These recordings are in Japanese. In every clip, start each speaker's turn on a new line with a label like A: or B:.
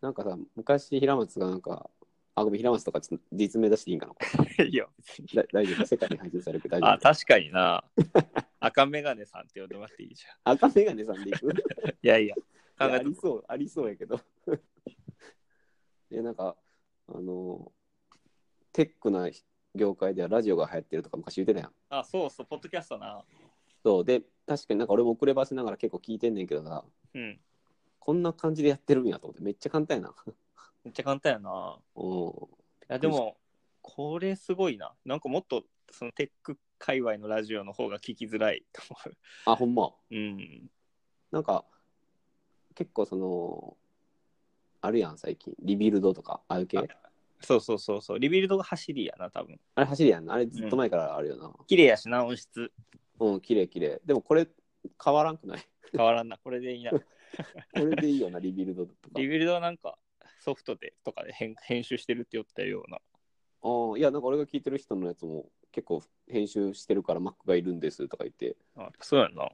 A: なんかさ、昔平松がなんか、あ、ごめん、平松とかちょっと実名出していいんかな。
B: いや、別に。
A: だ大丈夫、世界に配信されるけど大
B: あ、
A: 丈夫。
B: 確かにな。赤メガネさんって呼んでもらっていいじゃ
A: 赤メガネさんでいく
B: ん。いやいや、
A: い
B: 考
A: やあ
B: えて
A: りそう、ありそうやけど。 で、なんか、あの、テックな業界ではラジオが流行ってるとか昔言ってたやん。
B: あ、そうそう、ポッドキャストな。
A: そう、で、確かになんか俺も遅ればせながら結構聞いてんねんけどさ、
B: うん。
A: こんな感じでやってるんやと思って、めっちゃ簡単やな。
B: めっちゃ簡単やな。
A: うん。
B: いや、でも、これすごいな。なんかもっと、そのテック界隈のラジオの方が聞きづらいと思
A: あ、ほんま。
B: う。うん。
A: なんか、結構その、あるやん、最近。リビルドとか、ああいう系。
B: あそうそうそうそう。リビルドが走りやな、多分。
A: あれ走りやんな。あれずっと前からあるよな。
B: 綺麗やしな、音質。
A: うん、綺麗綺麗。でもこれ、変わらんくない
B: 変わらんな。これでい いな。
A: これでいい よな、リビルドとか。
B: リビルドはなんか、ソフトでとかで編編集してるって言ったような。
A: あーいや、なんか俺が聞いてる人のやつも結構編集してるから Mac がいるんですとか言って。
B: あそうやな。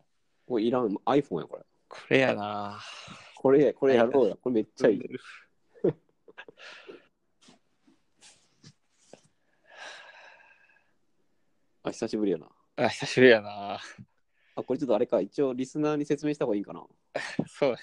A: これいらん、iPhone やこれ。
B: これやな。
A: これ、これや ろうや。これめっちゃいい。あ、久しぶりやな。
B: あ、久しぶりやな。
A: あ、これちょっとあれか。一応リスナーに説明した方がいいんかな。
B: そうや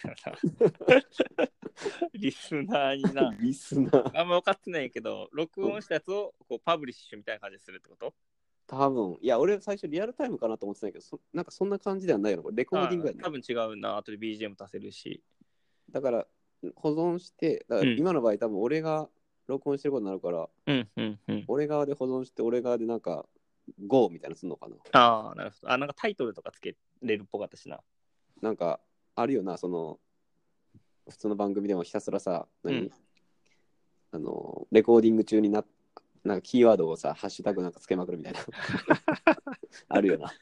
B: な。 リスナーにな。
A: リスナー。
B: あんま分かってないけど、録音したやつをこうパブリッシュみたいな感じにするってこと
A: 多分。いや、俺最初リアルタイムかなと思ってたんやけど、そなんかそんな感じではないの。これレコーディングや
B: あ
A: ね
B: 多。分違うな。あとで BGM 足せるし。
A: だから、保存して、だから
B: うん
A: 今の場合多分俺が録音してることになるから、
B: うんうんうん。
A: 俺側で保存して、俺側でなんか、GO みたいなのすんのかな。
B: ああ、なるほど。あ、なんかタイトルとかつけれるっぽかったしな。
A: なんかあるよなその普通の番組でもひたすらさ何、
B: うん
A: あのレコーディング中にななんかキーワードをさハッシュタグなんかつけまくるみたい なあるよな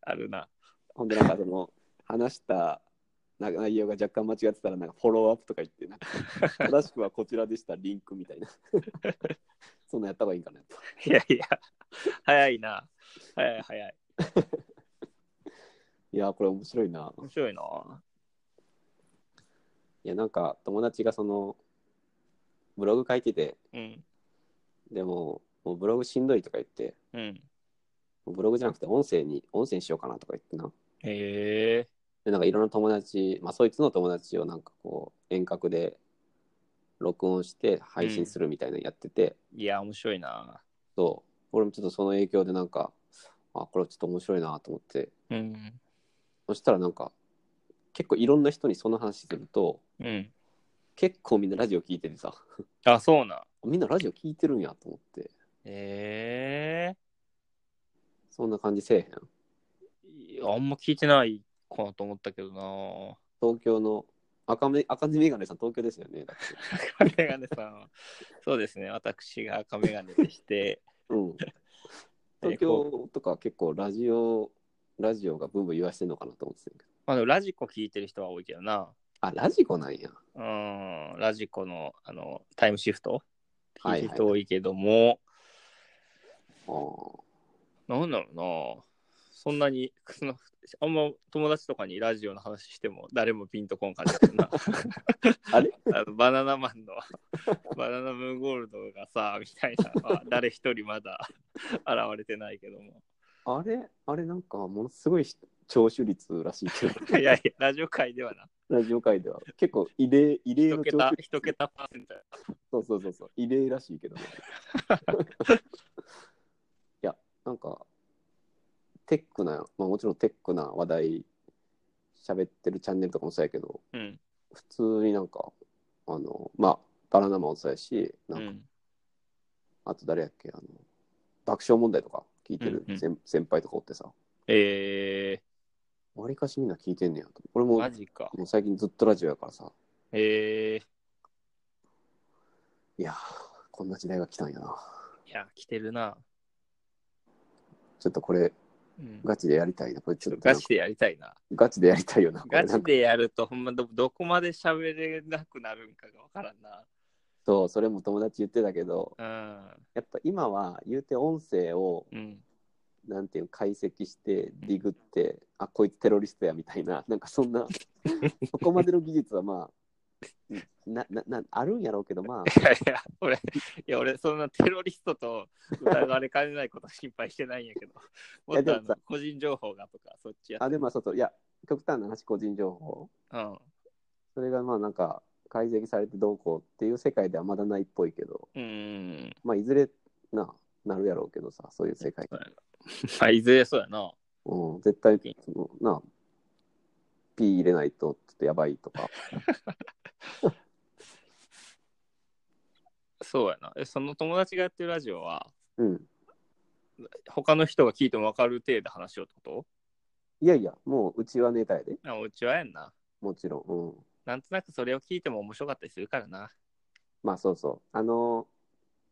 B: あるな。
A: ほんでなんかその話したなんか内容が若干間違ってたらなんかフォローアップとか言ってなんか正しくはこちらでしたリンクみたいな そんなんやった方がいいんかなやっぱ
B: いやいや、早いな。早い早い。
A: いやーこれ面白いな
B: 面白いな。
A: いやなんか友達がそのブログ書いてて
B: うん。
A: でももうブログしんどいとか言って
B: うん。
A: ブログじゃなくて音声に、音声にしようかなとか言ってな。
B: へえ。
A: で、なんかいろんな友達、まあそいつの友達をなんかこう遠隔で録音して配信するみたいなのやってて、
B: いや、面白いな。
A: そう、俺もちょっとその影響でなんか、あ、これちょっと面白いなと思って、
B: うん。
A: そしたらなんか、結構いろんな人にその話すると、
B: うん。
A: 結構みんなラジオ聞いててさ、
B: あ、そうなん。
A: みんなラジオ聞いてるんやと思って、
B: え
A: そんな感じせえへん。
B: えあんま聞いてないかなと思ったけどな。
A: 東京の赤目、赤字メガネさん東京ですよね。だって
B: 赤メガネさんは。そうですね。私が赤メガネでして。
A: うん。東京とか結構ラジオ、ラジオがブンブン言わしてんのかなと思ってたけど。
B: まあ、でもラジコ聞いてる人は多いけどな。
A: あ、ラジコなんや。
B: うん。ラジコのあのタイムシフト
A: はい
B: 聞
A: はい
B: いてる人多いけども、
A: あー
B: なんだろうな。そんなに、そのあんま友達とかにラジオの話しても誰もピンとこん感じだ な。
A: あれ
B: あのバナナマンのバナナムーンゴールドがさみたいなのは誰一人まだ現れてないけども
A: あれあれなんかものすごい聴取率らしいけど、
B: いやいやラジオ界ではな
A: ラジオ界では。結構異例、異例
B: 一
A: の聴
B: 桁
A: 取率。
B: 一桁パーセントや
A: そうそうそうそう。異例らしいけ どね。いや、なんか、テックな、まあもちろんテックな話題喋ってるチャンネルとかもそうやけど、
B: うん
A: 普通になんか、あの、まあ、バナナマンもそうやし、
B: う
A: なんか、
B: ん
A: あと誰やっけあの爆笑問題とか聞いてる
B: うんうん
A: 先,、先輩とかおってさ、
B: え
A: わりかしみんな聞いてんねやと。俺
B: ー、
A: も
B: マジか
A: もう最近ずっとラジオやからさ、
B: え
A: いやー、こんな時代が来たんやな。
B: ー、いや来てるな、
A: ちょっとこれ、
B: うん、
A: ガチでやりたいな。これちょっと
B: ガチでやりたいな
A: ガチでやりたいよな。これ
B: ガチでやるとほんまどどこまで喋れなくなるんかがわからん
A: そう、それも友達言ってたけど、
B: な
A: やっぱ今は言うて音声を、
B: うんうん
A: なんていうの解析して、ディグって、あ、こいつテロリストやみたいな、なんかそんな、そこまでの技術はまあ、な、な、な、あるんやろうけど、まあ、
B: いやいや、俺、いや、俺、そんなテロリストと疑われかねないこと心配してないんやけど、もっとあ
A: いやでも
B: の
A: さ
B: 個人情報がとか、そっちや。
A: あ、でもそうそう、いや、極端な話、個人情報。
B: うん。
A: それがまあなんか、解析されてどうこうっていう世界ではまだないっぽいけど、
B: うーん。
A: まあ、いずれな、なるやろうけどさ、そういう世界。
B: そうやなまあ、いずれそうやな。
A: うん、絶対、そのな、ピー入れないと、ちょっとやばいとか。
B: そうやな。え、その友達がやってるラジオは、
A: うん。
B: 他の人が聞いても分かる程度話しようってこ
A: いやいや、もううちはネタやで、
B: とあうちはやんな。
A: もちろん。うん。
B: なんとなくそれを聞いても面白かったりするからな。
A: まあそうそう。あの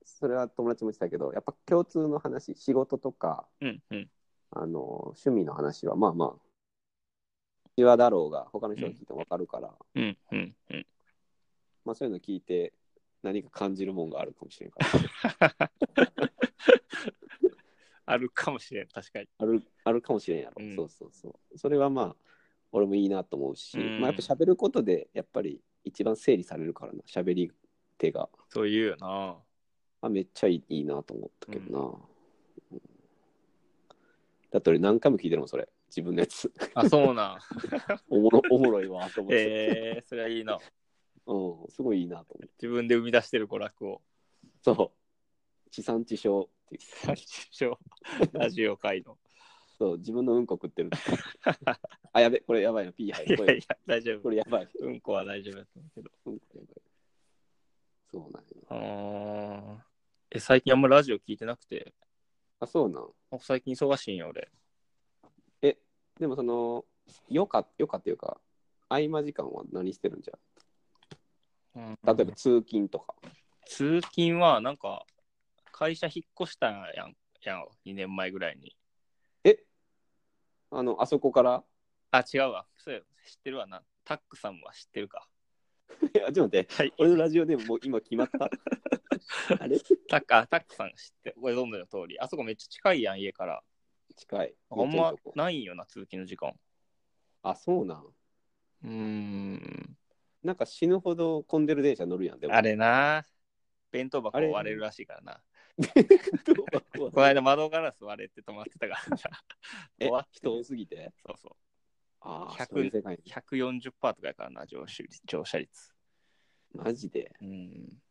A: それは友達も言ってたけど、やっぱ共通の話、仕事とか、
B: うんうん。
A: あの趣味の話は、まあまあ、うちはだろうが、他の人が聞いてもわかるから、
B: うんうんうん。
A: まあそういうの聞いて、何か感じるもんがあるかもしれんから。
B: あるかもしれん、確かに。
A: ある、あるかもしれんやろ。
B: うん
A: そうそうそう。それはまあ、俺もいいなと思うし、
B: うん
A: まあやっぱ喋ることで、やっぱり一番整理されるからな、喋り手が。
B: そう言うよな。
A: あめっちゃいいいいなと思ったけどな、うんだって俺何回も聞いてるもんそれ自分のやつ
B: あ、そうなん。
A: おもろおもろい わと思って、
B: えー、それはいいな。
A: うん、すごいいいなと思って
B: 自分で生み出してる娯楽を。
A: そう地産地消っていう
B: 最初、ラジオ界の。
A: そう自分のうんこ食 ってるあやべこれやばいなピー入
B: い
A: るこ
B: や
A: れ
B: いや、大丈
A: こ
B: 夫。
A: れやばい、
B: うんこは大丈夫だったんだけど。
A: うんこやばいそうなんや
B: あーえ、最近あんまラジオ聞いてなくて、
A: あそうなん
B: あ最近忙しいんよ、俺。
A: えでもそのよかよかっていうか合間時間は何してるんじゃ
B: うん
A: ん例えば通勤とか、
B: 通勤はなんか会社引っ越したやんやん2年前ぐらいに
A: えあのあそこから
B: あ違うわそうや知ってるわなタックさんは知ってるか
A: いや、ちょっと待って。
B: はい
A: 俺のラジオでももう今決ま った。あれ
B: タックあタックさん知ってこれどんどんの通りあそこめっちゃ近いやん家から
A: 近い。
B: あんま
A: めっちゃいいとこ
B: ないんよな通勤の時間
A: あ、そうなん。
B: うーん
A: なんか死ぬほど混んでる電車乗るやん。でも
B: あれな弁当箱
A: あれ
B: 割れるらしいからな
A: どう
B: この間窓ガラス割れて止まってたからさ
A: え
B: 終わっ、
A: 人多すぎて。
B: そうそ
A: ああ、
B: 100
A: そういう世界
B: う140%とかやからな乗車率乗車率
A: マジで。
B: うん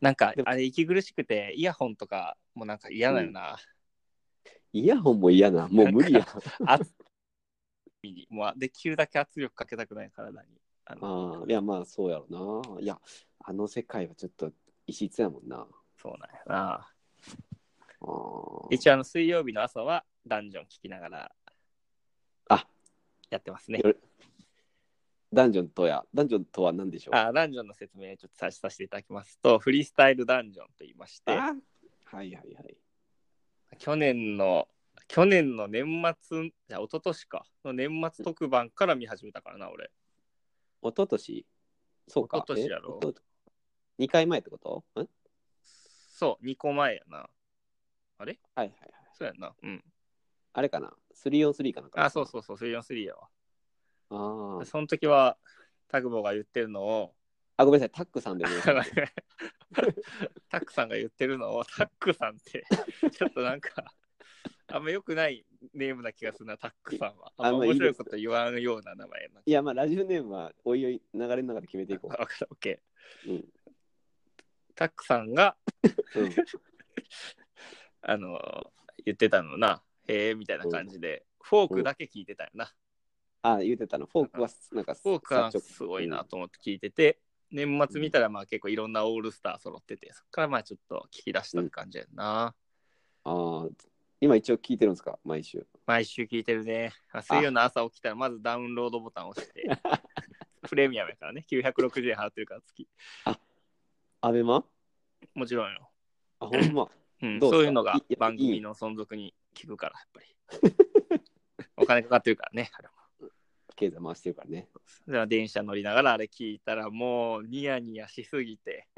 B: なんか
A: でも
B: あれ息苦しくてイヤホンとかもなんか嫌だよな、
A: イヤホンも嫌な。もう無 理や。
B: 圧にもうできるだけ圧力かけたくない体にあの
A: ああ、いや、まあそうやろな。いや、あの世界はちょっと異質やもんな。
B: そうなんやな
A: あー
B: 一応あの水曜日の朝はダンジョン聞きながら
A: あ、
B: やってますね
A: よダンジョンとや。ダンジョンとは何でしょう
B: あダンジョンの説明ちょっとささせていただきますとフリースタイルダンジョンと言いまして
A: あはいはいはい。
B: 去年の去年の年末じゃあ一昨年かの年末特番から見始めたからな俺
A: 一昨年そうか。
B: 一昨年やろ
A: 2回前ってことん
B: そう2個前やなあれ
A: はいはいはい。
B: そうやんなうん
A: あれかな ?3on3 かなんか。
B: あ、そうそうそう、343やわ。
A: あー
B: その時は、タグボが言ってるのを、
A: あ、ごめんなさい。タックさんでも。
B: タックさんが言ってるのを、タックさんって、 ちょっとなんか、あんま良くないネームな気がするな、タックさんは。あ
A: あん
B: んま
A: まい
B: 面
A: い
B: 白
A: で
B: い
A: す
B: こと言わんような名前やな。
A: いや、まあ、ラジオネームは、おいおい、流れの中で決めていこ
B: あわかった、オッケ
A: う。うん。
B: ー。タックさんが、
A: うん、
B: あの言ってたのな、へえ、みたいな感じで、フォークだけ聞いてたよな。
A: あ、言うてたの。フォーク は、なんか、
B: フォークは
A: 作曲
B: すごいな。と思って聞いてて、年末見たらまあ結構いろんなオールスター揃ってて、そっからまあちょっと聞き出したって感じやんな。
A: うんあー今一応聞いてるんですか毎週。
B: 毎週聞いてるね。あ水曜の朝起きたらまずダウンロードボタンを 押して。プレミアムやからね。960円払ってるから月。
A: アベマ
B: もちろんよ。
A: あ、ほんま。
B: うん、
A: どうですか
B: そういうのが
A: いい
B: 番組の存続に効くから、やっぱり。 お金かかってるからね。あれも
A: 経済回してるからね。
B: では電車乗りながらあれ聞いたらもうニヤニヤしす ぎて。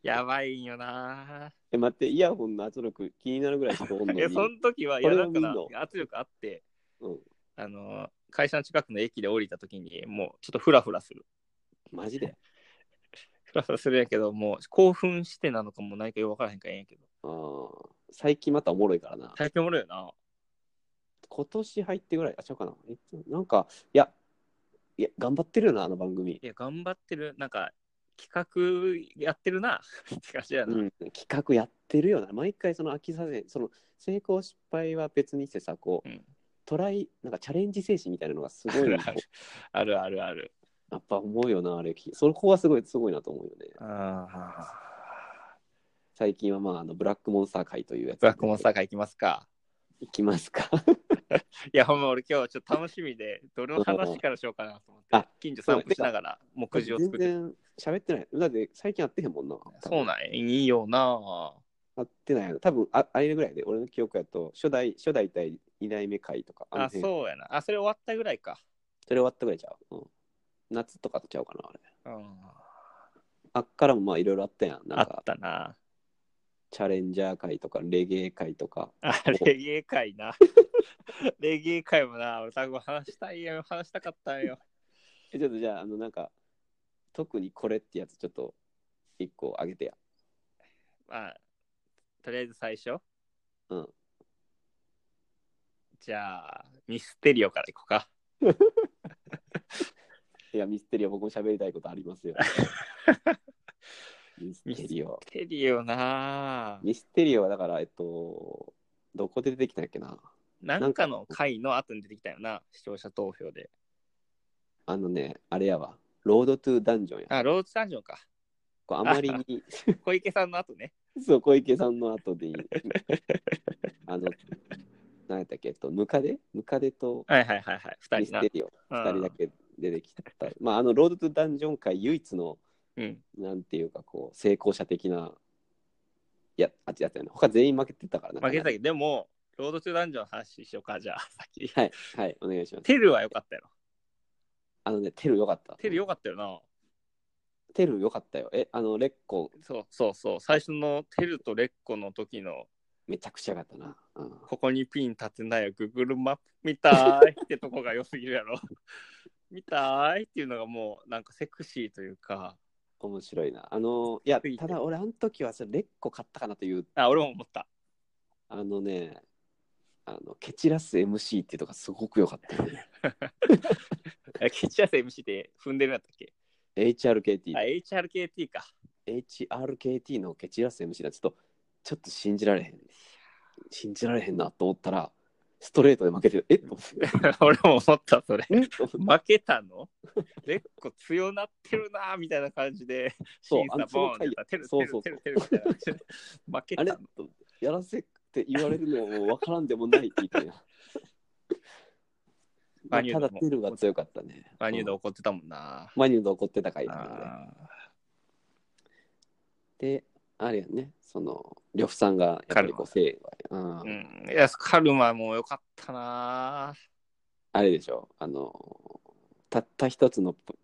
B: やばいんよな
A: え、待って、イヤホンの圧力気になるぐらいしかおんのに
B: え、その時は、い
A: こ
B: や、
A: れ
B: だ
A: を見
B: か
A: ん
B: ら
A: の
B: 圧力あって、
A: うん
B: あの、会社の近くの駅で降りた時に、もうちょっとフラフラする。
A: マジで
B: ふらふらするやけど、もう興奮してなのかもないかよくわからへんからええんやけど。
A: あー最近またおもろいからな。
B: 最近おもろいよな。
A: 今年入ってぐらい、あ、ちゃうかな。えっとなんか、いや、いや、頑張ってるよな、あの番組
B: い。や、頑張ってる。なんか、企画やってるな。って感じやな。
A: うん、企画やってるよな。毎回その飽きさせ、その成功失敗は別にしてさ、こう、
B: うん
A: トライ、なんかチャレンジ精神みたいなのがす
B: あ
A: ごい
B: る
A: な
B: ある。あるあるある。
A: やっぱ思うよな、あれ。そこはすごい、すごいなと思うよね。
B: あ
A: 最近はまあ、あの、ブラックモンスター会というやつ。
B: ブラックモンスター会行きますか。
A: 行きますか。
B: いや、ほんま俺今日はちょっと楽しみで、どの話からしようかなと思って、
A: あ
B: 近所散歩しながら目次を
A: 全
B: 作って。
A: 然喋ってない。だって最近会ってへんもんな。
B: そうなんやいいよな
A: 会ってないの。多分ああれぐらいで、俺の記憶やと、初代、初代対2代目会とか、
B: あ、
A: う。
B: そうやな。あ、それ終わったぐらいか。
A: それ終わったぐらいちゃう。うん、夏とかとちゃうかな、あれ。
B: うん、
A: あっからもまあ、いろいろあったやん。なん
B: あっ
A: か、
B: たな。
A: チャレンジャー会とか、レゲエ会とか。
B: あ、レゲエ会な。 レゲエ会もな、俺多分話したいよ。話したかったんよ。
A: え、ちょっとじゃあ、あの、なんか、特にこれってやつ、ちょっと、一個あげてや。
B: まあ、とりあえず最初。
A: うん。
B: じゃあ、ミステリオから行こうか。
A: いや、ミステリオ、僕も喋りたいことあり ますよ。ミステリオ。
B: ミステリオな
A: ミステリオはだから、えっと、どこで出てきたんやっけな。
B: なんかの回の後に出てきたよな。視聴者投票で。
A: あのね、あれやわ。ロードトゥダンジョンや。
B: あ、ローズダンジョンか。
A: こうあまりに、
B: 小池さんの後ね。
A: そう、小池さんの後でいい。 あの、何やったっけ、えっと、ムカデムカデと
B: はいはいはいはい。二
A: ミス
B: 人な。
A: テリオ、
B: 二
A: 二人だ。け出てきた。まあ、あの、ロードトゥダンジョン界唯一の、
B: うん。
A: なんていうか、こう、成功者的な、いや、あっちだったよね。他全員負けてたからな。
B: 負けてたけど、でも、ロード中ダンジョンの話しようか、じゃあ、さっき。
A: はい、はい、お願いします。
B: テルは良かったよ。
A: あのね、テルよかった。
B: テル良かったよな。
A: テルよかったよ。え、あの、レッコ、
B: そうそうそう。最初のテルとレッコの時の、
A: めちゃくちゃよかったな。うん
B: ここにピン立てないよ、Google マップみたいってとこが良すぎるやろ。 みたいっていうのがもう、なんかセクシーというか、
A: 面白いな。あの、いや
B: つい、て
A: ただ俺、あの時はそれ、レッコ買ったかなという、
B: あ、俺も思った。
A: あのね、あの、蹴散らす MC っていうのがすごく良かったよね。
B: えケチアス MC で踏んでるんだったっけ
A: HRKT、
B: あ、HRKT か。
A: HRKT の蹴散らす MC だ。ちょっと、ちょっと信じられへん。信じられへんなと思ったら、ストレートで負けてる。えっと思って、
B: 俺も思った、それ。
A: えっと思って
B: 負けたのレッコ強なってるなみたいな感じで、
A: そう
B: 審査ボーンってやったら、テル
A: そ
B: テ
A: うそ
B: ル
A: う
B: テルテルみたいな感じで、負けた
A: あれ
B: の
A: とやらせって言われるのも分からんでもないみ たいな。ま
B: マ
A: あ、
B: ニュー
A: た
B: ドも
A: だテルが強かったね。
B: マニュード
A: うん
B: 怒ってたもんな。
A: マニュード怒ってたかいな。
B: あ
A: で、あれやね、その、呂布さんがやっぱりこう、性は、
B: ー
A: うん
B: うん、いや、カルマも良かったな。
A: あれでしょ、あの、たった一つのパ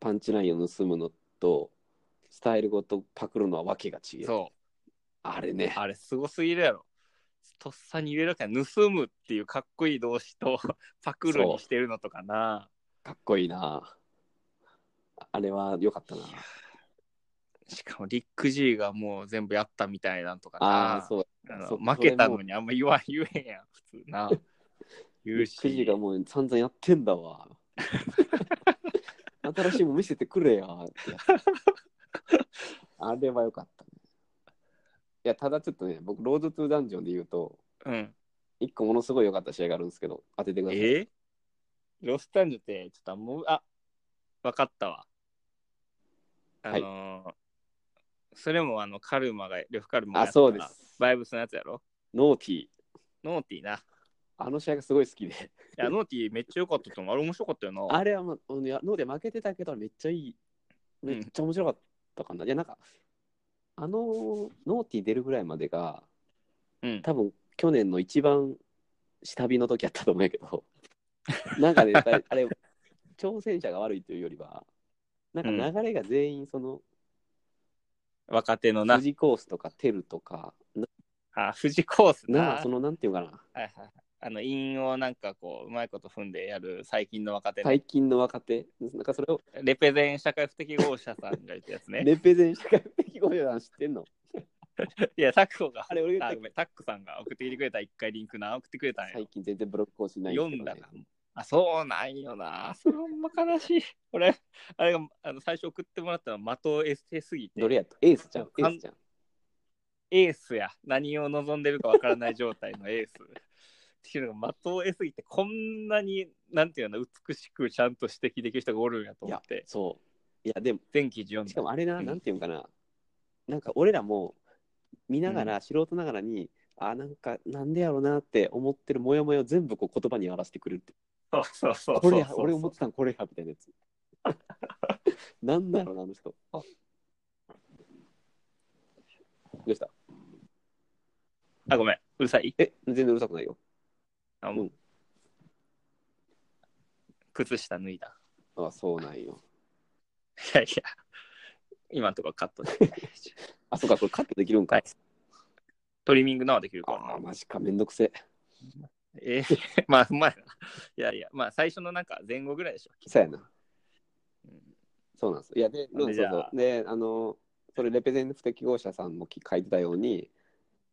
A: パンチラインを盗むのと、スタイルごとパクるのはわけが違う。
B: そ
A: あれ
B: う、
A: ね、
B: あれすごすぎるやろ。とっさに入れるから盗むっていうかっこいい動詞と パクるにしてるのとかな。
A: かっこいいな。あれは良かったな。
B: しかもリック・ジーがもう全部やったみたいなんとかな。
A: ああー、そう
B: あの
A: そう
B: 負けたのにあんま言わん言えんやん普通な言う
A: くじ
B: し
A: がもう散々やってんだ わ。新しいもん見せてくれやってやつ。あれはよかったね。いや、ただちょっとね、僕、ロードトゥダンジョンで言うと、
B: うん
A: 一個ものすごい良かった試合があるんですけど、当ててください。
B: えロスタンジュってちょっとあんまあわかったわあのーそれもあのカルマが呂布カルマが
A: あ、
B: やった
A: そうです。
B: バイブスのやつやろ
A: ノーティー。
B: ノーティーない
A: あの試合がすごい好きで。
B: やノーティーめっちゃ良かったと思うあれ面白かったよな
A: あれは、まあ、あのいやノーで負けてたけど、めっちゃいい。めっちゃ面白かったかな。いや、なんか、あの、ノーティー出るぐらいまでが、
B: うん
A: 多分去年の一番下火の時やったと思うんやけど なんかねだいあれ挑戦者が悪いというよりはなんか流れが全員その、
B: 若手のな
A: 富士コースとかテルとか
B: あ富士コース
A: な
B: な
A: そのなんていうかな
B: はいはいはいあの、韻をなんかこう、うまいこと踏んでやる最近の若手の、
A: 最近の若手、なんかそれを
B: レペゼン社会不適合者さんが言ったやつね。
A: レペゼン社会的ご用談知ってんの
B: いや、タックさんが、
A: あれ俺が言ったっけ
B: ごめんタックさんが送ってきてくれた一回リンクな、送ってくれたんよ
A: 最。近全然ブロック更新ない
B: 読んだな。あ、そうなんよな。それほんま悲しい。俺、あれがあの最初送ってもらったのは的をエセすぎて
A: ど、れやとエースじゃん、エ
B: かん
A: ースじゃん。
B: エースや、何を望んでるかわからない状態のエース。っていうのが的を得すぎて、こんなに、なんていうの、美しくちゃんと指摘できる人がおるんやと
A: い
B: 思
A: や
B: って、、
A: そう。いや、でも、
B: 全記事読んだ。
A: しかもあれな、
B: うん
A: なんていうんかな、なんか俺らも見ながら、素人ながらに、あ、なんか、なんでやろうなって思ってるモヤモヤを全部こう言葉に表してくれるって。
B: そうそうそうそう
A: これや、俺思ってたのこれや、みたいなやつ。 なんだろうな、あの人。
B: あ
A: どうした
B: あ、ごめん。うるさい。
A: え、全然うるさくないよ。
B: あもう
A: うん
B: 靴下脱いだ。
A: あ、そうなんよ。
B: いやいや、今のところカッ トで。
A: あ、そうか、これカットできるんか。
B: はいトリミングなはできるからな
A: ああ、マジか、めんどくせえ。
B: えーまあ、うまいな。いやいや、まあ、最初のなんか前後ぐらいでしょ。
A: そうやな
B: うん。
A: そうなんですよ。いや、で、
B: あの
A: そう
B: じ
A: そう
B: ゃあ
A: そう。で、あの、それ、レペゼン不適合者さんもき書いてたように、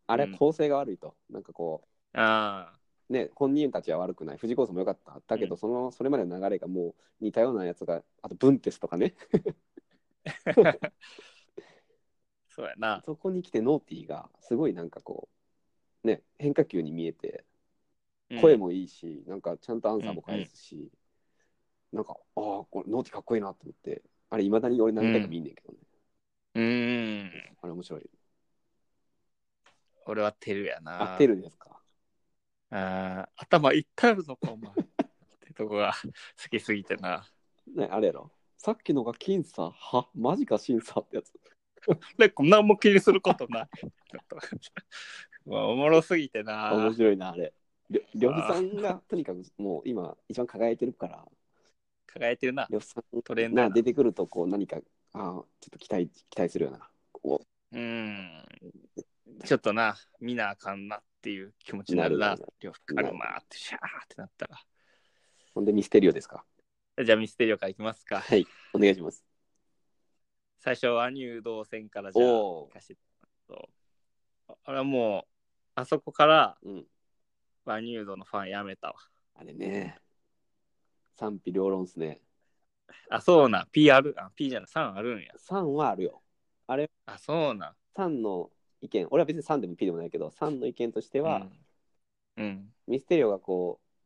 A: あれ
B: うん、
A: 構成が悪いと。なんかこ
B: ああ、
A: う、ね、本人たちは悪くない。藤子さんも良かった。だけど、
B: う
A: その、それまでの流れがもう似たようなやつが、あと、ブンテスとかね。
B: そうやな。
A: そこに来て、ノーティーが、すごいなんかこう、ね、変化球に見えて、
B: うん
A: 声もいいし、なんかちゃんとアンサーも返すし、なんか、ああ、これ、ノーティーかっこいいなと思って、あれ、いまだに俺何回か見んねんけどね。
B: うーん。
A: あれ、面白い。
B: 俺はテルやな。
A: あ、テルですか。
B: あー頭いったるのか、お前。ってとこが 好きすぎてな。
A: ね、あれやろ。さっきのが僅差はマジか審査ってやつ。
B: で、こんなんも気にすること ない。まあ、おもろすぎてな。
A: 面白いな、あれ。りょ呂布さんがとにかくもう今一番輝いてるから、
B: 輝いてるな。
A: 呂布さん
B: トレンドや
A: が
B: な
A: 出てくるとこう何か、あーちょっと期待期待するよな。こ
B: うん。ちょっとな、見なあかんなっていう気持ちになる
A: な
B: な
A: るな。
B: 両方カルマーってシャーってなったら。
A: うほんでミステリオですか。
B: じゃあミステリオからいきますか。
A: はい、お願いします。
B: 最初は入道戦からじゃあ行
A: おお
B: かせてもらうと。あれはもう、あそこから
A: ー、うん。
B: バニュードのファンやめたわ。
A: あれね。賛否両論っすね。
B: あ、そうなん。P あるあ、P じゃない、3あるんや。
A: 3はあるよ。
B: あ、そうなん。
A: 3の意見、俺は別に3でも P でもないけど、3の意見としては、
B: うん、うん。
A: ミステリオがこう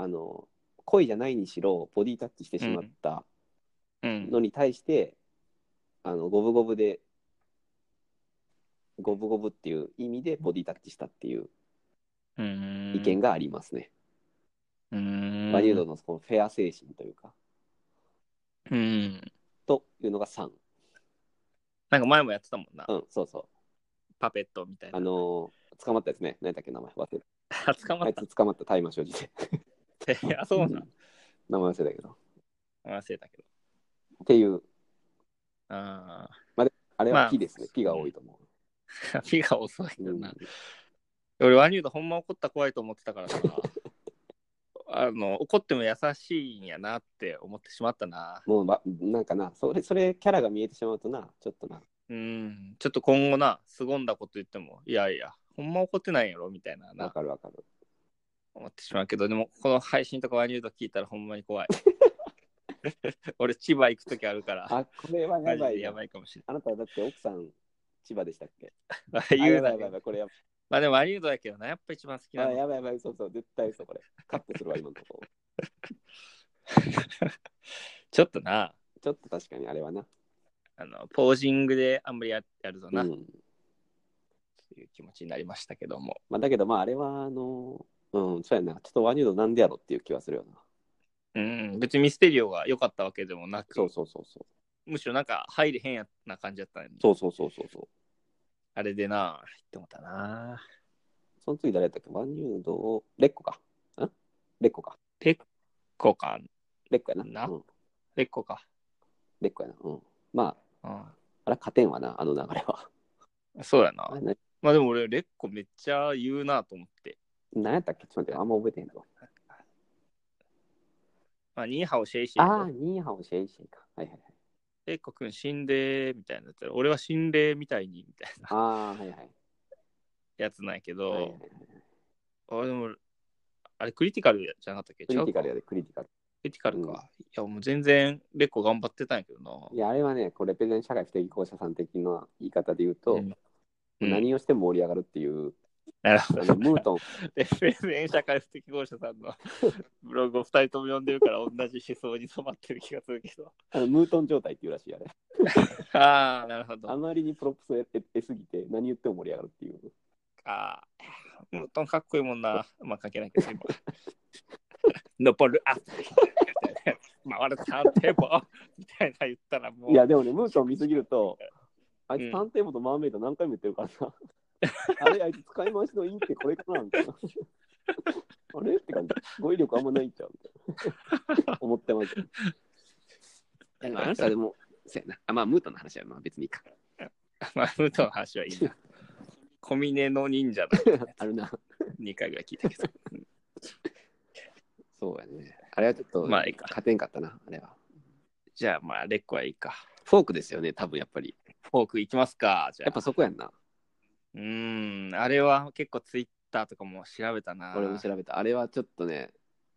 A: あの恋じゃないにしろボディタッチしてしまった
B: うん。
A: のに対して、あの五分五分で五分五分っていう意味でボディタッチしたっていう
B: うん。
A: 意見がありますね。
B: うん。
A: バニュードのこのフェア精神というか、
B: うん。
A: というのが3。
B: なんか前もやってたもんな。
A: うん、そうそう。
B: パペットみたいな。
A: あの捕まったやつね。何だっけ名前忘れた。
B: あ、捕ま
A: あ
B: っ
A: い
B: た
A: つ捕まった大麻所持で。
B: って。 あ、そうなん。
A: 名前忘れたけど。
B: 忘れたけど。
A: っていう、
B: あ
A: あれ
B: ま
A: は
B: あ
A: 木ですね。木、が多いと思
B: あ。 火が遅いけ
A: う。
B: ど
A: うん
B: な。俺、ワニュードほんま怒ったら怖いと思ってたからさ。 あの、怒っても優しいんやなって思ってしまったな。
A: もう、ま、なんかな、それ、それキャラが見えてしまうとな、ちょっとな、
B: うん。ちょっと今後な、凄んだこと言っても、いやいや、ほんま怒ってないんやろみたいな
A: わ
B: な、
A: かるわかる。
B: 思ってしまうけど、でも、この配信とかワニュード聞いたらほんまに怖い。 俺、千葉行くときあるから。
A: あ、これはや
B: マ
A: ば
B: ジ
A: いな。
B: でやばいかもし
A: あなただって奥さん、千葉でしたっけ
B: れない。
A: あ
B: 言う
A: やば
B: な
A: やば
B: い
A: いやばい、これやばい。
B: まあでも、アリウードだけどな、やっぱ一番好き
A: あ
B: なの。
A: やばいやばい、そうそう、絶対嘘これ。カットするわ、今のとこ。
B: ちょっとな、
A: ちょっと確かにあれはな。
B: あの、ポージングであんまりややるぞ
A: う
B: な、と
A: ん。
B: いう気持ちになりましたけども。
A: まあ、だけど、まあ、あれは、あの、うん、そうやな。ちょっとワニュードなんでやろっていう気はするよな。
B: うん、別にミステリオが良かったわけでもなく、
A: そうそうそうそう。
B: むしろなんか入れへんやな感じだったのに、
A: そうそうそうそうそう。
B: あれでな、入ってもたな。
A: その次誰やったっけワニュードを、レッコか。んレッコか。
B: レッコか、
A: レッコやな。
B: な
A: うん、
B: レッコか。
A: レッコやな。うん。まあ、
B: う
A: あれ、勝てんわな、あの流れは。
B: ん、そうやな
A: あ。れね
B: まあでも俺、レッコめっちゃ言うなと思って。
A: 何やったっけちょっと待って、あんま覚えてへんだろ。
B: まあ、ニーハオシェイシ
A: ああ、
B: ェイ。
A: ニーハオシェイシェイか。はいはいはい。
B: エイコ君心霊みたいなやつやろ俺は心霊みたいにみたいな
A: ああ、はいはい。
B: やつなんやけど、
A: はいはいはい
B: あれでも、あれクリティカルじゃなかったっけ
A: クリティカル
B: 違
A: や
B: うか
A: で、クリティカル。
B: クリティカルか。
A: うん
B: いや、もう全然、レッコ頑張ってたんやけどな。
A: いや、あれはね、こうレペゼン社会不適合者さん的な言い方で言うと、
B: うん
A: も
B: う
A: うん何をしても盛り上がるっていう、
B: なるほ
A: あ
B: ど。
A: のムートン、
B: FSN 社会不適合者さ んのブログを2人とも読んでるから同じ思想に染まってる気がするけど。
A: あのムートン状態っていうらしいあれ。
B: ああ、なるほど。
A: あ
B: あ
A: まりにプロップスを得得すぎて、何言っても盛り上がるっていう。
B: あー、ムートンかっこいいもんな。まあ関係ないけど今。残る、あ回るターンテーブルみたいな言ったらもう。
A: いや、でもね、ムートン見すぎると、あい
B: うん
A: つ探偵部とマーメイド何回も言ってるからさ、あれ、あいつ使い回しのいいってこれかなみたいな。あれって感じ、語彙力あんまないんちゃうみ たいな思ってます。あの人はでも、そうやな。あまあ、ムートンの話はまあ別にいいか。
B: まあ、ムートンの話はいいな。小峰の忍者の
A: あるな。
B: 2回ぐらい聞いたけど。
A: そうやね。あれはちょっと、
B: まあいいか
A: 勝てんかったな、あれは。
B: じゃあまあ、レッコはいいか。
A: フォークですよね、多分やっぱり。
B: フォークいきますか。じゃあ
A: やっぱそこやんな。
B: うーん、あれは結構ツイッターとかも調べたな。
A: 俺も調べた。あれはちょっとね、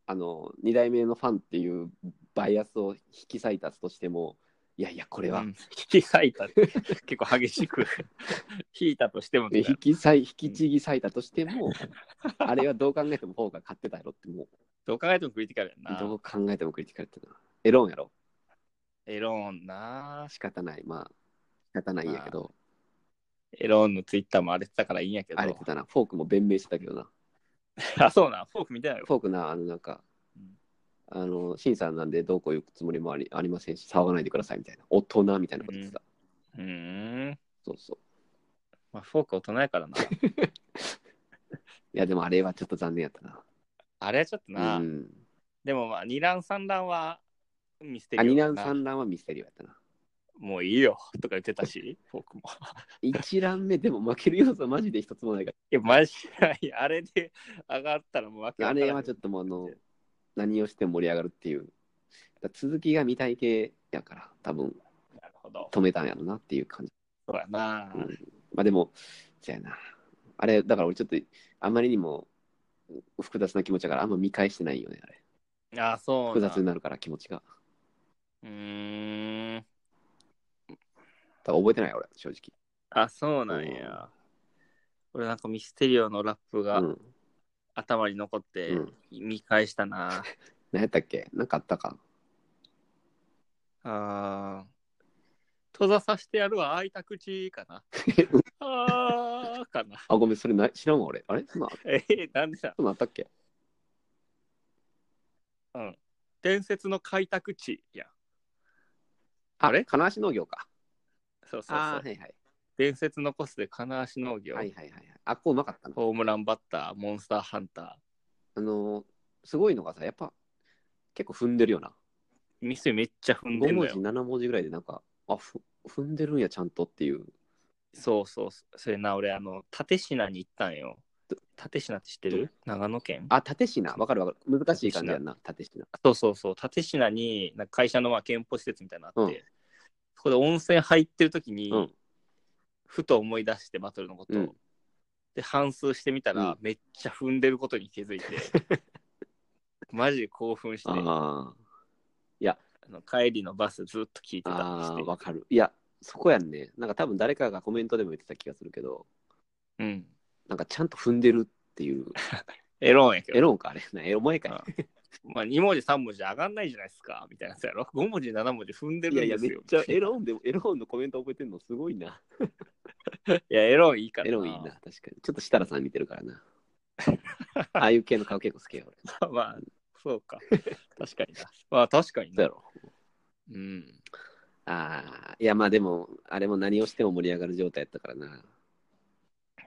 A: あの、2代目のファンっていうバイアスを引き裂いたとしても、いやいや、これは、
B: うん引き裂いた って結構激しく 引いたとしても
A: で
B: みたい
A: 引
B: な
A: き裂い引きちぎ裂いたとしても、あれはどう考えてもフォーが勝ってたやろって、もう、
B: どう考えてもクリティカルやん
A: ど
B: な
A: う考えてもクリティカルってな。エロンやろ。
B: エロンな
A: 仕方ない。まあ、仕方ないんやけど、
B: エロンのツイッターも荒れてたからいいんやけど
A: あれってたな。フォークも弁明してたけどな。
B: あそうなんフォーク見てないよ
A: フォークな、あの、なんか
B: うん、
A: あの、審査なんでどうこう言うつもりもありありませんし、騒がないでくださいみたいな、大人みたいなこと言ってた。
B: うーん、
A: そうそう。
B: まあ、フォーク大人やからな
A: いや、でもあれはちょっと残念やったな。
B: あれはちょっとな、
A: うん。
B: でもまあ二乱三乱はミステ
A: ア
B: リ
A: ニラ
B: オだ
A: ン
B: な
A: 三乱はミステリオやったな。
B: もういいよとか言ってたし フォークも
A: 一覧目でも負ける要素はマジで一つもないか
B: いやマジないあれで上がったらもうわけ
A: ら。あ
B: わからん
A: れはちょっともうあの、 何をしても盛り上がるっていう。だから続きが見たい系やから、多分
B: なるほど
A: 止めたんやろなっていう感じ。
B: そうやな、
A: うんまあでも、そうやな。あれ、だから俺ちょっと、あまりにも複雑な気持ちだから、あんま見返してないよね、あれ。
B: あそう
A: 複
B: なん
A: 雑になるから気持ちが。
B: うーん。
A: だから覚えてない俺、正直。
B: あ、そうなんや。俺なんかミステリオのラップが
A: うん。
B: 頭に残って
A: うん
B: 見返したな。
A: 何やったっけなんかあったか。
B: あー閉ざさしてやるわ、開いた口かな。あーかな。
A: あ、ごめん、それない知らんわ俺。あれそんな、
B: えー、なんでだ
A: そんなあったっけ
B: 伝説の開拓地やん。
A: あ
B: あれ
A: 金足農業か。
B: そうそうそう。
A: はいはい。
B: 伝説のコスで金足農業、
A: はいはいはいはい。あっこうまかったな。
B: ホームランバッター、モンスターハンタ
A: あのーすごいのがさ、やっぱ結構踏んでるよな。
B: ー。ミスめっちゃ踏んで
A: 5
B: るの
A: 文字、
B: よ。
A: 7文字ぐらいでなんか、あ、ふ踏んでるんや、ちゃんとっていう。
B: そうそうそう。それな、俺、あの、蓼科に行ったんよ。蓼科って知ってる長野県
A: あ、縦品、わかるわかる。難しい感じやんな、縦品。
B: そうそうそう、蓼科になんか会社のまあ健康施設みたいなのあって、
A: う
B: そこで温泉入ってる時に、
A: うん
B: ふと思い出してバトルのことを、
A: うん
B: で反数してみたら、
A: うん
B: めっちゃ踏んでることに気 づいてマジで興奮してあ
A: あ
B: の帰りのバスずっと聞いて
A: あ、
B: たり
A: あ
B: して
A: あ、わかる。いや、そこやんね。なんか多分誰かがコメントでも言ってた気がするけど、
B: うん、
A: なんかちゃんと踏んでるっていう。
B: エロンやけ
A: エ
B: ど、
A: ロンか、あれ。 なエロ前か
B: まあ、2文字3文字上がんないじゃないですかみたいなやつやろ5文字7文字踏んで
A: い。
B: るんですよ
A: エロンでも、エロンのコメント覚えてんのすごいな。
B: いやエロンいいから
A: エロンいい な、確かに。ちょっと設楽さん見てるからな。ああいう系の顔結構好きや俺。そ
B: まあそう か確かになまあ確かに
A: うや
B: な
A: ろ。
B: うん
A: ああ、いやまあでも、あれも何をしても盛り上がる状態やったからな。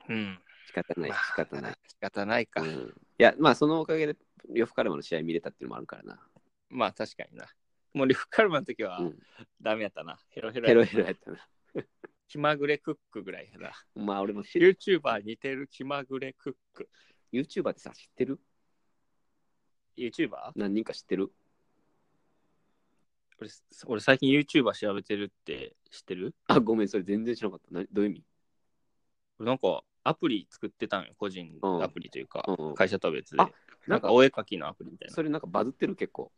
B: うん
A: 仕方ない、
B: まあ
A: 仕方ない。
B: 仕方ないか。
A: うん、いや、まあそのおかげで、呂布カルマの試合見れたっていうのもあるからな。
B: まあ確かにな。もうリフカルマの時は
A: うん
B: ダメやったな。ヘロヘロ
A: ヘロ
B: やった
A: ヘロやったな。
B: 気まぐれクックぐらいやな。
A: まあ俺も知る。
B: YouTuber 似てる気まぐれクック。
A: YouTuber ってさ、知ってる
B: YouTuber?
A: 何人か知ってる
B: 俺、俺最近 YouTuber 調べてるって知ってる
A: あ、ごめん、それ全然知らなかった。などういう意味
B: 俺なんかアプリ作ってたんよ、個人
A: うん
B: アプリというか、
A: うんうん
B: 会社とは別で。
A: あ
B: なんかお絵描きのアプリみたいな。
A: それなんかバズってる結構。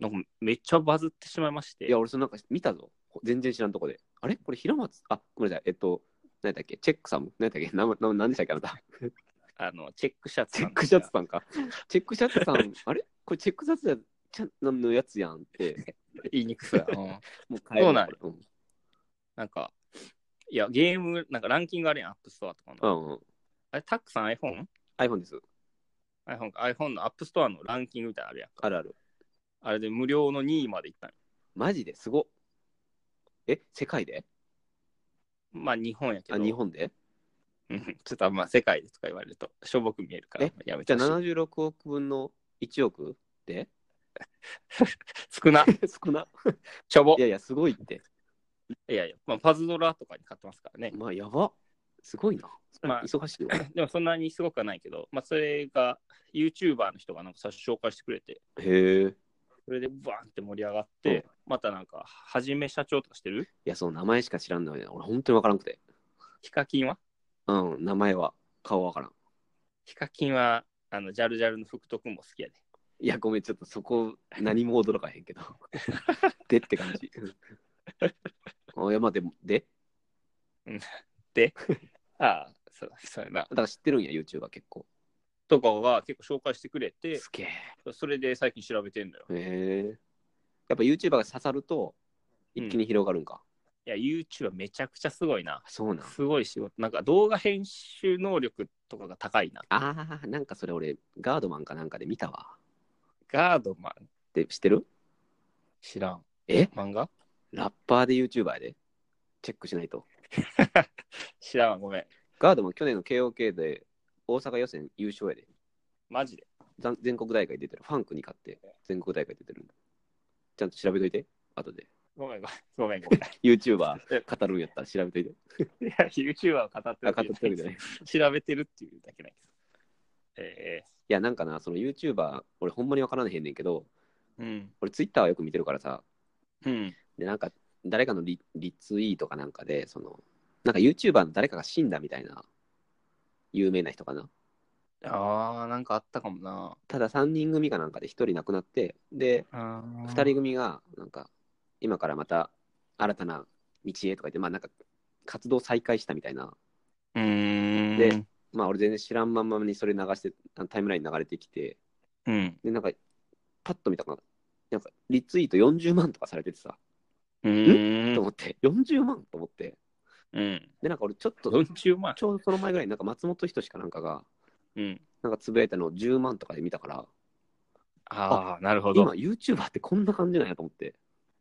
B: なんかめっちゃバズってしまいまして。
A: いや、俺それなんか見たぞ。全然知らんとこで。あれこれ平松あ、ごめんなさい。えっと、何だっけチェックさんも何だっけなな何でしたっけあなた。
B: あの、チェックシャツ
A: チェ
B: な
A: ッ
B: んで
A: ク
B: す
A: シ
B: が。
A: ャツさんか。チェックシャツさん、あれこれチェックシャツやちゃなんのやつやんって。
B: 言いにくさ。うん
A: もう変える
B: そうなんや
A: これ
B: なんか、いや、ゲーム、なんかランキングあるやん、アップストアとか
A: う
B: の。
A: ん。うんうん、
B: あれ、タックさん iPhone?iPhone
A: iPhone です。
B: か iPhone のアップストアのランキングみたいなのあるやんか。
A: あるある。
B: あれで無料の2位までいったんよ
A: マジですごっ。え、世界で
B: まあ、日本やけ
A: あ、
B: ど。
A: 日本で
B: うんちょっとまあ世界でとか言われるとしょぼく見えるから
A: え
B: やめ
A: じ
B: て
A: ゃあ
B: ほしい。
A: 76億分の1億で
B: 少な、
A: 少な。
B: しょぼ
A: い。やいや、すごいって。
B: いやいや、まあ、パズドラとかに買ってますからね。
A: まあ、やば。すごいな。
B: まあ
A: 忙しいわ。
B: でもそんなにすごくはないけど、まあ、それが YouTuber の人がなんか紹介してくれて、
A: へえ。い
B: それでバーンって盛り上がって、
A: うん
B: またなんか、はじめ社長とかしてる
A: や、その名前しか知らんのよね。俺、本当にわからんくて。
B: ヒカキンは
A: うん、名前は、顔わからん。
B: ヒカキンは、あの、ジャルジャルの福徳も好きやで。
A: いや、ごめん、ちょっとそこ、何も驚かへんけど。 でって感じ。うんあいや、まあ、でも、で
B: ああ、そうだ、そうやな。
A: だから知ってるんや、YouTuber 結構。
B: とかが結構紹介してくれて、
A: すげえ。
B: それで最近調べてんだよ。
A: へえ。やっぱ YouTuber が刺さると、一気に広がるんか。
B: いや、YouTuber めちゃくちゃすごいな。
A: そうなん。
B: すごい仕事。なんか動画編集能力とかが高いな。
A: ああ、なんかそれ俺、ガードマンかなんかで見たわ。
B: ガードマン
A: で、知ってる
B: 知らん。
A: え
B: 漫画
A: ラッパーで YouTuber やで。チェックしないと。
B: 知らんわ、ごめん。
A: ガードマン、去年の KOK で大阪予選優勝やで。
B: マジで。
A: ざん全国大会出てる。ファンクに勝って、全国大会出てるんだ。ちゃんと調べといて、後で。
B: ごめん、ごめん、ご めん。
A: YouTuber
B: え
A: 語るんやったら調べといて。
B: いや、YouTuber を語って
A: あ、
B: る
A: 語ってるわけじゃ
B: じゃ
A: な。
B: ない
A: い
B: 調べてるっていうだけないです。え
A: や、なんかな、その YouTuber、俺ほんまにわからへんねんけど、
B: えうん。
A: 俺 Twitter はよく見てるからさ、
B: うん。
A: で、なんか誰かのリリツイートかなんかで、その、なんか YouTuber の誰かが死んだみたいな、有名な人かな。
B: ああ、なんかあったかもな。
A: ただ3人組かなんかで1人亡くなって、で、
B: あー
A: 2人組が、なんか、今からまた新たな道へとか言って、まあなんか、活動再開したみたいな。
B: うーん。
A: で、まあ俺全然知らんまんまにそれ流して、あのタイムラインに流れてきて、
B: うん。
A: で、なんか、パッと見たかな。なんか、リツイート40万とかされててさ、
B: う
A: と
B: ん。
A: 思って、40万と思って。
B: うん。
A: で、なんか俺ちょっと、
B: 40万。
A: ちょうどその前ぐらいになんか松本人志かなんかが、
B: うん。
A: なんかつぶやいたのを10万とかで見たから、
B: ああ、なるほ
A: 今
B: ど。
A: YouTuber ってこんな感じなんやと思って、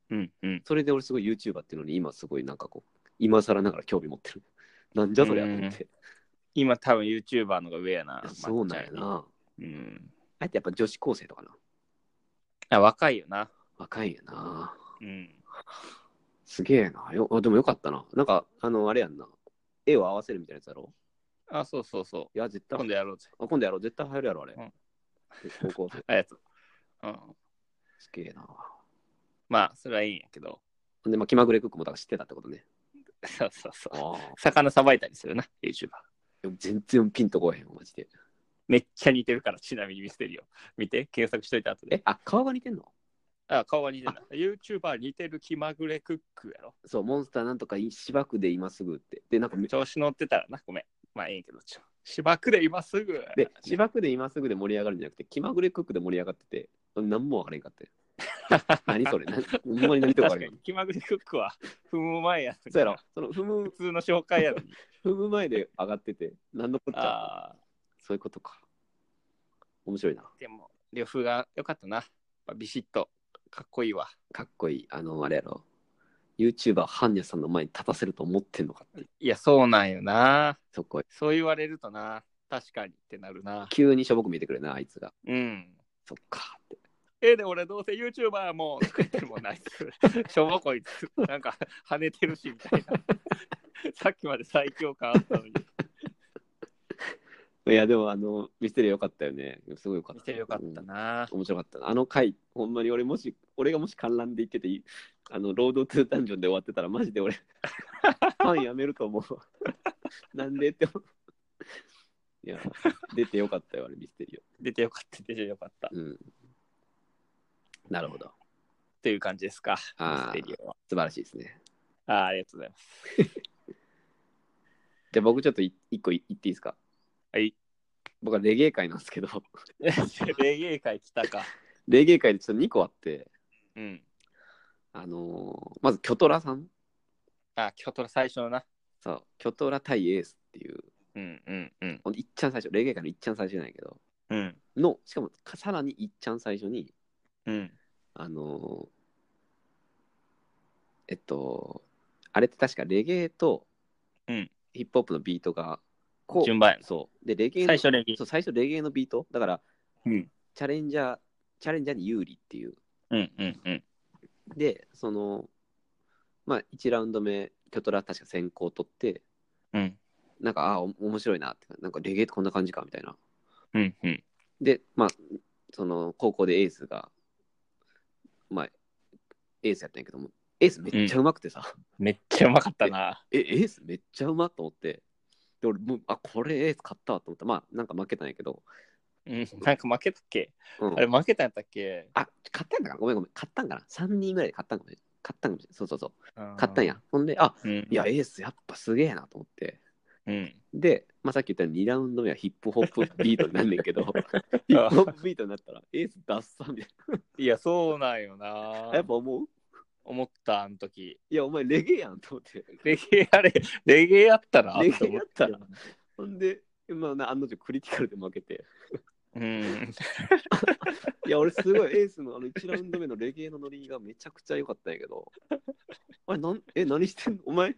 B: うん。うん。
A: それで俺すごい YouTuber っていうのに今すごいなんかこう、今更ながら興味持ってる。なんじゃそりゃと思って。
B: 今多分 YouTuber のが上やな。
A: そうなんやな。
B: うん。
A: あえてやっぱ女子高生とかな。
B: あ若いよな。
A: 若いんやな。
B: うん。
A: すげえな。よあでもよかったな。なんか、あの、あれやんな。絵を合わせるみたいなやつだろ
B: あ、そうそうそう。
A: いや、絶対
B: 今度やろうぜ。
A: あ今度やろう、絶対入るやろ、あれ。
B: うん
A: 高校生、
B: あやつ。うん。
A: すげえな。
B: まあ、それはいいんやけど。
A: ほんで、まあ、気まぐれクックもだから知ってたってことね。
B: そうそうそう。
A: ああ。
B: 魚さばいたりするな、YouTuber。
A: でも全然ピンとこえへんわ、マジで。
B: めっちゃ似てるから、ちなみにミステリオ。見て、検索しといて後で
A: え。、あ、顔が似てんの
B: あ、顔は似てない。YouTuber 似てる気まぐれクックやろ。
A: そう、モンスターなんとかい芝生で今すぐって。で、なんかめ、
B: 調子乗ってたらな、ごめん。まあ、ええけど、ちょ。芝生で今すぐ。
A: で、芝生で今すぐで盛り上がるんじゃなくて、気まぐれクックで盛り上がってて、何もわからへんかって。何それなほんまに何とかわか
B: 確か
A: へん
B: に。気まぐれクックは踏む前や
A: そうやろ。その踏む
B: 普、通の紹介やのに。
A: 踏む前で上がってて、何のこっちゃ。
B: ああ。
A: そういうことか。面白いな。
B: でも、両風が良かったな。やっぱビシッと、かっこいいわ。
A: かっこいい。あの、あれやろ。YouTuber ハンニャさんの前に立たせると思ってんのかって。
B: いや、そうなんよな。
A: そこへ。
B: そう言われるとな、確かにってなるな。
A: 急にしょぼく見えてくるな、あいつが。
B: うん。
A: そっかって。
B: ええで俺どうせ YouTuber も作ってるもん ないつしょぼこいつなんか跳ねてる しみたいなさっきまで最強感あったのに
A: いや、でも、あの、ミステリーよかったよね。すごいよかった。
B: 見てよかった
A: うん
B: な。
A: 面白かったな。あの回、ほんまに俺もし、俺がもし観覧で行ってていい、あの、ロードトゥーダンジョンで終わってたら、マジ で俺、ファンやめると思うわ。なんでって思う。いや、出てよかったよ、あれ、ミステリー
B: 出てよかった、出てよかった。っ
A: うん。なるほど。
B: ていう感じですか。
A: あー
B: ミステリオは
A: 素晴らしいですね。
B: あーありがとうございます。
A: じゃあ僕ちょっとい一個い言っていいですか
B: はい。
A: 僕はレゲエ界なんですけど、
B: レゲエ界来たか。
A: レゲエ界でちょっと2個あって、
B: うん。
A: あのーまず、キョトラさん。
B: あ、キョトラ最初のな。
A: そう、キョトラ対エースっていう、
B: うんうんうん。
A: ほんといっちゃん最初、レゲエ界のいっちゃん最初じゃないけど、
B: うん
A: の、しかも、かさらにいっちゃん最初に、
B: うん。
A: あのーえっと、あれって確かレゲエと
B: うん
A: ヒップホップのビートが、こ
B: 順番やな
A: そう。で、レゲエの
B: 最初レゲエ
A: そう最初レゲエのビートだから、
B: うん
A: チャレンジャー、チャレンジャーに有利っていう。
B: うんうんうん。
A: で、その、まあ、1ラウンド目、キョトラ確か先行取って、
B: うん
A: なんか、ああ、お面白いなって、なんかレゲエってこんな感じかみたいな。
B: うんうん。
A: で、まあ、その、高校でエースが、まあ、エースやったんやけども、エースめっちゃうまくてさ、
B: めっちゃうまかったな。
A: え、エースめっちゃうまと思って、で、俺もう、あ、これエース勝ったわと思った。まあ、なんか負けたんやけど、
B: うん。なんか負けたっけ
A: うん
B: あれ負けたんやったっけ
A: あ、勝ったんだかなごめんごめん。勝ったんかな ?3 人ぐらいで勝ったんかもしれない。勝ったんかもしれない。そうそうそう。勝ったん。や。ほんで、あ、
B: うん。
A: いや、エースやっぱすげえなと思って。
B: うん。
A: で、まあ、さっき言ったように2ラウンド目はヒップホップビートになんねん けど、ヒップホップビートになったら、エース脱さみたい
B: いや、そうなんよ
A: な。や
B: な
A: っ。ぱ思う
B: 思った、あの時。
A: いや、お前レゲエやんと思って。
B: レゲエあれ、レゲエやったら
A: レゲエやった
B: と
A: ら
B: 思
A: ほんで、まあな、案の定クリティカルで負けて。
B: うん。
A: いや、俺すごいエースのあの1ラウンド目のレゲエのノリがめちゃくちゃ良かったんやけど、あれ、なんえ、何してんのお前、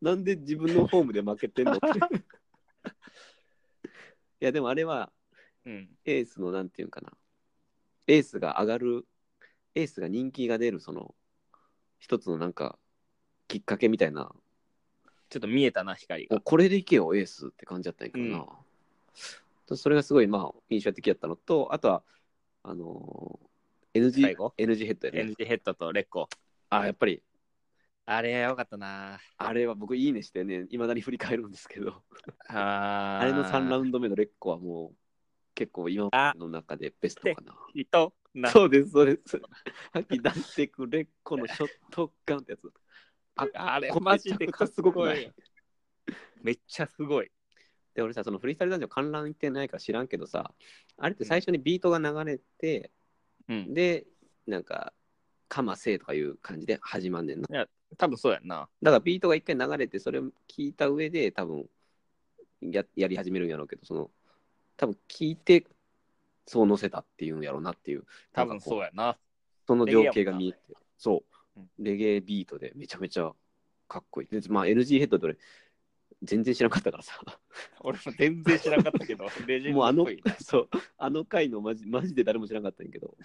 A: なんで自分のホームで負けてんのって。 いや、でもあれは、
B: うん。
A: エースのなんていうんかなエースが上がるエースが人気が出るその一つのなんかきっかけみたいな
B: ちょっと見えたな、光が
A: お。これでいけよエースって感じだったんやけどな、とそれがすごいまあ印象的だったのとあとはあのー NG,
B: 最後
A: NG ヘッドやね
B: NG ヘッドとレッコ。
A: あやっぱり
B: あれ、よかったな。
A: あれは僕いいねしてねいまだに振り返るんですけど
B: あ
A: あれの3ラウ
B: ン
A: ンド目のレッコはもう結構今までの中でベストかな
B: ド。と、な、
A: そうです、そうです。 吐き出してくれっこのショットガンってやつ。
B: ああれ
A: こ、れ
B: マジでか
A: めちゃくち
B: っこ
A: ゃすごくな
B: よ
A: い
B: めっちゃすごい。
A: で、俺さ、そのフリースタイルダンジョン観覧行ってないから知らんけどさ、あれって最初にビートが流れて、
B: うん。
A: で、なんか、かませとかいう感じで始まんねんな。
B: 多分そうやんな。
A: だからビートが一回流れて、それを聞いた上で、多分ややり始めるんやろうけど、その、多分聞いて、そう乗せたっていうんやろうなっていう、
B: 多分そう
A: や。
B: やな。、
A: その情景が見えて、そううんレゲエビートでめちゃめちゃかっこいい。でまあ、NG ヘッドで俺、全然知らなかったからさ、
B: 俺も全然知らなかったけど、レジェ ン
A: もうあ
B: ド
A: の
B: っぽい。、
A: そう、あの回のマジマジで誰も知らなかったんやけど、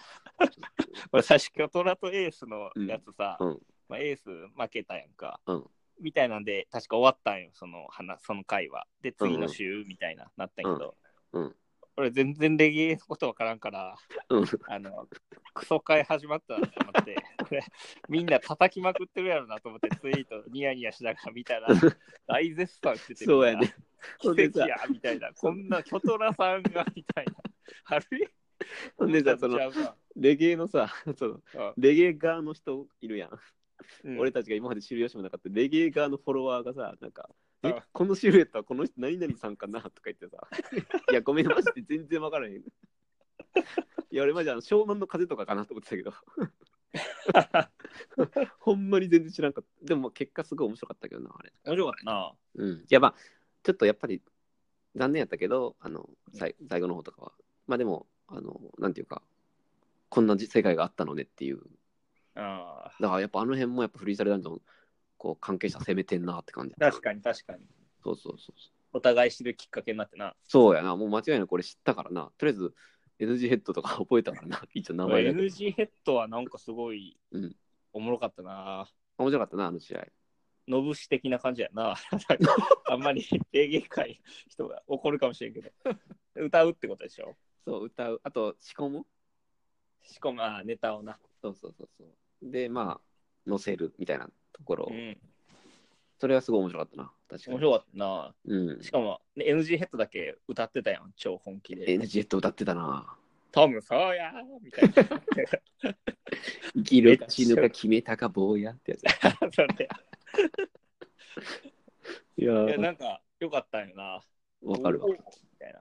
B: 俺、最初、キョトラとエースのやつさ、
A: うんうん
B: まあ、エース負けたやんか。
A: うん
B: みたいなんで、確か終わったんよ、その話、その回は。で、次の週みたいな、なったんやけど、
A: うんうん
B: 俺、全然レゲエのことわからんから、
A: うん
B: あの、クソ会始まったなと思って、 俺みんな叩きまくってるやろなと思って、ツイートニヤニヤしながら見たら、大絶賛してて、
A: そうやね。
B: 奇
A: ほんで
B: 跡
A: さ
B: や、みたいな、こんなキョトラさんが、みたいな。あれ
A: ほん でさ、その、レゲエのさ、 その、レゲエ側の人いるやん。俺
B: 俺、
A: たちが今まで知る由もなかったレゲエ側のフォロワーがさ、なんか、
B: うん
A: えこのシルエットはこの人何々さんかなとか言ってさ、いや、ごめん、マジで全然わからへん。いや、俺マジあの湘南の風とかかなと思ってたけど、ほんまに全然知らんかった。でもまあ結果すごい面白かったけどな、あれ。
B: 面白かったな。
A: うん。いや、まあ、ちょっとやっぱり残念やったけど、あの、最最後の方とかは。まあでも、あの、なんていうか、こんな世界があったのねっていう
B: あ
A: だからやっぱあの辺もやっぱフリースタイルダンジョンこう関係者攻めてんなって感じ。
B: あ確かに確かに。
A: そうそうそう。
B: お互い知るきっかけになってな。
A: そうやな、もう間違いなくこれ知ったからな。とりあえず NG ヘッドとか覚えたから な。一応名前だけ。
B: NG ヘッドはなんかすごい
A: うん
B: おもろかったな。
A: 面白かったな、あの試合。
B: ノブシ的な感じやな。 あんまり礼儀深い人が怒るかもしれ んけど。歌うってことでしょ
A: そう、歌う。あと、仕込む。
B: 仕込む、あーネタをな。
A: そうそうそうそう。で、まあ、載せるみたいなところ。
B: うん。
A: それはすごい面白かったな。確かに。
B: 面白かったな。
A: うん。
B: しかも、ね、NG ヘッドだけ歌ってたやん、超本気
A: NG
B: で。
A: ヘッド歌ってたな。
B: トム、そうやーみたいな。
A: 生きる死ぬか決めたか坊やってやつ。
B: それ
A: いや
B: いや、なんか、よかったんよな。
A: わかるわ
B: おー。みたいな。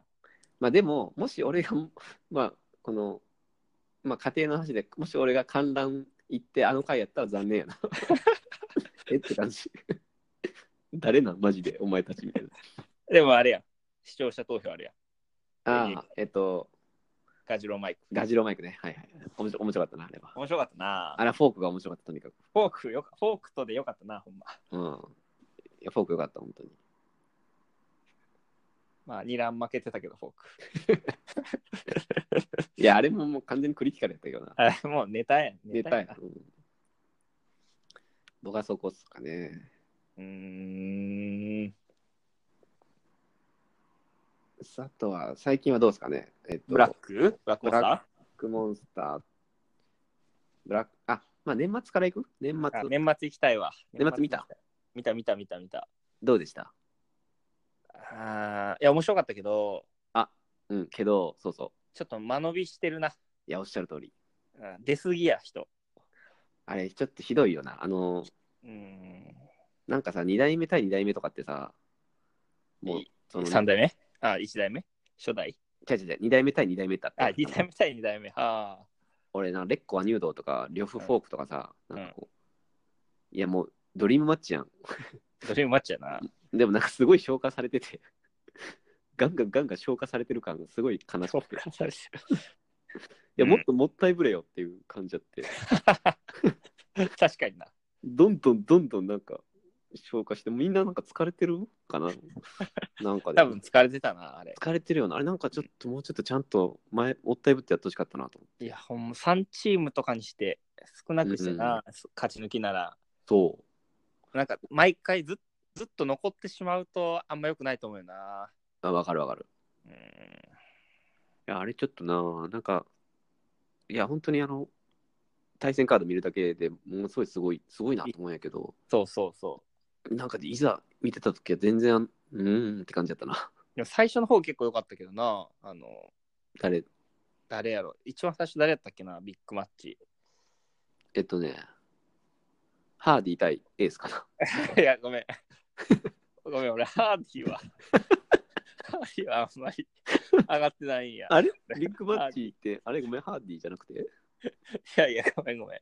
A: まあでも、もし俺が、 まあ、この、まあ家庭の話で、もし俺が観覧行ってあの回やったら残念やな。 えって感じ。誰なんマジで、お前たちみたいな。
B: でもあれやん、視聴者投票あれやん、
A: ああ、えっと、
B: ガジロマイク。
A: ガジローマイクね。はいはい。おもし面白かったな、あれは。
B: 面白かったな
A: あ。れはフォークが面白かった、とにかく。
B: フォークよか、フォークとでよかったな、ほんま。
A: うん。いや、フォークよかった、本当に。
B: まあ、2ラン負けてたけど、フォーク。
A: いや、あれももう完全にクリティカルやったけどな。
B: あもうネタやん。
A: ネタや
B: な。
A: な。うん僕はそこっすかね。
B: うーん。
A: あとは、最近はどうですかね。えっと、
B: ブラックブラックモンス
A: ブラッ
B: タ
A: ブラックモンスター、ブラック、あ、まあ年末から行く年
B: ーあ
A: 末、
B: 年末行きたいわ。
A: 年末見た
B: 見た見た見た見た。
A: どうでした
B: あーいや、面白かったけど、
A: うん、けど、そうそう。
B: ちょっと間延びしてるな。
A: いや、おっしゃる通り。
B: うん出すぎや、人。
A: あれ、ちょっとひどいよな。あの、
B: うーん。
A: なんかさ、2代目対2代目とかってさ、もう
B: い、
A: その、
B: 3代目あ、1代目初代
A: 違う違う違う、2代目対2代目だった。
B: あ、2代目対2代目。ああ。
A: 俺な、レッコアニュードとか、リョフフォークとかさ、
B: ん
A: なんかこう、いや、もう、ドリームマッチやん。
B: ドリームマッチやな。
A: でもなんかすごい消化されてて、ガンガンガンガン消化されてる感がすごい悲し
B: そう
A: くて。い
B: か、そうです
A: や、もっともったいぶれよっていう感じやって。
B: 確かにな。
A: どんどんどんどんなんか消化してみんななんか疲れてるかななんかで
B: 多分疲れてたな、あれ。
A: 疲れてるよなあれなんかちょっともうちょっとちゃんと前もったいぶってやってほしかったなと思
B: いや、ほんま、3チームとかにして、少なくしてな、勝ち抜きなら、
A: ってそう
B: なんか、毎回ずずっと残ってしまうと、あんま良くないと思うよな。
A: あわかるわかる
B: うん。
A: いやあれちょっとななんかいや本当にあの対戦カード見るだけでものすごいすごいすごいなと思うんやけど
B: そうそうそ
A: なんかいざ見てた時は全然うーんって感じだったな
B: う。でも、最初の方結構良かったけどな、あの、
A: 誰
B: 誰やろ。一番最初誰やったっけな、ビッグマッチ。
A: えっとねハーディ対エースかない
B: や、ごめん。 ごめん、俺、ハーディは。 ハーディはあんまり上がってないんや。
A: あれビッグマッチってあれごめんハーディじゃなくて
B: いやいや、ごめんごめん。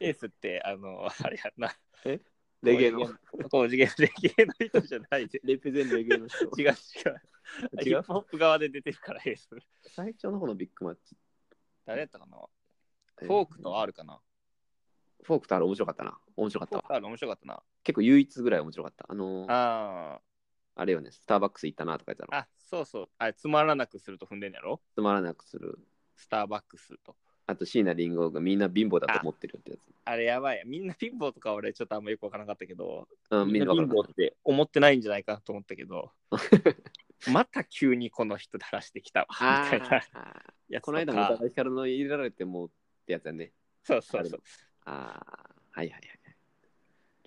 B: エースって、あの、あれやな。
A: レゲエの
B: こう次元レゲエの人じゃないで。
A: レペゼンレゲエの人。
B: 違う違う。ヒップホップ側で出てるからエース。
A: 最初の方のビッグマッチ。
B: 誰やったかなフォークと
A: あ
B: R かな
A: フォークとあれ面白かったな。面白かっ
B: フ
A: た
B: ォークと
A: わ。
B: R 面白かったな。
A: 結構唯一ぐらい面白かった。あのーあ
B: あ
A: れよね、スターバックス行ったなとか言ってた
B: あ。
A: の。
B: あ、そうそう。あれ、つまらなくすると踏んでんやろ
A: つまらなくする。
B: スターバックスと。
A: あと椎名林檎がみんな貧乏だと思ってるってやつ。
B: あれやばい。みんな貧乏とか俺ちょっとあんまよくわからなかったけど、
A: うん、みんな
B: 貧
A: 分から
B: 乏
A: な
B: っ
A: い
B: て思ってないんじゃないかと思った けど、また急にこの人だらしてきたわ。みたいな
A: あーあ
B: や
A: ー。
B: つ
A: この間
B: と
A: も宇
B: か
A: 多。田ヒカルの入れられてもってやつやね。
B: そうそうそ
A: ああ。はいはいはい。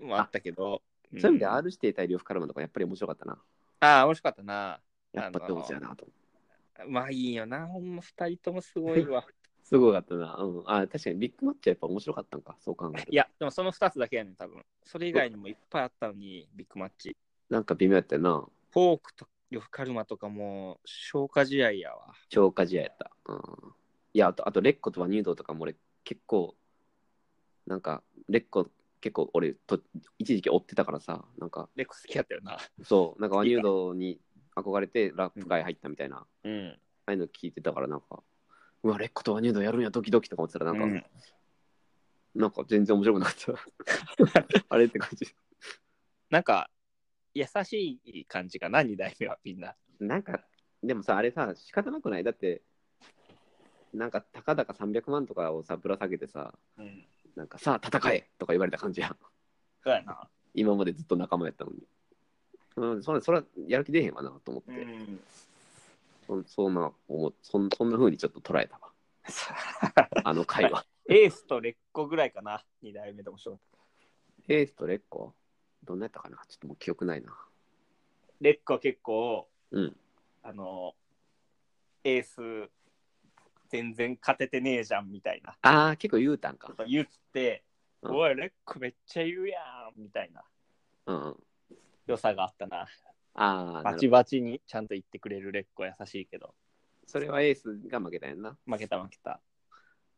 B: う。もあったけど。
A: そういう意味で
B: ん
A: R 指定対呂布カルマとかやっぱり面白かったな。
B: ああ、面白かったな。
A: やっぱってことやなと思う。
B: まあいいよな、ほんま2人ともすごいわ。
A: すごかったな。うん。あー確かにビッグマッチはやっぱ面白かったんか。そう考えると。
B: いや、でもその2つだけやねん、多分それ以外にもいっぱいあったのに、ビッグマッチ。
A: なんか微妙やったよな。
B: フォークと呂布カルマとかも消化試合やわ。
A: 超過試合やった。うん、いや、あと、あとレッコとはニュードとかも俺結構、なんか、レッコ結構俺と、一時期追ってたからさ、なんか、
B: レック好きやったよな。
A: そう、なんかワニュードに憧れてラップ界入ったみたいな、あ
B: うん。
A: あいうの聞いてたから、なんか、うわ、レッコとワニュードやるんや、ドキドキとか思ってたら、なんか、
B: うん
A: なんか全然面白くなかった。あれって感じ。
B: なんか、優しい感じかな、2代目はみんな。
A: なんか、でもさ、あれさ、仕方なくないだって、なんか、たかだか300万とかをさ、ぶら下げてさ、
B: うん。
A: なんか、さあ、戦えとか言われた感じやん。
B: そうやな。
A: 今までずっと仲間やったのに。うん、それそれはやる気出えへんわなと思って、
B: ん。
A: そそんな思そんそんな風にちょっと捉えたわあの会話
B: エースとレッコぐらいかな、2代目でもしょ。
A: エースとレッコどんなやったかなちょっともう記憶ないな
B: レッコは結構、
A: うん
B: あの、エース、全然勝ててねえじゃんみたいな。
A: ああ結構言うたんか
B: こと言って、
A: うん
B: おい、レッコめっちゃ言うやんみたいな
A: うんうん
B: 良さがあった
A: あ
B: な。
A: あな
B: バ
A: るほ
B: チ
A: ど
B: バチにちゃんと言ってくれるレッコ優しいけど、
A: それはエースが負けたんやんな
B: 負けた負けた。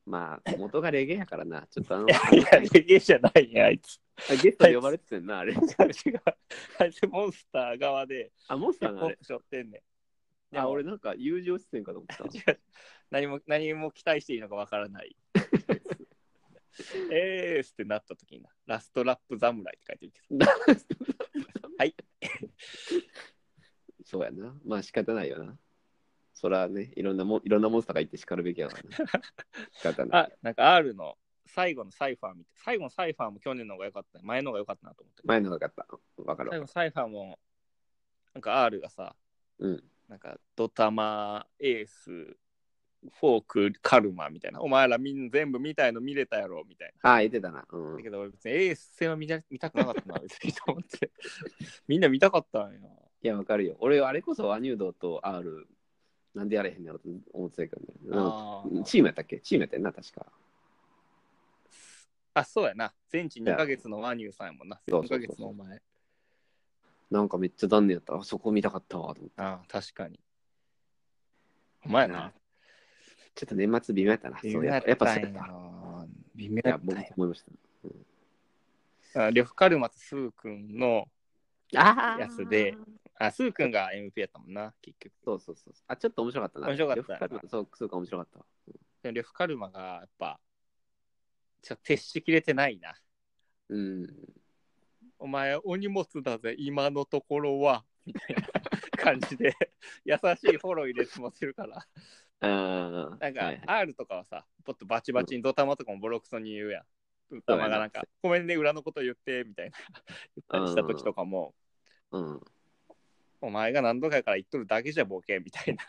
A: まあ元がレゲエやからなちょっとあの
B: いや、レゲエじゃないね、あいつ。
A: あゲストで呼ばれてたんなあれ
B: 違う。あいつモンスター側で、
A: あモンス
B: ヒ
A: タ
B: ッ
A: ー
B: プ
A: なあ
B: ホッ
A: れ
B: プしょってんねん。
A: あ俺なんか友情出演かと思った
B: 違う何も何も期待していいのかわか らない。エースってなった時にな、ラストラップ侍って書いてるけど、はい。
A: そうやな。まあ仕方ないよな。そらね、いろんなもんいろんなモンスターがいて叱るべ きやからな。仕方ない。
B: あ、なんか R の最後のサイファー見て、最後のサイファーも去年の方が良かった、前の方が良かったなと思って。
A: 前の方がかった。わか
B: 最
A: る
B: 後
A: わ。
B: のサイファーも、なんか R がさ、
A: うん。
B: なんかドタマ、エース、フォーク、カルマみたいな、お前らみん全部見たいの見れたやろみたいな。
A: ああ、言ってたな。う
B: だ
A: ん。
B: けど俺別にエース戦は見た見たくなかったな、別に と思って。みんな見たかったんや。
A: いや、わかるよ。俺、あれこそアニュードと R、なんでやれへんやろと思ってたけどね。
B: あ
A: うん
B: ー
A: チームやったっけチームやったよな、確か。
B: あ、そうやな。全治2ヶ月のワニューさんやもんな。
A: そうそう
B: 2
A: そう
B: ヶ月のお前。
A: なんかめっちゃ残念やった。あそこ見たかったわ。と思って
B: ああ、確かに。お前やな。
A: ちょっと年末微妙やったな。そうやっぱやっぱそうやった。い
B: な。微妙や
A: や
B: っ、
A: 僕
B: たん
A: も思いまし
B: や。あリョフカルマとスー君の、
A: た。ああ。
B: やつで。あ、スー君が MP やったもんな、結局。
A: そうそうそう。あ、ちょっと面白かったな。
B: 面白かったな
A: よくそう、そうか、面白かったわ。
B: でもリョフカルマが、やっぱ、ちょっと撤しきれてないな。
A: うん。
B: お前、お荷物だぜ、今のところは。みたいな感じで、 優しいフォロー入れてもってるから。
A: あ
B: なん
A: は
B: か
A: いはい、
B: R とかはさ、ポッとバチバチにドタマとかもボロクソに言うやん。ドタマがなんか、ごめんね、裏のこと言って、みたいな。言ったりした時とかも、
A: うん。
B: お前が何度かやから言っとるだけじゃボケ、みたいな。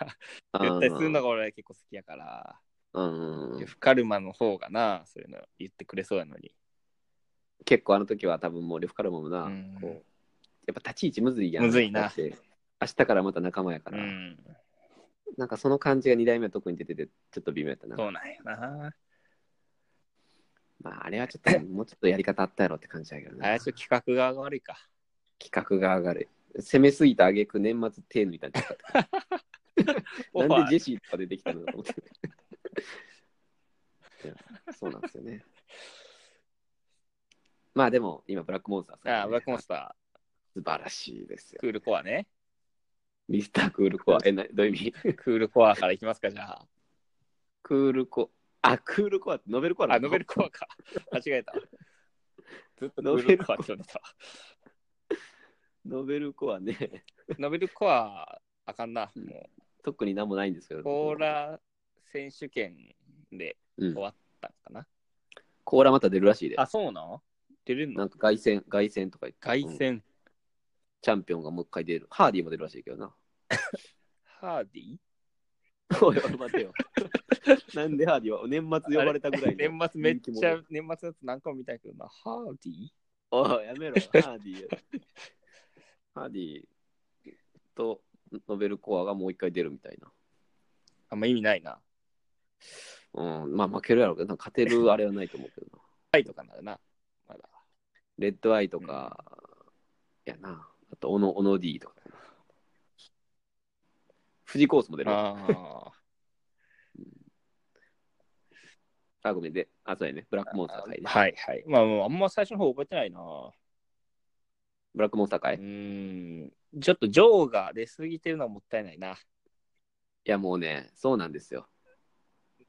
B: 言ったりするのが俺は結構好きやから。
A: うんうん
B: フカルマの方がな、そういうの言ってくれそうやのに。
A: 結構あの時は多分もうレフカルマもな、
B: うん
A: こうやっぱ立ち位置むずいやん。
B: むずいな
A: だって明日からまた仲間やか
B: う
A: ら、
B: ん。
A: なんかその感じが2代目は特に出てて、ちょっと微妙やったな。
B: そうなんやな。
A: まああれはちょっと、もうちょっとやり方あったやろって感じやけど
B: あ
A: な。
B: れ、ちょっと企画側が悪い か。
A: 企画が上がる。攻めすぎた挙句年末手抜いたん ちゃうか
B: オフ
A: なん
B: ァ
A: でジェシーとか出てきたのと思って。 いやそうなんですよね。まあでも今ブラックモンスターさん
B: ー。
A: がね、
B: ああ、ブラックモンスタ
A: 素晴らしいです
B: ー、
A: よ。
B: クールコアね。
A: ミスタークールコア。え、などういう意味
B: クールコアからいきますか、じゃあ。
A: クールコア。あ、クールコアってノベルコアな
B: あ、
A: の
B: ノベルコアか。間違えた。ずっとク
A: ノ
B: ー
A: ベ
B: ル
A: ル
B: コ
A: コ
B: ア
A: ア
B: って呼んでたわ。
A: ノベルコアね。
B: ノベルコア、あかんな。
A: うん
B: も
A: 特になんもないんですけど。
B: う、コーラ選手権で
A: うん
B: 終わったんかな。
A: コーラまた出るらしいで。
B: あ、そうなの出れる
A: な
B: の
A: んか凱旋、凱旋とか言って。
B: 凱
A: うん
B: 旋、
A: チャンピオンがもう一回出る。ハーディーも出るらしいけど な。
B: ハーディ
A: おいおい、待てよ。 なんでハーディーは年末呼ばれたぐらいの
B: 年末めっ
A: 人気
B: ちゃ
A: 者、
B: 年末のやつ何回も見たいけどな。ハーディ
A: おい、やめろ、ハーディー。ハーディーとノベルコアがもう一回出るみたいな。
B: あんま意味ないな。
A: うん、まあ負けるやろうけど、なんか勝てるあれはないと思うけどな。
B: ファイとかなるな。まだ。
A: レッドアイとか、やな。あと、オノ、オノディとか。富士コースも出るわ。
B: あ
A: あ、ごめんで。あ、そうやね。ブラックモンスター
B: あ
A: 会ね。
B: はいはい。まあ、もうあんま最初の方覚えてないな。う
A: ブラックモンスター会。
B: ー
A: い
B: ん。ちょっとジョーが出過ぎてるのはもったいない な。
A: や、もうね、そうなんですよ。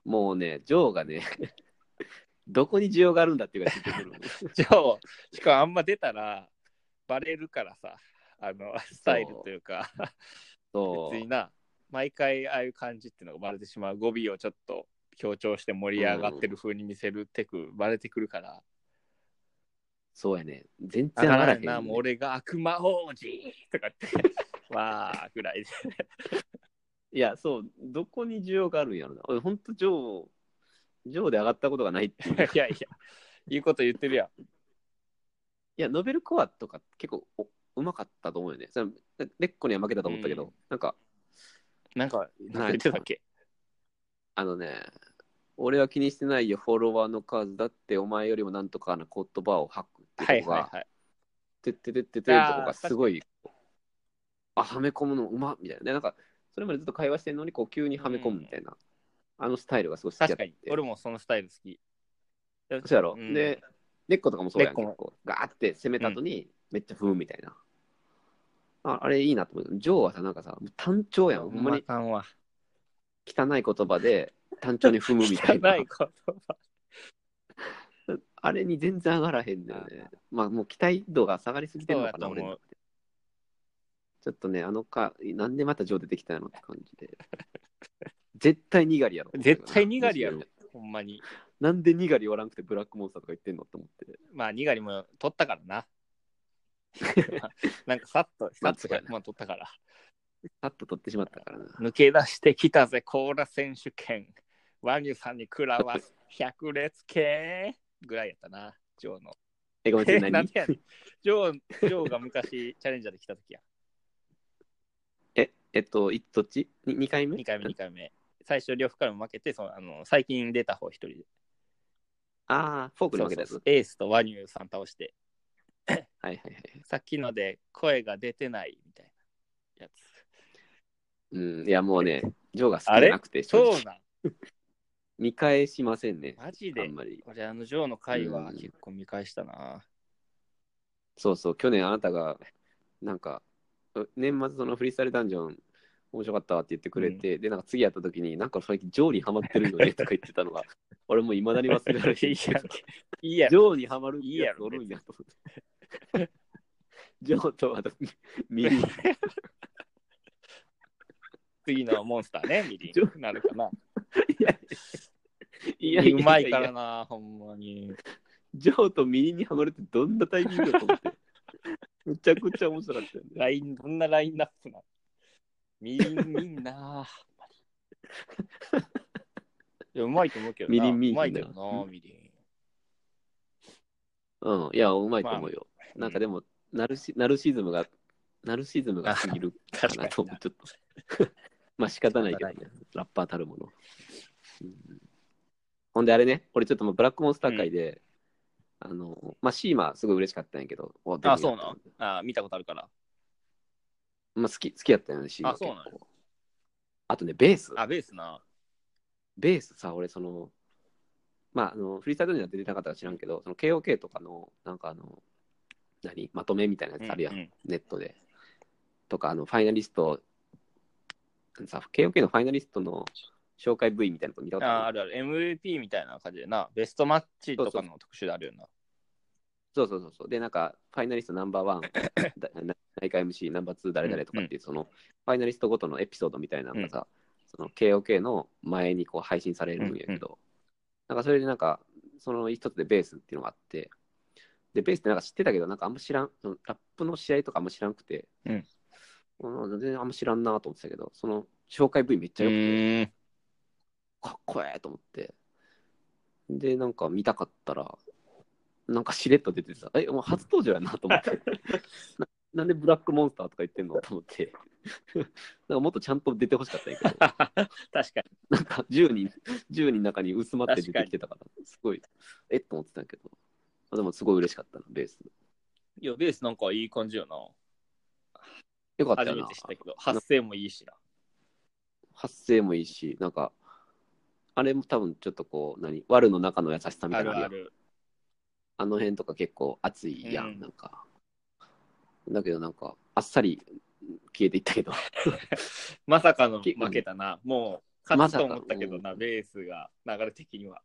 A: もうね、ジョーがね、 どこに需要があるんだっていうか出て くる。
B: ジョー、しかもあんま出たらバレるからさ、あの、スタイルというか、
A: そ
B: 別に
A: う。
B: な、毎回ああいう感じっていうのがバレてしまう。語尾をちょっと強調して盛り上がってる風に見せるテク、バレてくるから、
A: そうやね。全
B: あ
A: 然上
B: かん
A: がら
B: や
A: へん、
B: んな、もう俺が悪魔王子とか って、わーぐらいで。
A: いや、そう、どこに需要があるんやろな。俺、ほんと、ジョー、ジョーで上がったことがないっていう。い
B: いやいや、言うこと言ってるやん。
A: や、ノベルコアとか結構おうまかったと思うよね。そのレレッコには負けたと思ったけど、
B: うん
A: なんか、
B: なんか、なんか言ってたっけ
A: あのね、俺は気にしてないよ、フォロワーの数だって、お前よりもなんとかな言葉を吐くって
B: はいいう
A: のが、
B: はいはい。
A: てってってってってるとこがすごい、あ、はめ込むのうまっみたいな。で、なんか、それまでずっと会話してるのに、こう、急にはめ込むみたいな、あのスタイルがすごい好きだ
B: 確
A: った
B: かに、俺もそのスタイル好き。
A: そうやろ、
B: うん
A: で、根っことかもそうやん、
B: 根っ
A: 結
B: こも
A: 構。ガーって攻めた後に、めっちゃ踏むみたいな。ああれいいなと思う。ジョーはさ、なんかさ、もう単調やん。ほんま
B: あ
A: に
B: かんわ。
A: 汚い言葉で単調に踏むみた
B: 汚
A: い
B: い
A: な。
B: こと。
A: あれに全然上がらへんだよね。まあ、もう期待度が下がりすぎてるのかな、
B: そう
A: 俺
B: やと思う
A: の中で。ちょっとね、あのか、なんでまたジョー出てきたのって感じで。絶対にがりやろ。
B: 絶対にがりやろ。ほんまに。
A: なんでにがりおらんくてブラックモンスターとか言ってんのと思って。
B: まあ、にがりも取ったから な。なんかさっと、さ
A: まあ
B: っと、
A: そうやな
B: まあ、取ったから。
A: さっと取ってしまったからな。
B: 抜け出してきたぜ、コーラ選手権。ワニュさんに食らわす、百列系ぐらいやったな、ジョーの。
A: え、ごめん なさい、
B: なん
A: 何
B: でやねんジョー、ジョーが昔チャレンジャーで来た時や。
A: え、えっと、いどっち 2, 回目
B: 2回目、2回目。最初、両方からも負けて、そのあの最近出た方一人で。
A: ああ、フォークのわけだやつ
B: そうそうエースとワニューさん倒して、
A: はいはいはい。
B: さっきので声が出てないみたいなやつ。
A: うん、いやもうね、ジョーが好きじゃなくて、正
B: そう
A: 直
B: なん、
A: 見返しませんね。
B: マジ
A: あ
B: で
A: ん。まり。
B: 俺、あのジョーの回は
A: うん
B: 結構見返したな。
A: そうそう、去年あなたが、なんか、年末そのフリースタイルダンジョン、面白かったわって言ってくれて、で、なんか次やった時に、なんか最近ジョーにハマってるよ ねとか言ってたのが、俺もいまだに忘れられてる。
B: い
A: ジ
B: やいいやろ、
A: ョーにハマるやつおるんやと思 って。ジョーとあ と、ミリー。
B: 次のモンスターね、ミリ
A: ジョ
B: ン。なるかな。
A: い
B: い
A: やいやいや
B: うまいからな、ほんまに。
A: ジョーとミニにハマるってどんなタイミングだと思って。 むちゃくちゃ面白かったよね。
B: ライン、どんなラインナップなのみんみんな。いや、うまいと思うけどな。
A: みりんみりん
B: うまいけどな、
A: う
B: みり
A: うん、いや、うまいと思うよ。
B: ん。
A: なんかでも、ナルシナルシズムが、ナルシズムが過ぎ るか
B: 確か
A: な
B: に
A: と思う、ちょっと。 まあ仕方ないけどね、ラッパーたるもの。うんほんであれね、俺ちょっともうブラックモンスター界で、あの、まあシーマすごい嬉しかったんやけど、お
B: あ、そうなのあ、見たことあるから。
A: まあ好き、好きやったよね、シーマ。
B: あそうなの
A: 結構あとね、ベース。
B: あ、ベースな。
A: ベースさ、俺その、まあ、あのフリースタイルには出てなかったか知らんけど、その KOK とかの、なんかあの、何まとめみたいなやつあるやん、
B: うんうん
A: ネットで。とか、あの、ファイナリスト、さ、KOK のファイナリストの紹介 V みたいなこと見たこと
B: あ、
A: あ
B: あ
A: る
B: るある。MVP みたいな感じでな。ベストマッチとかの特集であるよな。
A: そうそうそうそう。で、なんか、ファイナリストナンバ ーワン、だな大会 MC ナンバーツー誰々とかっていう、その、ファイナリストごとのエピソードみたいなのがさ、その KOK の前にこう配信されるんやけど、なんかそれでなんか、その一つでベースっていうのがあって、で、ベースってなんか知ってたけど、なんかあんま知らん、そのラップの試合とかあんま知らんくて、
B: うん
A: うん全然あんま知らんなと思ってたけど、その紹介 V めっちゃよくて、
B: ーん。
A: かっこええと思って。で、なんか見たかったら、なんかしれっと出てさ、え、もう初登場やなと思って。 ななんでブラックモンスターとか言ってんのと思って。なんかもっとちゃんと出てほしかったんや けど、
B: 確かに。
A: なんか10人、10人の中に薄まって出てきてたから、すごい、えっと思ってたんやけど。まあでもすごい嬉しかったな、ベース。
B: いや、ベースなんかいい感じよな。
A: よかった
B: 初
A: よ
B: め
A: な
B: て知。ったけど、発声もいいしな。
A: 発声もいいし、なんか、あれも多分ちょっとこう、何、悪の中の優しさみた
B: あ
A: いなのる
B: る
A: やん
B: ある。
A: あの辺とか結構熱いやん、
B: うん
A: なんか。だけどなんか、あっさり消えていったけど、
B: まさかの
A: き
B: 負けたな。もう、
A: ま
B: 勝
A: さ
B: つ
A: か
B: と思ったけどな、
A: うん
B: ベースが、流れ的には。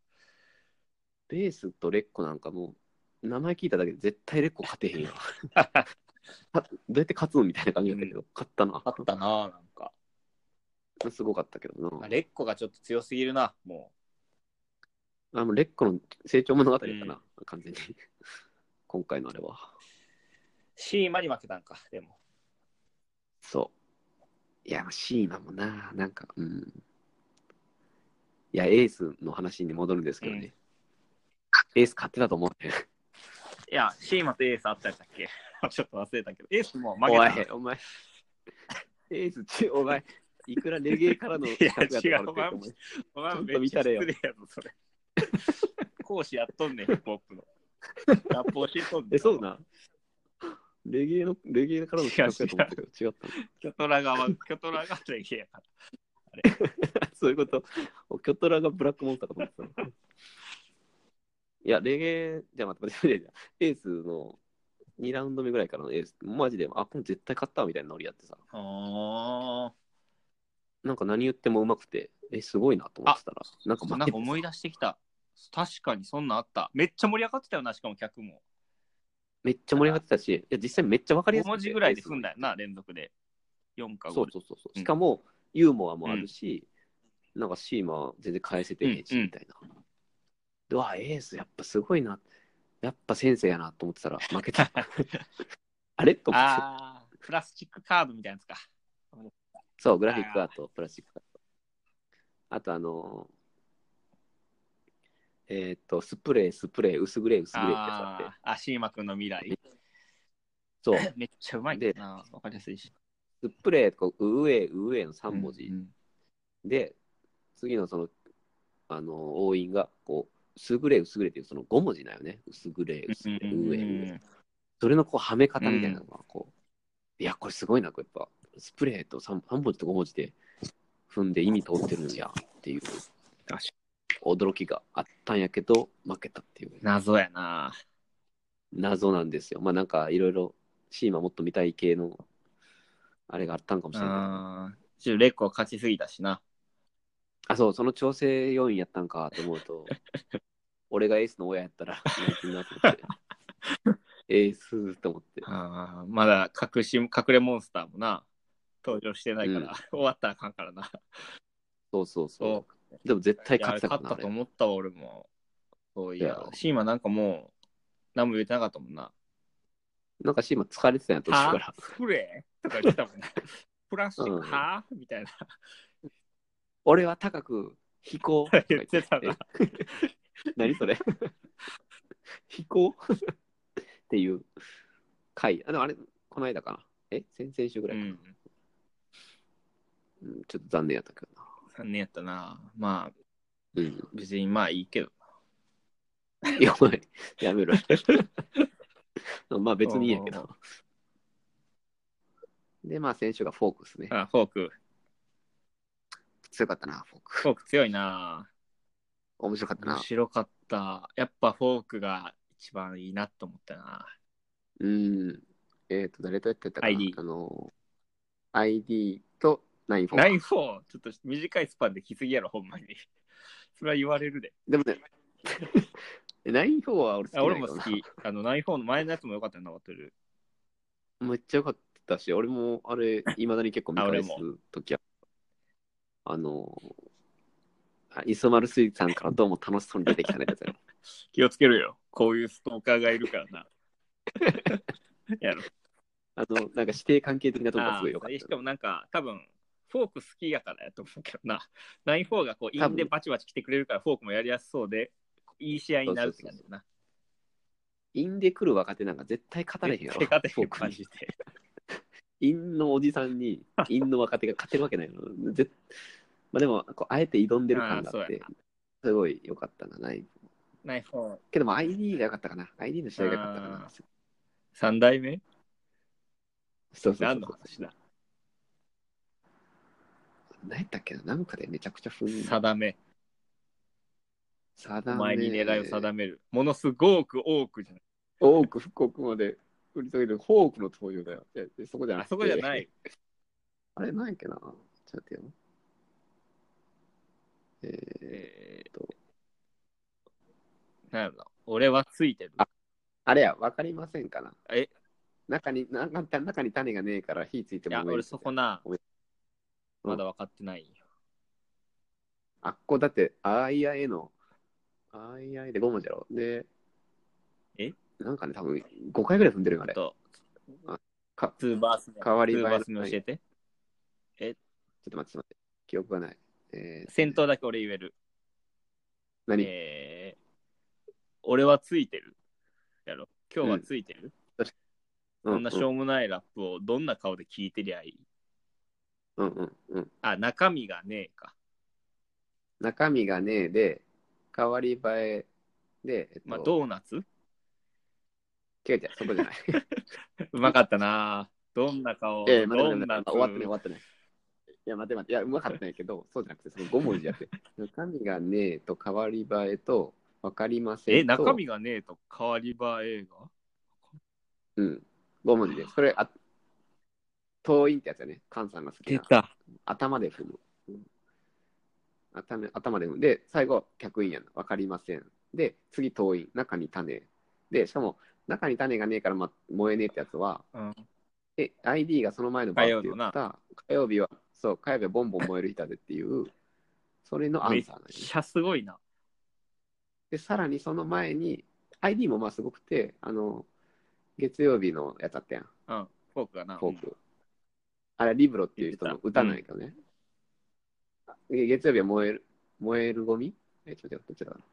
A: ベースとレッコなんかもう、名前聞いただけで絶対レッコ勝てへん よ。どうやって勝つのみたいな感じだったけど、勝ったな。
B: 勝ったな、なんか。
A: すごかったけどな。
B: レッコがちょっと強すぎるな、も
A: あもうレッコの成長物語かな、
B: うん
A: 完全に。 今回のあれは。
B: シーマに負けたんか、でも。
A: そう。いや、まあシーマもな、なんか、うん。いや、エースの話に戻るんですけどね。エース勝ってたと思うね。
B: いや、シーマとエースあったやったっけ ちょっと忘れたけど、エースも負
A: お
B: け
A: い、お前。エースち、お前、いくらレゲエからの
B: いや
A: 企画やったから
B: 違う
A: お前
B: た。お前も
A: ちょっと
B: めっ
A: 見
B: ちゃ
A: たれよ
B: 失礼やぞ、そ れ。講師やっとんねん、ヒップホップの。ラップ教えとんねん。
A: え、そうな。レゲエの、レゲエからの企画やと思ったけど、違った
B: キョトラ側、キョトラ側とやから。
A: の。そういうこと。おキョトラがブラックモンスターかと思ってたの。いや、レゲエ、じゃあ待って待って待って、エースの2ラウンド目ぐらいからのエース、マジで、あ、これ絶対勝ったわみたいなノリやってさ、
B: あ
A: なんか何言ってもうまくて、え、すごいなと思ってたら、なんか
B: あ。な
A: 負
B: ん
A: け
B: か思い出してきた。確かにそんなんあった。めっちゃ盛り上がってたよな、しかも客も。
A: めっちゃ盛り上がってたし、いや、実際めっちゃわかりや
B: 5
A: すくて
B: 文字ぐらいで踏んだよな、連続で。4か5。
A: そうそうそうそう。
B: うん
A: しかも、ユーモアもあるし、なんかシーマは全然返せてへんし、
B: うんうん
A: みたいな。うわ、エースやっぱすごいな。やっぱ先生やなと思ってた ら負けた。あれと思って。
B: ああ、プラスチックカードみたいなやつか。
A: そう、グラフィックアート、プラスチックアート。あとあのーえーっと、スプレー、スプレー、薄グレー、薄グレーってやつあって
B: あーあ、シーマくんの未来。
A: そう、
B: めっちゃうまいけどな。わかりやすいし。
A: スプレーとか、うえ、うえの3文字。
B: うんうん
A: で、次のその、あの、応印が、こう、薄グレー、薄グレーっていうその5文字だよね。薄グレー、薄グレー、上、
B: うんうんう
A: 上
B: ん。
A: それのこう、はめ方みたいなのが、こう、いや、これすごいな、これやっぱ、スプレーと 3, 3文字と5文字で踏んで意味通ってるんや、っていう
B: 確か
A: 驚きがあったんやけど、負けたっていう
B: に。謎やな。
A: 謎なんですよ。まあなんか、いろいろ、シーマもっと見たい系の、あれがあったんかもしれないけど。
B: あーちょっとレッコは勝ちすぎたしな。
A: あ、そう、その調整要員やったんかと思う と、俺がエースの親やったら、なんてなと思って。エースと思って。
B: あーまだ隠し、隠れモンスターもな、登場してないから、
A: うん
B: 終わったらあかんからな。
A: そうそうそ。
B: そう
A: でも絶対勝ってた
B: いや
A: か
B: 勝
A: らな
B: った
A: あ
B: と
A: れ
B: 思ったわ、俺も。そうい
A: い
B: や
A: や、
B: シーマなんかもう、何も言ってなかったもんな。
A: なんかシーマ疲れてたんやと思うから
B: は。スプレーとか言ってた もんな。プラスチック、
A: うん
B: はみたいな。
A: 俺は高く飛行とか言ってた
B: 言っ。
A: え 何それ飛行っていう回。あの、あれ、この間かな。え先々週ぐ
B: う
A: らいかな、
B: ん。
A: うんちょっと残念やったけどな。
B: 残念やったな。まあ、
A: うん。
B: 別にまあいいけど。
A: いや、お前、やめろ。まあ別にいいやけど。で、まあ先週がフォークですね。
B: あ、フォーク。
A: 強かったな、フォーク。
B: フォーク強いな。
A: 面白かった
B: 面
A: な。
B: 白かった。やっぱフォークが一番いいなと思ったな。
A: うん。えっ、と、誰とやってたかな
B: ID
A: あの、ID とナインフォーク。
B: ナイフォー、ちょっと短いスパンで来すぎやろ、ほんまに。 それは言われるで。
A: でもね、 ナインフォーは俺好き
B: あ
A: だ
B: 俺
A: け
B: も
A: ど
B: 好
A: な。
B: き。あの、ナイフォーの前のやつも良かったよな、バ トル。
A: めっちゃ良かったし、俺もあれ、いまだに結構見返す
B: あ俺
A: 時は、あの、あ磯丸水産からどうも楽しそうに出てきたね、やつやろ
B: 気をつけるよ。こういうストーカーがいるから な。やろ。
A: あの、なんか指定関係的なところがすごい良か
B: あー
A: っ
B: したか
A: な。
B: もなんか、多分フォーク好きやからやと思うけどな。ナインフォーがこう、イ
A: 多
B: ン
A: 分
B: でバチバチ来てくれるから、フォークもやりやすそうで、いい試合になるって感じだな。
A: インで来る若手なんか絶対勝たれへんやろ。
B: 手勝て
A: フ
B: へ
A: ォ
B: ん
A: ーク
B: 感
A: に
B: じで。
A: インのおじさん に、インの若手が勝てるわけないの。ぜまあ、でもこう、あえて挑んでる感があっ
B: あーそう
A: て、すごい良かったな、ない。
B: ナイフォー。
A: けども ID が良かったかな。ID の試合が良かったか
B: あ
A: な
B: ー。三代目
A: そうそうそう
B: 何の話だ
A: 何やったっけななんかでめちゃくちゃ踏んだ。
B: 定め。
A: さ
B: お
A: だ
B: 前に狙いを
A: だ
B: 定める。ものすごく多くじゃない。
A: 多く復刻まで売り遂げるフォークの登場だよ。いやそこじゃな
B: あ
A: くて
B: そこじゃない。
A: あれないっけなちょっと待ってよ。えー、
B: えー
A: と
B: なんやろな俺はついてる。
A: ああれや、わかりませんかな
B: え
A: 中に中に中に種がねえから火ついて
B: い
A: も
B: や、俺そこな、
A: ごめんうん
B: まだ分かってないよ。
A: あっこだって、あいあえの、あいあえで5文字やろ。で、
B: え
A: なんかね、多分5回ぐらい踏んでるよ、あれ。
B: と
A: か、
B: ツーバース目。
A: 変わり映
B: ツ
A: え
B: ー
A: の
B: バース目教えて。
A: ちょっと待って、ちょっと待って。記憶がない。えー、
B: 先頭だけ俺言える。
A: 何、
B: えー俺はついてる。やろ。今日はついてる。
A: うん
B: そんなしょうもないラップをどんな顔で聞いてりゃいい。
A: うんうんうん。
B: あ、中身がねえか。
A: 中身がねえで、変わり映えで、えっと、
B: まあ、ドーナツ
A: 違う違う、そこ じゃない。
B: うまかったな。どんな顔、
A: ええ、まだ
B: ど
A: ま
B: ん
A: だ
B: な
A: 終わってない、終わってない。いや、待って待って、いや、うまかったんやけど、 そうじゃなくて、その5文字やって。中身がねえと、変わり映えと、わかりませんと。
B: え、中身がねえと変わり映えが
A: うん、5文字で。それ、あ、遠いってやつやね。菅さんが好きな。
B: た。
A: 頭で踏む。うん頭頭で踏む。で、最後、客員やな。わかりません。で、次、遠い。中に種。で、しかも、中に種がねえから、まあ、燃えねえってやつは、
B: うん。
A: で、ID がその前のバーって
B: 火曜の
A: 言
B: な
A: った、火曜日は、そう、火曜日はボンボン燃える日だぜっていう、それのア
B: め
A: ン
B: っ
A: サーなんです、
B: ちゃすごいな。
A: で、さらにその前に、ID もまあすごくて、あの、月曜日のやつあったやん、
B: うん。フォークがな。
A: フォーク。あれ、リブロっていう人の歌なんやけどね。で月曜日は燃える、燃えるゴミえ、ちょっと待って、どっちだかな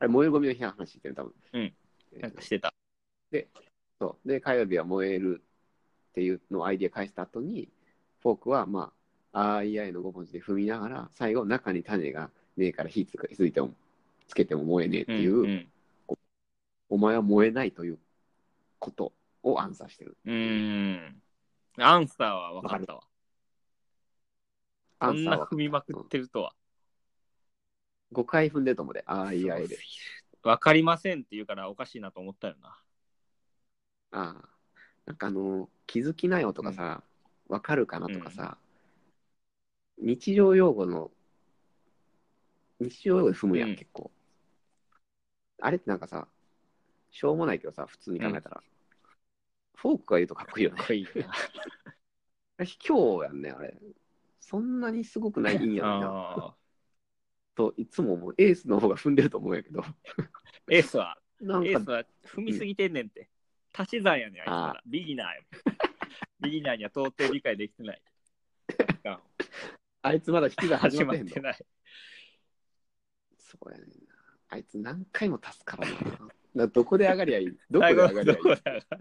A: あれ、燃えるゴミの日の話してる、多分。
B: うん
A: え
B: うん
A: ー
B: なんかしてた。
A: そう。で、火曜日は燃えるっていうのをアイディア返した後に、フォークは、まあ、あーいあいの5文字で踏みながら、最後、中に種がねえから火つくついても、つけても燃えねえっていう、
B: うんうん
A: お前は燃えないということを暗殺してる。
B: うーん。アンサーは分かったわ。こ
A: アン
B: ん
A: サ
B: な
A: ーは
B: 踏みまくってるとは。
A: 5回踏んでると思うで、あーいあい
B: す
A: で
B: ご。すぎる分かりませんって言うからおかしいなと思ったよな。
A: ああ。なんかあの、気づきなよとかさ、わ、かるかなとかさ、日常用語の、日常用語で踏むやん、
B: うん
A: 結構。あれってなんかさ、しょうもないけどさ、普通に考えたら。フォークが言うとかっこいいよ ね
B: かっ。こいいな。
A: 卑怯やんね、あれ。そんなにすごくないんやろな。
B: あ
A: と、いつも思う。エースの方が踏んでると思うんやけど。
B: ーエースは、
A: なん
B: エ
A: か
B: ースは踏みすぎてんねんって。足し算やねん、あいつ
A: あ
B: ら。ビギナーやねん。ビギナーには到底理解できてない。
A: あいつまだ引きが
B: 始
A: 始
B: ま
A: ま
B: っ
A: ってへんの
B: て。ない。
A: そうやねんな。あいつ何回も助からんな。などこで上がりゃい いどこで
B: 最
A: 上
B: 後
A: がり
B: ど
A: ゃいい
B: こだ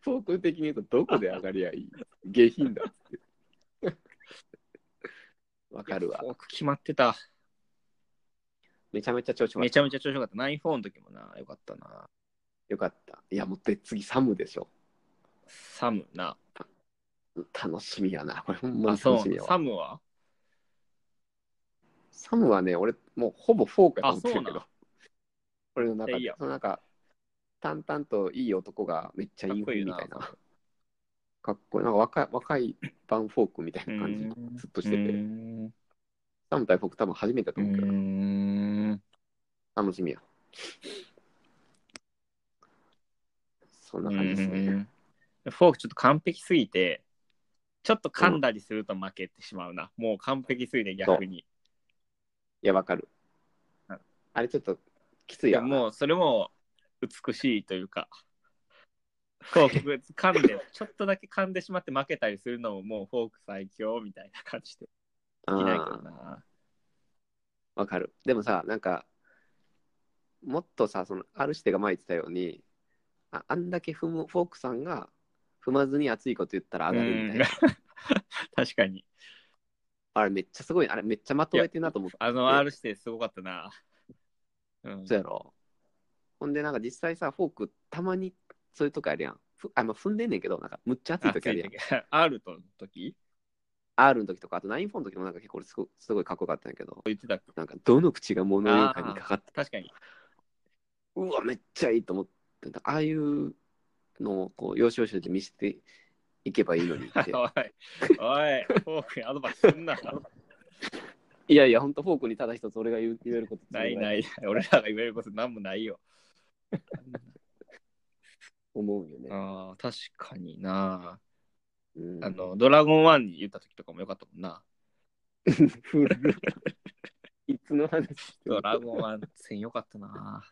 A: フォーク的に言うとどこで上がりゃいい下品だっつって。わかるわ
B: フ。ォーク決まってた。
A: めちゃめちゃ調子悪
B: め
A: い
B: ちゃめちゃ調子よかった。ナインフォーの時もな、よかったな。
A: よかった。いや、もって次サムでしょ。
B: サムな。
A: 楽しみやな。これほんま
B: あ、
A: に
B: そ
A: 楽しみや
B: う。
A: わ。
B: サムは
A: サムはね、俺もうほぼフォークやと思ってるけ
B: あそう
A: ど。俺の中
B: いやいい
A: で
B: よ。
A: そのなんか、淡々といい男がめっちゃインフみたい
B: かっこいい
A: な。かっこいい。なんか若い若い版フォークみたいな感じ。
B: うん
A: ずっとしてて
B: うーん
A: サム対フォーク多分初めてだと
B: う
A: 思うけど。
B: ーん。
A: 楽しみや。そんな感じです
B: う
A: ね。
B: んフォークちょっと完璧すぎて、ちょっと噛んだりすると負けてしまうな。もう完璧すぎて逆に。
A: いや、わかる
B: うん。
A: あれちょっときつい
B: い
A: や
B: や
A: ろな
B: もうそれも美しいというか、フォーク噛 んで、ちょっとだけ噛んでしまって負けたりするのももうフォーク最強みたいな感じでできないけど
A: あー
B: な。
A: わかる。でもさ、なんか、もっとさ、その、あるしてが前言ってたように、ああんだけ踏む、フォークさんが踏まずに熱いこと言ったら上がるみたいな。
B: 確かに。
A: あれめっちゃすごい。あれめっちゃまとえてんなと思って。
B: あの R してすごかったな。うん
A: そうやろ。ほんで、なんか実際さ、フォーク、たまにそういうとこあるやん。ふあ、まあ、踏んでんねんけど、なんか、むっちゃ熱い
B: あ
A: 時あるやん。
B: R との時
A: R の時とか、あと9-4の時もなんか結構俺すごすごいかっこよかったんやけど、
B: 言ってたっけ
A: なんかどの口が物言うかにかかって、
B: 確かに。
A: うわ、めっちゃいいと思ってたああいうのをこう、要所要所で見せていけばいいの にって。
B: おい、おい、フォークにアドバイス すんな。
A: いやいや、ほんとフォークにただ一つ俺が言う言えること。
B: ないないい、俺らが言えることなんもな いよ。
A: 思うよね。
B: ああ、確かにな。
A: うん
B: あの、ドラゴンワンに言った時とかもよかったもんな。
A: 古いいつの話して
B: ド
A: る
B: ラゴンは戦よかっ たな。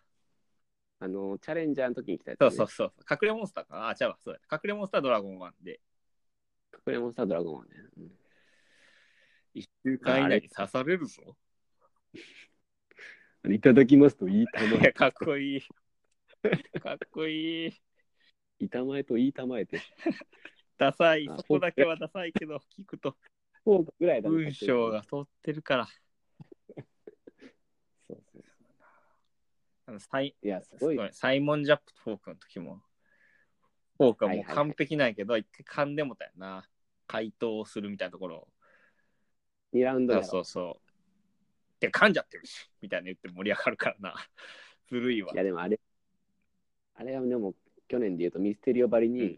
A: あの、チャレンジャーの時に来たやつ、
B: そ
A: ね。
B: うそうそう。隠れモンスターかなあ、違うわ。そうだ。隠れモンスタードラゴン1で、
A: 隠れモンスタードラゴンはね。うん
B: 1週間以内に刺されるぞ。
A: あれいただきますといいた まえ。
B: かっこいい。かっこいい。
A: いたまえといいたまえって。
B: ダサい。そこだけはダサいけど、聞くと
A: そうぐらいだね
B: 文章が。通ってるから。
A: そうそう
B: あのサイ
A: いや、す
B: す
A: ご
B: ご
A: い。
B: いサイモン・ジャップとフォークの時も、フォークはも
A: はいはい
B: う
A: はい
B: 完璧なんやけど、一回噛んでもたよな。回答するみたいなところを。
A: 2ラウンドだ
B: そう
A: ろ
B: そうそう。で、噛んじゃってるし、みたいな言って盛り上がるからな。ずるいわ
A: い。や、でもあれ、あれはでも、去年で言うとミステリオばりに、
B: うん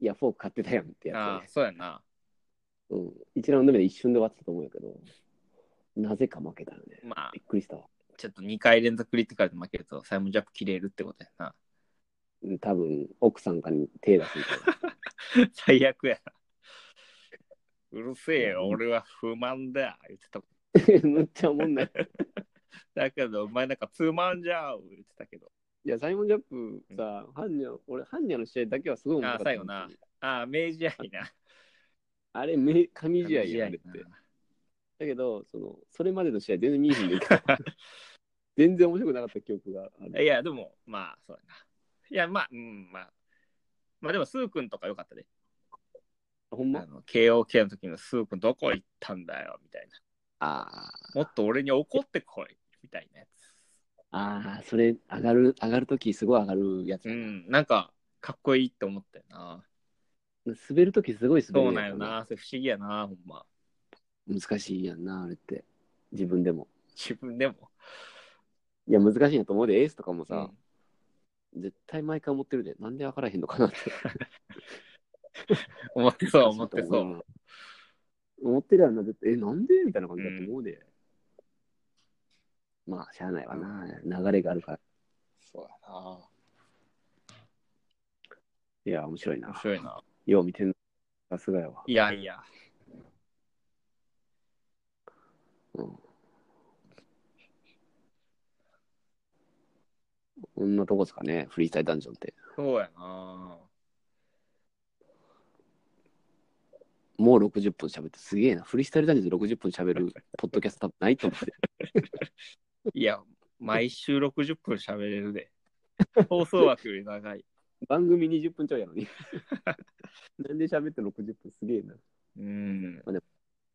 A: いや、フォーク買ってたやんって
B: あ
A: や
B: あ、
A: つ、ね
B: そうやな。
A: うん。1ラウンド目で一瞬で終わってたと思うけど、なぜか負けたよね。
B: まあ
A: び、っくりしたわ。
B: ちょっと2回連続クリティカルで負けると、サイモン・ジャップ切れるってことやな。
A: うん多分、奥さんかに手出すみたいな。
B: 最悪やな。うるせえよ、
A: うん
B: 俺は不満だ。言ってた。
A: むっちゃおもんない。
B: だけど、お前なんかつまんじゃう。言ってたけど。
A: いや、サイモン・ジャップさ、ハンニャ、俺、ハンニャの試合だけはすごい面白かった。
B: あー最後なああ、明治合 いな。
A: あれ、め神試合やんあれ
B: 明
A: って。
B: 治合いな
A: だけど、その、それまでの試合全然見えへんで全然面白くなかった記憶がある。
B: いや、でも、まあ、そうやな。いや、まあ、うん、まあ。まあでも、スー君とか良かったで。
A: ほん
B: あ
A: ま
B: の、KOK の時のスー君どこ行ったんだよ、みたいな。
A: あー
B: もっと俺に怒ってこい、みたいなや
A: あー、それ、上がる、上がるときすごい上がるやつ
B: つ。
A: だ
B: う
A: な、
B: ん、なんか、かっこいいって思ったよな。
A: 滑るときすごい滑る
B: そ
A: や
B: う
A: つ
B: な
A: だ
B: んよな。それ不思議やな、ほんま。
A: 難しいやんな、あれって。自分でも。
B: 自分でも。
A: いや、難しいんやと思うで、エースとかも
B: うん
A: さ、絶対毎回思ってるで、なんで分からへんのかなって。
B: 思ってそう、思ってそう。
A: う。思ってるやんな、絶対え、なんでみたいな感じだと思うで。まあ、しゃあないわな。流れがあるから。
B: そうやな。
A: いや、面白いな
B: 面。白いな。
A: よう見てんの。さすがやわ。
B: いやいや。
A: うん。こんなとこですかね、フリースタイルダンジョンって。
B: そうやな。
A: もう60分喋って、すげえな。フリースタイルダンジョンで60分喋るポッドキャスト多分ないと思 って。
B: いや、毎週60分喋れる で。放送枠より長い。
A: 番組20分ちょいやのに。 なんで喋って60分すげえな。
B: うん。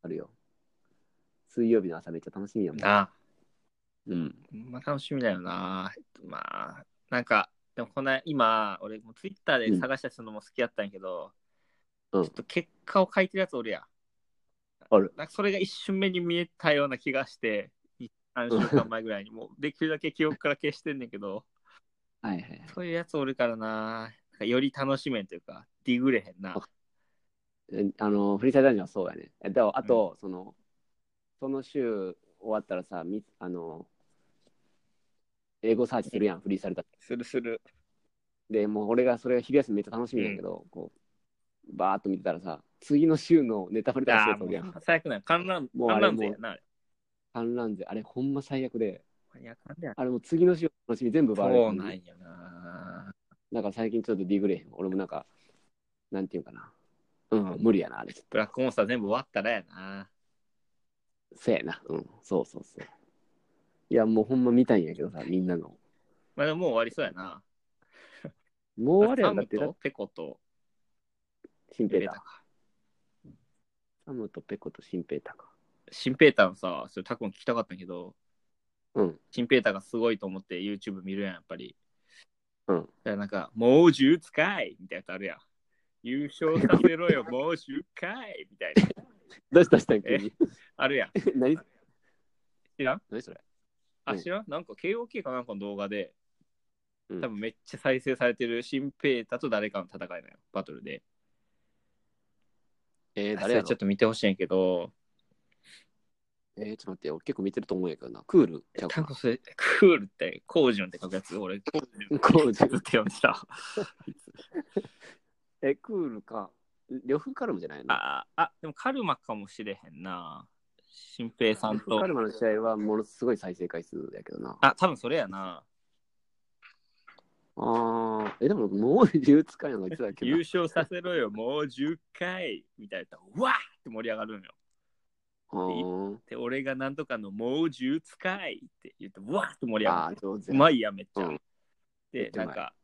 A: あるよ。水曜日の朝めっちゃ楽しみやもん。
B: なあ。
A: うん。
B: ほんまあ楽しみだよな。まあ、なんか、でもこの今、俺もツイッターで探した人のも好きやったんやけど、
A: うん
B: ちょっと結果を書いてるやつおるやん。
A: ある
B: なんかそれが一瞬目に見えたような気がして、1、3週間前ぐらいに、もうできるだけ記憶から消してんねんけど、
A: はいはい。
B: そういうやつおるからな。なんかより楽しめんというか、ディグれへんな。
A: えあの、フリースタイルダンジョンはそうやね。えであと、その、その週終わったらさ、みあの、英語サーチするやん、フリースタイルダンジ
B: するする。
A: ョン。で、もう俺がそれが昼休みめっちゃ楽しみなんやけど、こう、バーっと見てたらさ、次の週のネタバレとかして
B: あ
A: る
B: あ、
A: そ
B: も
A: ううやん。
B: 最悪なの。観覧、
A: もうあ
B: 観
A: れ
B: 覧税やな。あれ
A: 観覧税、あれほんま最悪で、
B: マニアックなんだよ
A: あれもう次の週の楽しみ全部バーレ
B: そう
A: る
B: なんよな。
A: だから最近ちょっとディグレへん。俺もなんか、なんていうんかな。うん、無理やな、あれちょっと。
B: ブラックモンスター全部終わったらやな。
A: せやな。うん。そうそうそう。いや、もうほんま見たいんやけどさ、みんなの。
B: まあでももう終わりそうやな。
A: もうあれやんだって、
B: サムとペコと
A: シンペ
B: ペ
A: ー
B: ータ
A: ター
B: か。。
A: サムとペコとシンペーターか。
B: シンペータのさ、それタコに聞きたかったんやけど、
A: うん。
B: シンペータがすごいと思って YouTube 見るやん、やっぱり。
A: うん
B: だからなんか、もう10回みたいなやつあるやん。優勝させろよ、 もう10回みたいな。
A: どうしたしたん急に。
B: あるやん。
A: 何
B: 知らん
A: 何それう
B: あ、
A: ん
B: 知らんなんか KOK かなんかの動画で、
A: うん
B: 多分めっちゃ再生されてるシンペータと誰かの戦いなのよ、バトルで。
A: えー、
B: そ
A: 誰
B: れ
A: や
B: ちょ
A: ろ
B: っと見てほしいんやけど、
A: えー、ちょっと待ってよ。結構見てると思うんやけどな。クールちゃう
B: タ
A: か
B: コス、クールって、コージュンって書くやつ、俺、コージュン
A: な。クー
B: ずっ
A: ル。
B: と呼んでた。
A: え、クールか。呂布カルムじゃないの
B: あ、あ、でもカルマかもしれへんな。新平さんと
A: カ。ルマの試合はものすごい再生回数やけどな。
B: あ、多分それやな。
A: ああ、え、でももう流通かんやのいつだっけな
B: 優勝させろよ、もう10回みたいな。うわーって盛り上がるんよ。
A: あー
B: で、俺がなんとかのもう10回って言って、うわーって盛り上がる。
A: あー、上手
B: う
A: や。
B: まいやん、めっちゃ。
A: うんめ
B: で
A: っ、ちゃ
B: な
A: うんまい
B: か、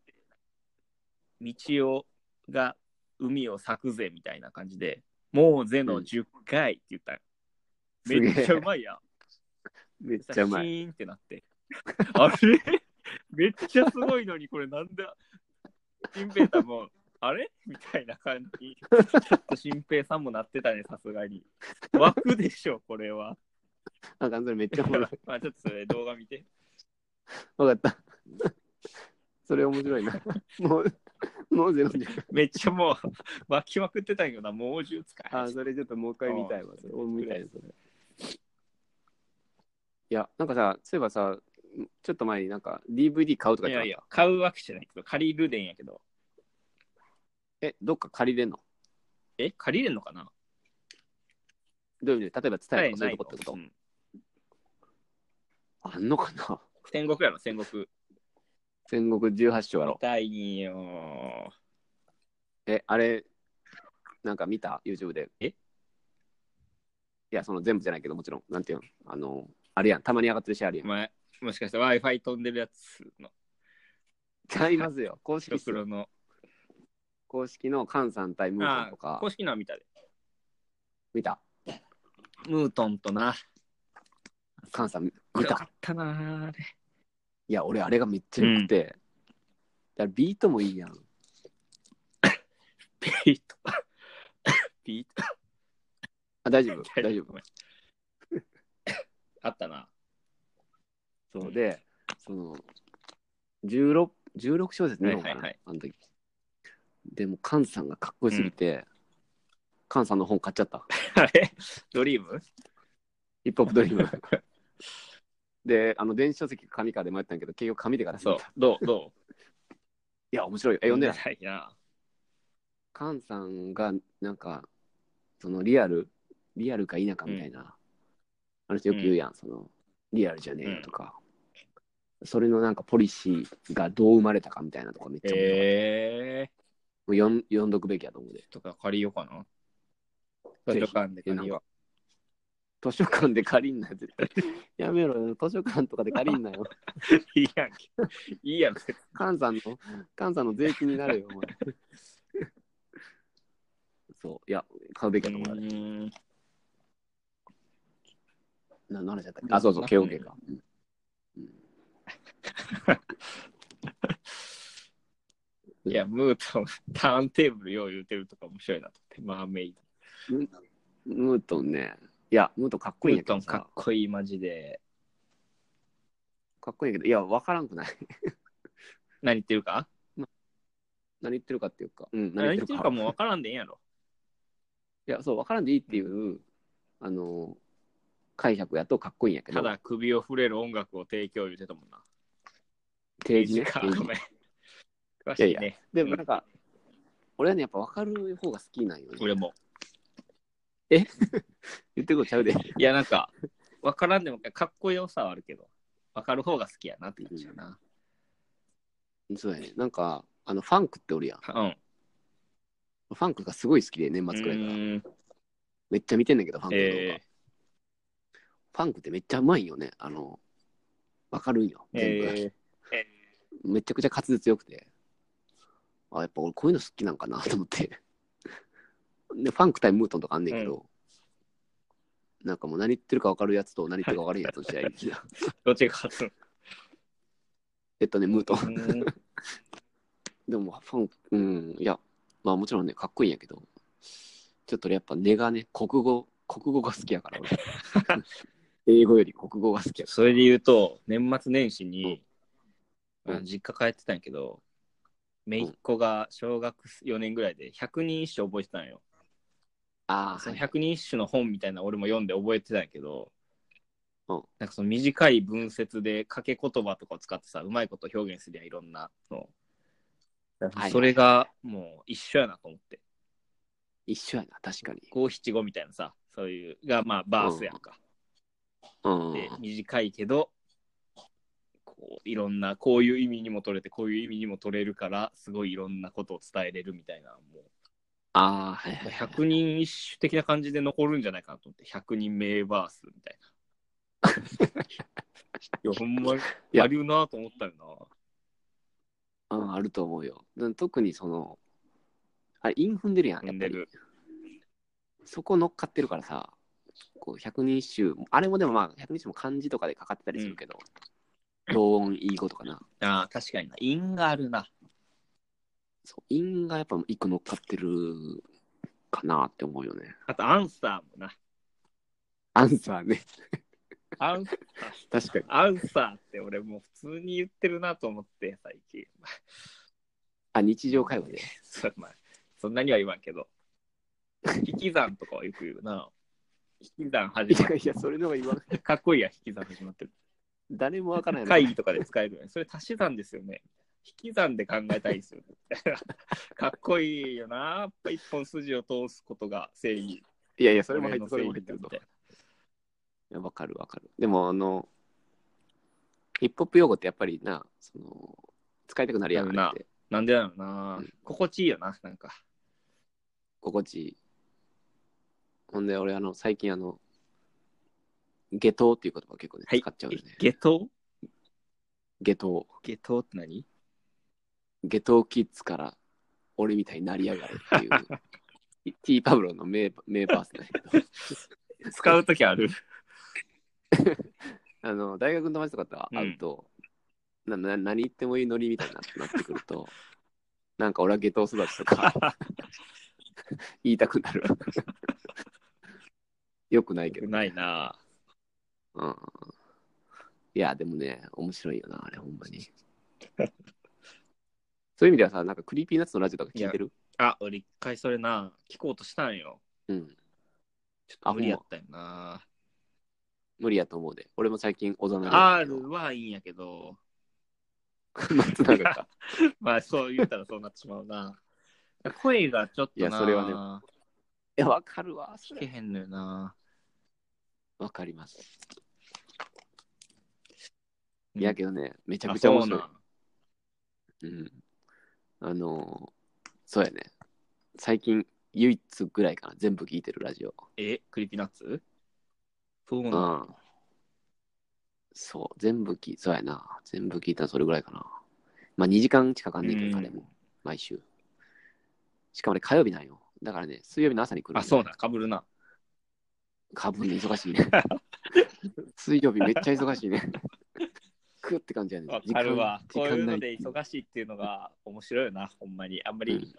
B: 道をが海を咲くぜみたいな感じで、もうゼの10回って言ったよ、
A: すげえ
B: めっちゃうまいやん。
A: めっ
B: さ
A: ちゃうま
B: シ
A: い。
B: ーンってなって。 あれ めっちゃすごいのに、これなんだ新平さんも、あれみたいな感じ。ちょっと新平さんもなってたね、さすがに。湧くでしょ、こ れは。
A: あ、完全にめっちゃ
B: だ
A: お
B: か
A: もろい
B: ら。、まあ、ちょっとそれ動画見て。
A: わかった。 それ面白いな。 もう、もうゼロじゃん。
B: めっちゃもう、湧きまくってたんよな、猛獣使い。
A: あー、それちょっともう一回見たいわ。それ俺も見たいなそれ。いや、なんかさ、そういえばさ、ちょっと前になんか DVD 買うとか
B: い
A: 言っ
B: や
A: て
B: い
A: な
B: や
A: かっ、
B: 買うわけじゃないけど、借りるでんやけど。
A: た。え、どっか借りれんの
B: え、借りれんのかな
A: どういう意味で例えば伝え
B: は
A: る
B: い
A: とかそうとこっ
B: ないいうの
A: てこと
B: うん
A: あんのかな
B: 戦国やろ、戦国。
A: 戦国18勝やろ。
B: 痛いよ。
A: え、あれ、なんか見た ?YouTube で。
B: え
A: いや、その全部じゃないけど、もちろん。なんていうのあの、あれやん。たまに上がってるしあるやん。
B: まあ、もしかしたら Wi-Fi 飛んでるやつの
A: ちゃいます よ。公式
B: 白
A: っすよ
B: 黒の。
A: 公式のカンさん対ムーさ
B: あ
A: んと
B: あ、
A: か
B: 公、式のは見たで。
A: 見た
B: ムートンとな。
A: カンさん見
B: これよ
A: た
B: かったなあれ。
A: いや、俺あれがめっちゃ良くて。だからビートもいいやん。
B: ビー ト。ビー
A: あ、大 丈夫
B: ト。。
A: 大丈
B: ごめん。あったな。
A: 夫。そうで、その、16、16小節見たのかな、
B: はいはいはい
A: あの時。でも、カンさんがかっこよすぎて、カンさんの本買っちゃった。
B: あれドリーム
A: ヒップホップドリ ーム。で、あの、電子書籍か紙かで迷ったんやけど、結局紙で買った。
B: そう。どうどう
A: いや、面白いよ。え、読んでない。
B: ないな。
A: カンさんが、なんか、そのリアル、リアルか否かみたいな、あの人よく言うやん、その、リアルじゃねえよとか、それのなんかポリシーがどう生まれたかみたいなとかめっちゃ面白い、
B: ええ
A: もう読ん読んどくべきやと思うで。
B: ー。とか借りようかな。
A: ぜ
B: 図
A: ひ
B: 書館で
A: え
B: 借
A: なん
B: りよ
A: か図書館で借りんなよ、絶 対。やめろよ、図書館とかで借りんなよ。
B: う。いいやんけ。いいやんけ。
A: カンさんの、カンさんの税金になるよ、お前。 そう、いや、買うべきやと思うあれ。
B: うん
A: な何でしたっけあ、そうそう、KOK か。うん
B: いや、ムートン、ターンテーブル用意言うてるとか面白いなと思って。マーメイド。
A: ムートンね。いや、ムートンかっこ
B: ム
A: いいんや
B: ー
A: け
B: ト
A: ど
B: ン
A: さ
B: かっこいい、マジで。
A: かっこいいんやけど、いや、わからんくない。
B: 何言ってるか
A: 何言ってるかっていうか、うん、
B: 何言ってるかもう
A: い
B: 分からんでええんやろ。
A: や、そう、わからんでいいっていう、あの、解釈やとかっこいいんやけ
B: た
A: ど、
B: だ首を振れる音楽を提供言うてたもんな。
A: 定義ね。
B: か、
A: 定義
B: ごめん。詳しいね。
A: いやでもなんか、俺はね、やっぱわかる方が好きなんよね。
B: 俺も。
A: 言ってることちゃうで。
B: いや、なんか、分からんでもかっこよさはあるけど、分かる方が好きやなって感じやな。
A: そうやね。なんか、あの、ファンクっておるやん。
B: うん。
A: ファンクがすごい好きで、年末くらいから。
B: うん
A: めっちゃ見てんねんけど、ファンクの動画。
B: え
A: ファンクってめっちゃうまいんよね。あの、わかるんよ。
B: ー
A: 全部。
B: え
A: めちゃくちゃ滑舌よくて。あ、やっぱ俺こういうの好きなんかなと思って。 で、ファンク対ムートンとかあんねんけど、なんかもう何言ってるかわかるやつと何言ってるかわかるやつの試 合みたいな。
B: ーどっちが勝つ
A: えっとね、ムートン。
B: のうん
A: でもファンク、うん、いや、まあもちろんね、かっこいいんやけど、ちょっとねやっぱ根がね、国語、国語が好きやから俺。英語より国語が好きやか
B: それで言うと、年末年始に、
A: うん
B: あの実家帰ってたんやけど、姪っ子が小学4年ぐらいで100人一首覚えてたんよ。
A: ら。ああ、
B: そ
A: は
B: の
A: いはい
B: 100人一首の本みたいなの俺も読んで覚えてたんやけど、
A: うん
B: なんかその短い文節で掛け言葉とかを使ってさうまいこと表現すりゃいろんなの、
A: はい
B: それがもう一緒やなと思って
A: 一緒やな、確かに。
B: 五七五みたいなさそういう、がまあバースやんか。
A: うん
B: で、短いけど、こう、いろんな、こういう意味にも取れて、こういう意味にも取れるから、すごいいろんなことを伝えれるみたいな、も
A: ああ、はいは
B: う、
A: いはい。
B: 100人一首的な感じで残るんじゃないかなと思って、100人名バースみた いな。いや、ほんま
A: いや
B: ありうなと思ったよな。
A: うん、あると思うよ。で特にその、あれ、イン踏んでるやん。
B: 踏
A: やっ
B: ん
A: ぱ
B: で
A: り
B: る。
A: そこ乗っかってるからさ、こう百人一首、あれもでもまあ、百人一首も漢字とかでかかってたりするけど、同音異語とかな。
B: ああ、確かにな。因があるな。
A: そう、韻がやっぱ一個乗っかってるかなって思うよね。
B: あと、アンサーもな。
A: アンサーね。
B: アンサ ー
A: 確かに。
B: アンサーって俺もう普通に言ってるなと思って最近。
A: あ、日常会話で。
B: そうまあ、そんなには言わんけど。引き算とかはよく言うな。引き算
A: い
B: 始ま
A: やいや、それの方が今、
B: る。かっこいいや、引き算始まってる。
A: 誰もわからないな。
B: 会議とかで使えるよね。それ足し算ですよね。引き算で考えたいですよね。 かっこいいよな。やっぱ一本筋を通すことが正義。
A: いやいや、それも入って
B: 俺の
A: る、そ
B: 正
A: れ
B: 義
A: も入ってる
B: だ
A: と
B: みた。い
A: いやわかるわかる。でも、あの、ヒップホップ用語ってやっぱりな、その、使いたくなるやん、
B: なるな
A: あれって。
B: ななんでだろうな、
A: うん
B: 心地いいよな、なんか。
A: 心地いい。ほんで、俺、あの、最近、あの、下等っていう言葉結構ね、
B: はい
A: 使っちゃうよね。
B: 下等
A: 下等。
B: 下等って何
A: 下等キッズから、俺みたいになりやがれっていう。ティーパブロの名名バースだけど、
B: 使うときある。
A: あの、大学の友達とかと会うと、なな何言ってもいいノリみたいになってなってくると、なんか俺は下等育ちと か、言いたくなる。 よくないけど。
B: ないな。
A: うん。いや、でもね、面白いよな、あれ、ほんまに。そういう意味ではさ、なんかクリーピーナッツのラジオとか聞いてる
B: あ、俺一回それな、聞こうとしたんよ。
A: うん。
B: ちょっ
A: あ
B: と無理やったよな。
A: 無理やと思うで。俺も最近、小沢の
B: R はいいんやけど、
A: 松永か。
B: まあそう言うたらそうなってしまうな。声がちょっとな、
A: いやそれはねいや、わかるわ、そ
B: 聞け
A: れ。
B: へんのよな。
A: わかります。
B: うん
A: いやけどね、めちゃ
B: あ
A: くちゃ面
B: そう
A: 白い
B: な。ん
A: うん。あのーそうやね。最近、唯一ぐらいかな、全部聞いてるラジオ。
B: え、クリピーナッツそう
A: う
B: なん
A: ん。そう、全部聞い、そうやな。全部聞いたらそれぐらいかな。まあ2時間近くあんねんけ
B: うん
A: ど、あれも。毎週。しかもね、火曜日なんよ。だからね、水曜日の朝に来るんだよ。
B: あ、そうだ、かぶるな。
A: かぶんの忙しい ね。水曜日めっちゃ忙しいね。くって感じやね。
B: わかるわ。
A: 時
B: こう
A: 間
B: いうの
A: 時間ない
B: で忙しいっていうのが面白いよな、ほんまに。あんまり、
A: うん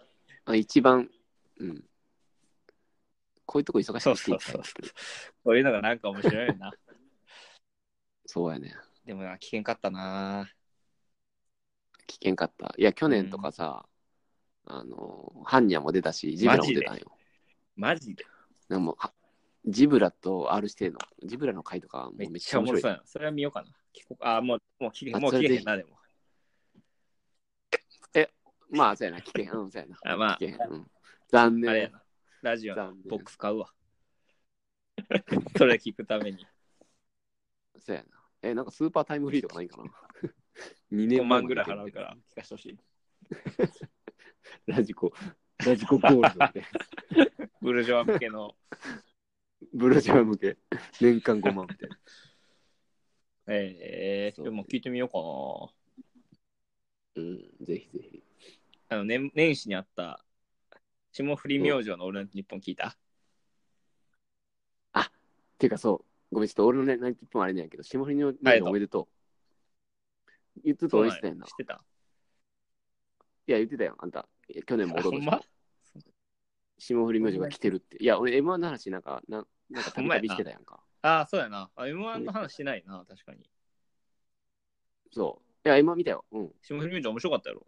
A: あ一番、うん。こういうとこ忙し
B: そう
A: くて
B: そ
A: いうい
B: そう。こういうのがなんか面白いよな。
A: そうやね。
B: でもな、危険かったな。
A: 危険かった。いや、去年とかさ、あの、ハンニャも出たし、ジブラも出たんよ。
B: マジで。
A: でもあジブラと R 指定の、ジブラの回とかもう
B: めっ
A: めっ
B: ち
A: ち
B: ゃ
A: ゃ
B: おも
A: 面
B: ろそ
A: 白
B: う
A: い。
B: やな。それは見ようかな。聞こうかあ、もう、もう切れ、
A: あ
B: もう
A: それ
B: 切れへんな、でも。
A: まあ、そうやな、危険。うん、そうやな。
B: あまあ
A: 危険。うん、残
B: あれや
A: 念。
B: な。ラジオの
A: 残念
B: ボックス買うわ。 それ聞くため に。
A: そうやな。え、なんかスーパータイムフリーとかないんか な ?2
B: 5
A: 年前
B: 万ぐらい払うから、聞かしてほしい。
A: ラジコ、ラジコゴールドで。
B: ブルジョア向けの、
A: ブロジャー向け、年間5万みたいな。
B: ええ
A: そう
B: でも聞いてみよ う
A: うん、ぜひぜひ。
B: かな。あの、年年始にあった、霜降り明星のオールナイトニッポン聞いた。
A: ていうかそう、ごめん、ちょっと俺のね、ナイトもあれなんやけど、霜降りの
B: あり
A: 年
B: がと
A: の
B: う
A: おめでとう。言ってた
B: そう
A: 俺
B: な
A: し
B: ん
A: てたやんな
B: 知。ってた。
A: いや、言ってたよ、あんた。いや去年も
B: あ
A: おと
B: ほ
A: と
B: ん
A: し
B: ま
A: 霜降り明星が来てるって。いや、俺 M1 の話なんか、ななんかたびたびしてたやんか。
B: ああ、そうやな。あ、M1 の話してないな、確かに。
A: そう。いや、M1 見たよ。うん。
B: 霜降り明星面白かったやろ。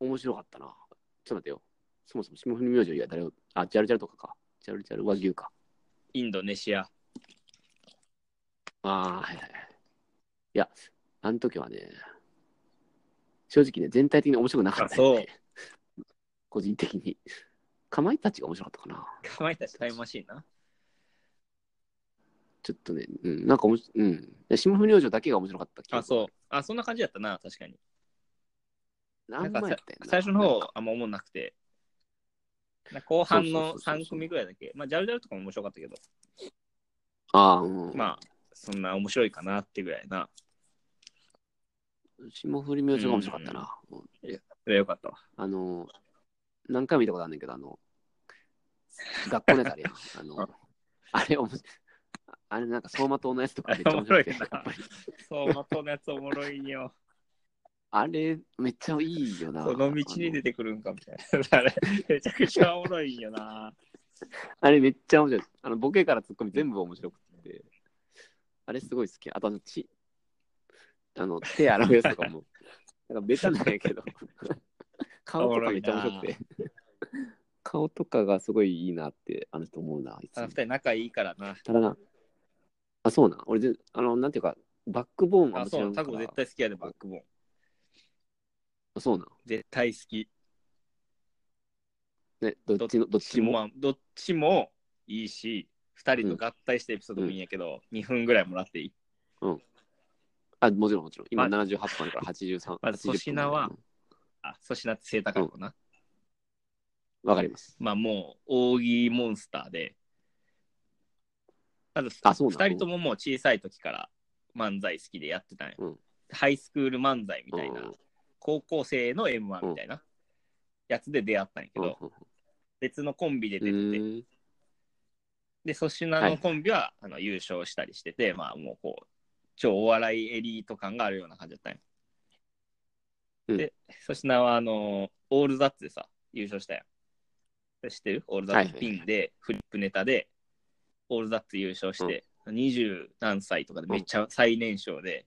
A: 面白かったな。ちょっと待ってよ。そもそも霜降り明星以外誰を、あ、ジャルジャルとかか。ジャルジャル和牛か。
B: インドネシア。
A: ああ、はいはいはい。いや、あの時はね、正直ね、全体的に面白くなかった、ね。
B: あそう。
A: 個人的に。かまいたちが面白かったかな。
B: かまいたちタイムマシーンな。
A: ちょっとね、うん、なんかおもし、うん。で霜降り明星だけが面白かった気が
B: あ、そう。あ、そんな感じだったな、確かに。
A: う。
B: な
A: 何
B: んか
A: 前やったよ
B: さ
A: な
B: 最初の方、あんま思んなくて。なんか後半
A: そうそ
B: の
A: うそうそうそう
B: 3組ぐらいだけ。まあ、ジャルジャルとかも面白かったけど、
A: ああ、うん。
B: まあ、そんな面白いかなってぐらいな。
A: 霜降り明星が面白かったな。うん
B: いやよ かったわ。
A: あの、何回も見たことあるんだけど、あの、学校のやつあれやん。あ
B: う
A: の、あれ、おもしあれなんか走馬灯のやつとかめっちゃ面白くて、
B: あれ
A: や
B: おもろいな
A: っぱり。
B: そう、まとのやつおもろいよ。
A: あれ、めっちゃいいよな。
B: この道に出てくるんかみたいな。あれ、めちゃくちゃおもろいよな。
A: あのあれめっちゃ面白い。あの、ボケからツッコミ全部面白くて。あれすごい好き。あとあの、ち、あの、手洗うやつとか も。なんかベタなんやけど。顔とかめっちゃ面白くて。顔とかがすごいいいなって、あの人思うな。いつ
B: あ
A: も
B: の二人仲いいからな。
A: ただな。あ、そうなん。俺ぜ、あの、なんていうか、バックボーンは
B: あ、
A: もち
B: そう
A: ろ
B: なん
A: か
B: の。タ
A: ら
B: コ絶対好きやで、バックボーン。
A: あそうなん。
B: 絶対好き。
A: ね、どっちの、どっちも。
B: まあどっちもいいし、二人と合体したエピソードもいいんやけど、二分ぐらいもらっていい。
A: あ、もちろんもちろん。今
B: ま
A: 78分あるから83。
B: まず粗
A: 80分
B: 品はあ、粗品って背高い子な。
A: わかります。
B: まあもう、扇モンスターで。まず
A: あそうなの
B: 二人とももう小さい時から漫才好きでやってたんや。
A: うん
B: ハイスクール漫才みたいな。
A: うん
B: 高校生の M1 みたいなやつで出会ったんやけど、
A: うん
B: 別のコンビで出
A: う
B: てて、
A: ん
B: で、粗品のコンビは、あの優勝したりしてて、まあもうこう、超お笑いエリート感があるような感じだったんよ。
A: うん
B: で、粗品はあの、オールザッツでさ、優勝したやん。それ知ってるオールザッツ
A: はい
B: ピンで、フリップネタで、オールザッツ優勝して、二十何歳とかでめっちゃ最年少で、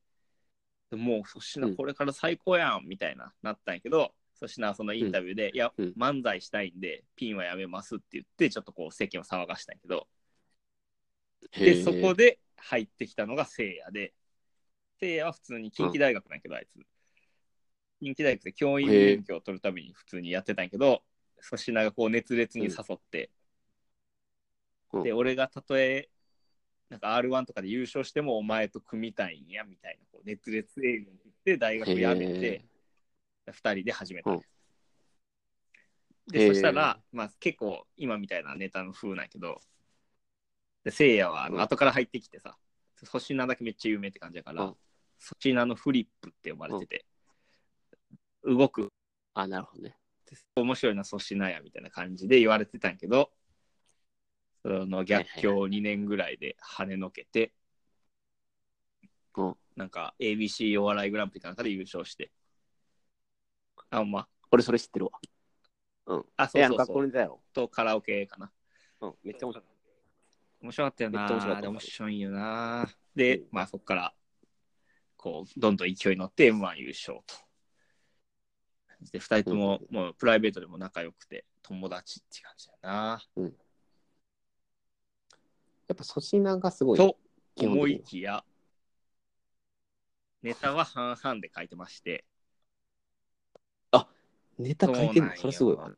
B: でもう粗
A: う
B: 品
A: ん
B: これから最高やんみたいな、なったんやけど、粗品はそのインタビューで、いや、
A: うん
B: 漫才したいんで、ピンはやめますって言って、ちょっとこう世間を騒がしたんやけど、
A: へ
B: で、
A: ー
B: そこで入ってきたのがせいやで、せいやは普通に近畿大学なんやけど、あいつ。近畿大学で教員免許を取るために普通にやってたんやけど、粗品がこう熱烈に誘って、
A: うん
B: で、俺がたとえ、なんか R1 とかで優勝してもお前と組みたいんやみたいなこう熱烈営業に行って大学辞めて
A: へ
B: 2人で始めたんです、
A: んへー
B: でそしたら、まあ、結構今みたいなネタの風なんやけどでせいやはあ
A: う
B: の
A: ん
B: 後から入ってきてさ粗品だけめっちゃ有名って感じだから
A: うん
B: 粗品のフリップって呼ばれてて、動く
A: あ、なるほどね。
B: 面白いな粗品やみたいな感じで言われてたんやけどその逆境を2年ぐらいで跳ねのけて、
A: うん
B: なんか ABC お笑いグランプリかなんかで優勝してあほんま
A: 俺それ知ってるわ。
B: あそ
A: え、
B: う
A: あの
B: そう
A: 学
B: そ
A: 校
B: う
A: に出たやろ。
B: とカラオケかな
A: うん、めっちゃ面白い。
B: 面白かったよ
A: め
B: な
A: っちゃ面白かった
B: で面白いよなでまあそっからこうどんどん勢いに乗って m 1優勝とで2人とももうプライベートでも仲良くて友達って感じだな
A: やっぱ粗品がすごい。
B: と
A: 基本
B: 思
A: 的
B: い
A: に
B: きやネタは半々で書いてまして
A: ネタ書いてんの
B: そうなんよ
A: それすごいわ。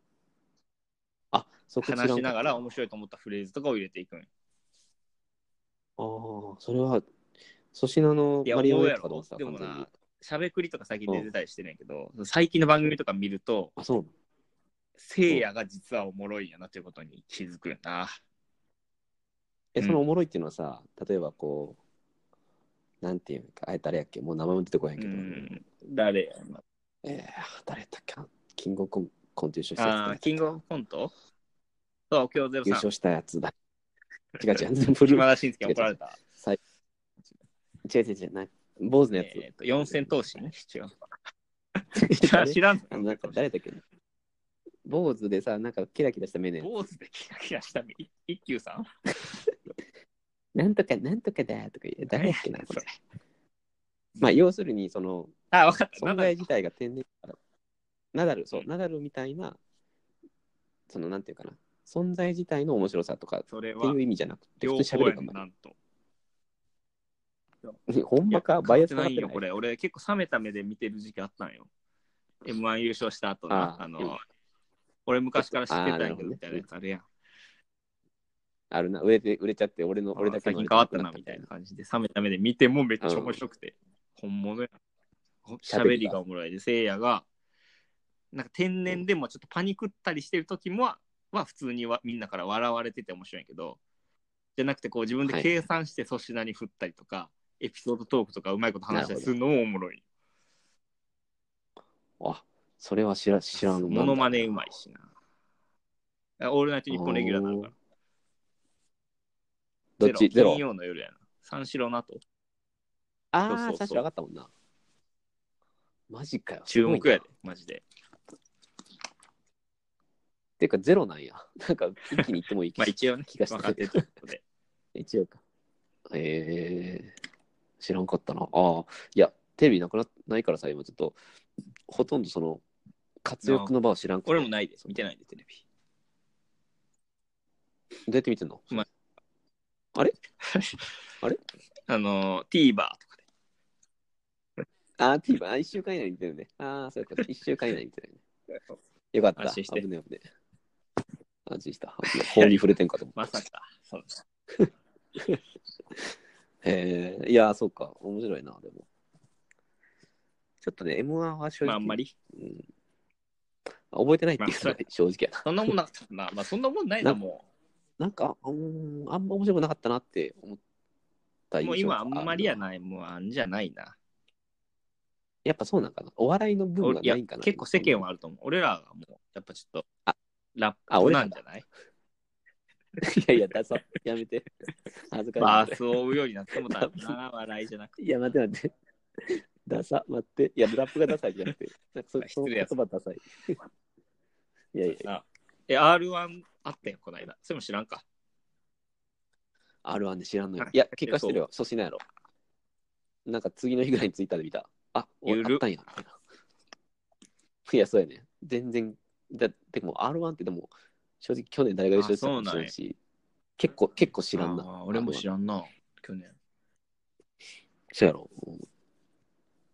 A: あ、そこ
B: 話しながら
A: あ
B: 面白いと思ったフレーズとかを入れていくんよ
A: あー、それは、粗品の
B: いや
A: マリオ
B: 思う
A: ネッ
B: や
A: トかと思っ
B: ろ
A: てた。
B: でも
A: 完全に
B: なしゃべくりとか最近出てたりしてんねんけど、最近の番組とか見ると
A: あ、そう。
B: せいやが実はおもろいんやなということに気づくよな。
A: え、
B: うん
A: そのおもろいっていうのはさ、例えばこう、なんていうか、あえてあれやっけ、もう名前も出てこへんけ
B: う
A: ど、
B: ん、誰や今
A: えー、誰やったっけな、キングオブコンコント優勝したやつ
B: あ
A: だ
B: ーキングオブコントそう、京ゼロ
A: 優
B: さん
A: 勝。したやつだ。 違う違う、ブル
B: 島
A: ー、
B: 田紳介怒ら れた。
A: 最違う違う違う、な坊主のやつ。
B: えっと、四千頭 身違 う。
A: 知らん
B: 知らん
A: あのなんか誰だっけ坊主でさ、なんかキラキラした目ね。
B: 坊主でキラキラした目い一休さん
A: なんとかなんとかだとか言う。誰だっけな、これ
B: そ。
A: まあ、要するに、その、
B: あ、わかった。
A: 存
B: なんだ
A: 在自体が天然だから。ナダル、そう
B: う、ん
A: ナダルみたいな、その、なんていうかな、存在自体の面白さとかっ
B: それ
A: て
B: は
A: いう意味じゃなくて、
B: 両
A: 普通
B: 方
A: に喋
B: や
A: る
B: ね
A: か
B: ん
A: も
B: なんと。
A: ほんま
B: い
A: か、
B: や
A: バイアス
B: 変
A: か
B: わ
A: かってて
B: っない
A: な
B: よ。こ
A: い。
B: れ、俺結構冷めた目で見てる時期あったんよ。M1 優勝した後の、
A: あー
B: あの、俺昔から知ってたんやけ
A: あーなるほど
B: ど
A: ね
B: みたいなやつあるやん。
A: あるな、売れて、売れちゃって、俺の、俺だけ
B: 最
A: の
B: 近変わったなみたいな。感じで、冷めた目で見てもめっちゃ面白くて、本物や。喋りがおもろいで、せいやが、なんか天然でもちょっとパニクったりしてる時もは、は普通にわみんなから笑われてて面白いんやけど、じゃなくてこう自分で計算して粗品に振ったりとか、エピソードトークとかうまいこと話したりするのもおもろい。
A: あ、それは知ら、知らん
B: モノマネうまいしな。オールナイト日本レギュラーになるから。
A: どっちゼロ
B: 金。曜の夜やな。三四郎の後。そうそう
A: あ
B: そ
A: あ、
B: う
A: 最初上がったもんな。マジかよ。
B: 注目や
A: っ
B: で、マジで。
A: ていうか、ゼロなんや。なんか、一気に行ってもいい気
B: まあ一応ね、
A: 気がして
B: 若手ということで。
A: 一応か。ええ知らんかったな。ああ、いや、テレビなくなないからさ、今ちょっと、ほとんどその、活躍の場を知らんくて
B: 俺もないです。見てないで、テレビ。
A: どうやって見てんの、
B: ま
A: あれ
B: あの、TVer とかで。
A: ああ、TVer、あ、1週間以内に見てるね。ああ、そういうこと。1週間以内に見てるね。よかった。
B: 安心して
A: 危ね危ね。安心した。危ね法に触れてんかと思
B: ま
A: った
B: さ。か。そうです
A: ええいや、そうか。面白いな、でも。ちょっとね、M1 は正直、
B: まあ、あんまり。
A: うん、覚えてないっていうのが正直やな。
B: そんなもんなかったな。まあ、そんなもんないな、も
A: なんか、うーん、あんま面白くなかったなって思った
B: う。
A: 印象
B: もう今、あんまりや
A: ある
B: ない。もう、あんじゃないな。
A: やっぱそうなんかな。お笑いの分が
B: いや
A: ないんか、な。
B: 結構世間はあると思う。俺らがもう、やっぱちょっと、
A: あ
B: ラ
A: あ
B: ップ
A: 俺
B: な
A: ら
B: んじゃない
A: いやいや、ださ、やめ て。恥ずかしい。
B: バースを追うようになっても たな、笑いじゃなくて。
A: いや、待って待って。ダサ、待って。いや、ラップがダサいじゃなくて。なんかそそ
B: 失
A: の
B: 礼
A: 言
B: や
A: 葉ダサい。いやいや、
B: なえ、R1 あったよ、この間。それも知らんか。
A: R1 で知らんのよ
B: あ。
A: いや、結果してるよ。粗品やろ。なんか次の日ぐらいにツイッターで見た。あ、お
B: ゆる
A: あったんや。 みたいな。いや、そうやね。全然。だでも R1 ってでも、正直去年誰が優勝したかもしれんし、結構、結構知らん
B: あ
A: な。
B: ー俺も知
A: ん。
B: らんな、去年。
A: そうやろ。うん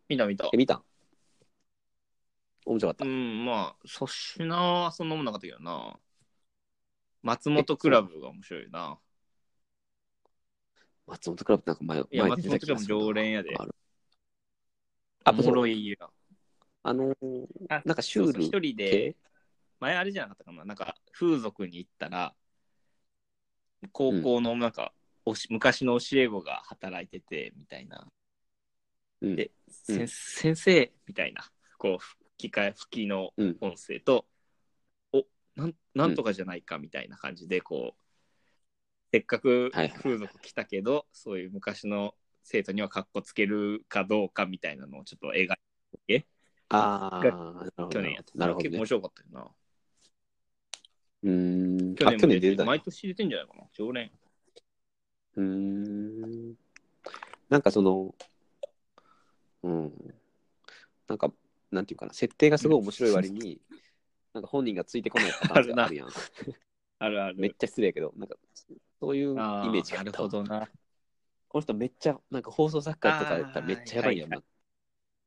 B: 見た見た
A: え、。見たん面白か
B: う
A: っ
B: ん、まあ、粗品はそんなもんなかったけどな。松本クラブが面白いな。
A: た。松本クラブってなんか前、
B: いや
A: 前出てた気が
B: 松本
A: す
B: ク
A: る
B: ラ
A: な
B: ブ常連やで
A: ある
B: お
A: あ、そ
B: も
A: う
B: ろいや。
A: あのー
B: あ
A: なんかシュール
B: そうそう一人で
A: 系、
B: 前あれじゃなかったかな。なんか、風俗に行ったら、高校のなんか、おし昔の教え子が働いてて、みたいな。
A: うん
B: で、
A: うん
B: せん先生、みたいな。こう、吹き替え、吹きの
A: うん
B: 音声と、おなん、なんとかじゃないか、みたいな感じで、こう、せっかく
A: はいはい
B: 風俗来たけど、そういう昔の生徒にはカッコつけるかどうかみたいなのをちょっと映画
A: ああ、なるほど
B: 去年やってた
A: なるほど
B: 結構
A: ね
B: 面。白かったよな。
A: うーん。
B: 去
A: あ
B: 年
A: 去年
B: も出
A: 出て
B: て
A: た
B: た
A: んや
B: 毎年出てんじゃないかな、常連。
A: うーん。なんかその、うん。なんか、なんていうかな、設定がすごい面白い割 に、なんか本人がついてこないパターンがあるやん。
B: あるあ
A: めっ
B: る。
A: ちゃ失礼やけど、なんか、そういうイメ
B: あ
A: ージがあっ
B: なる
A: たわ
B: ほどな。
A: この人めっちゃ、なんか放送作家とかやったらめっちゃやばいやんな。
B: あ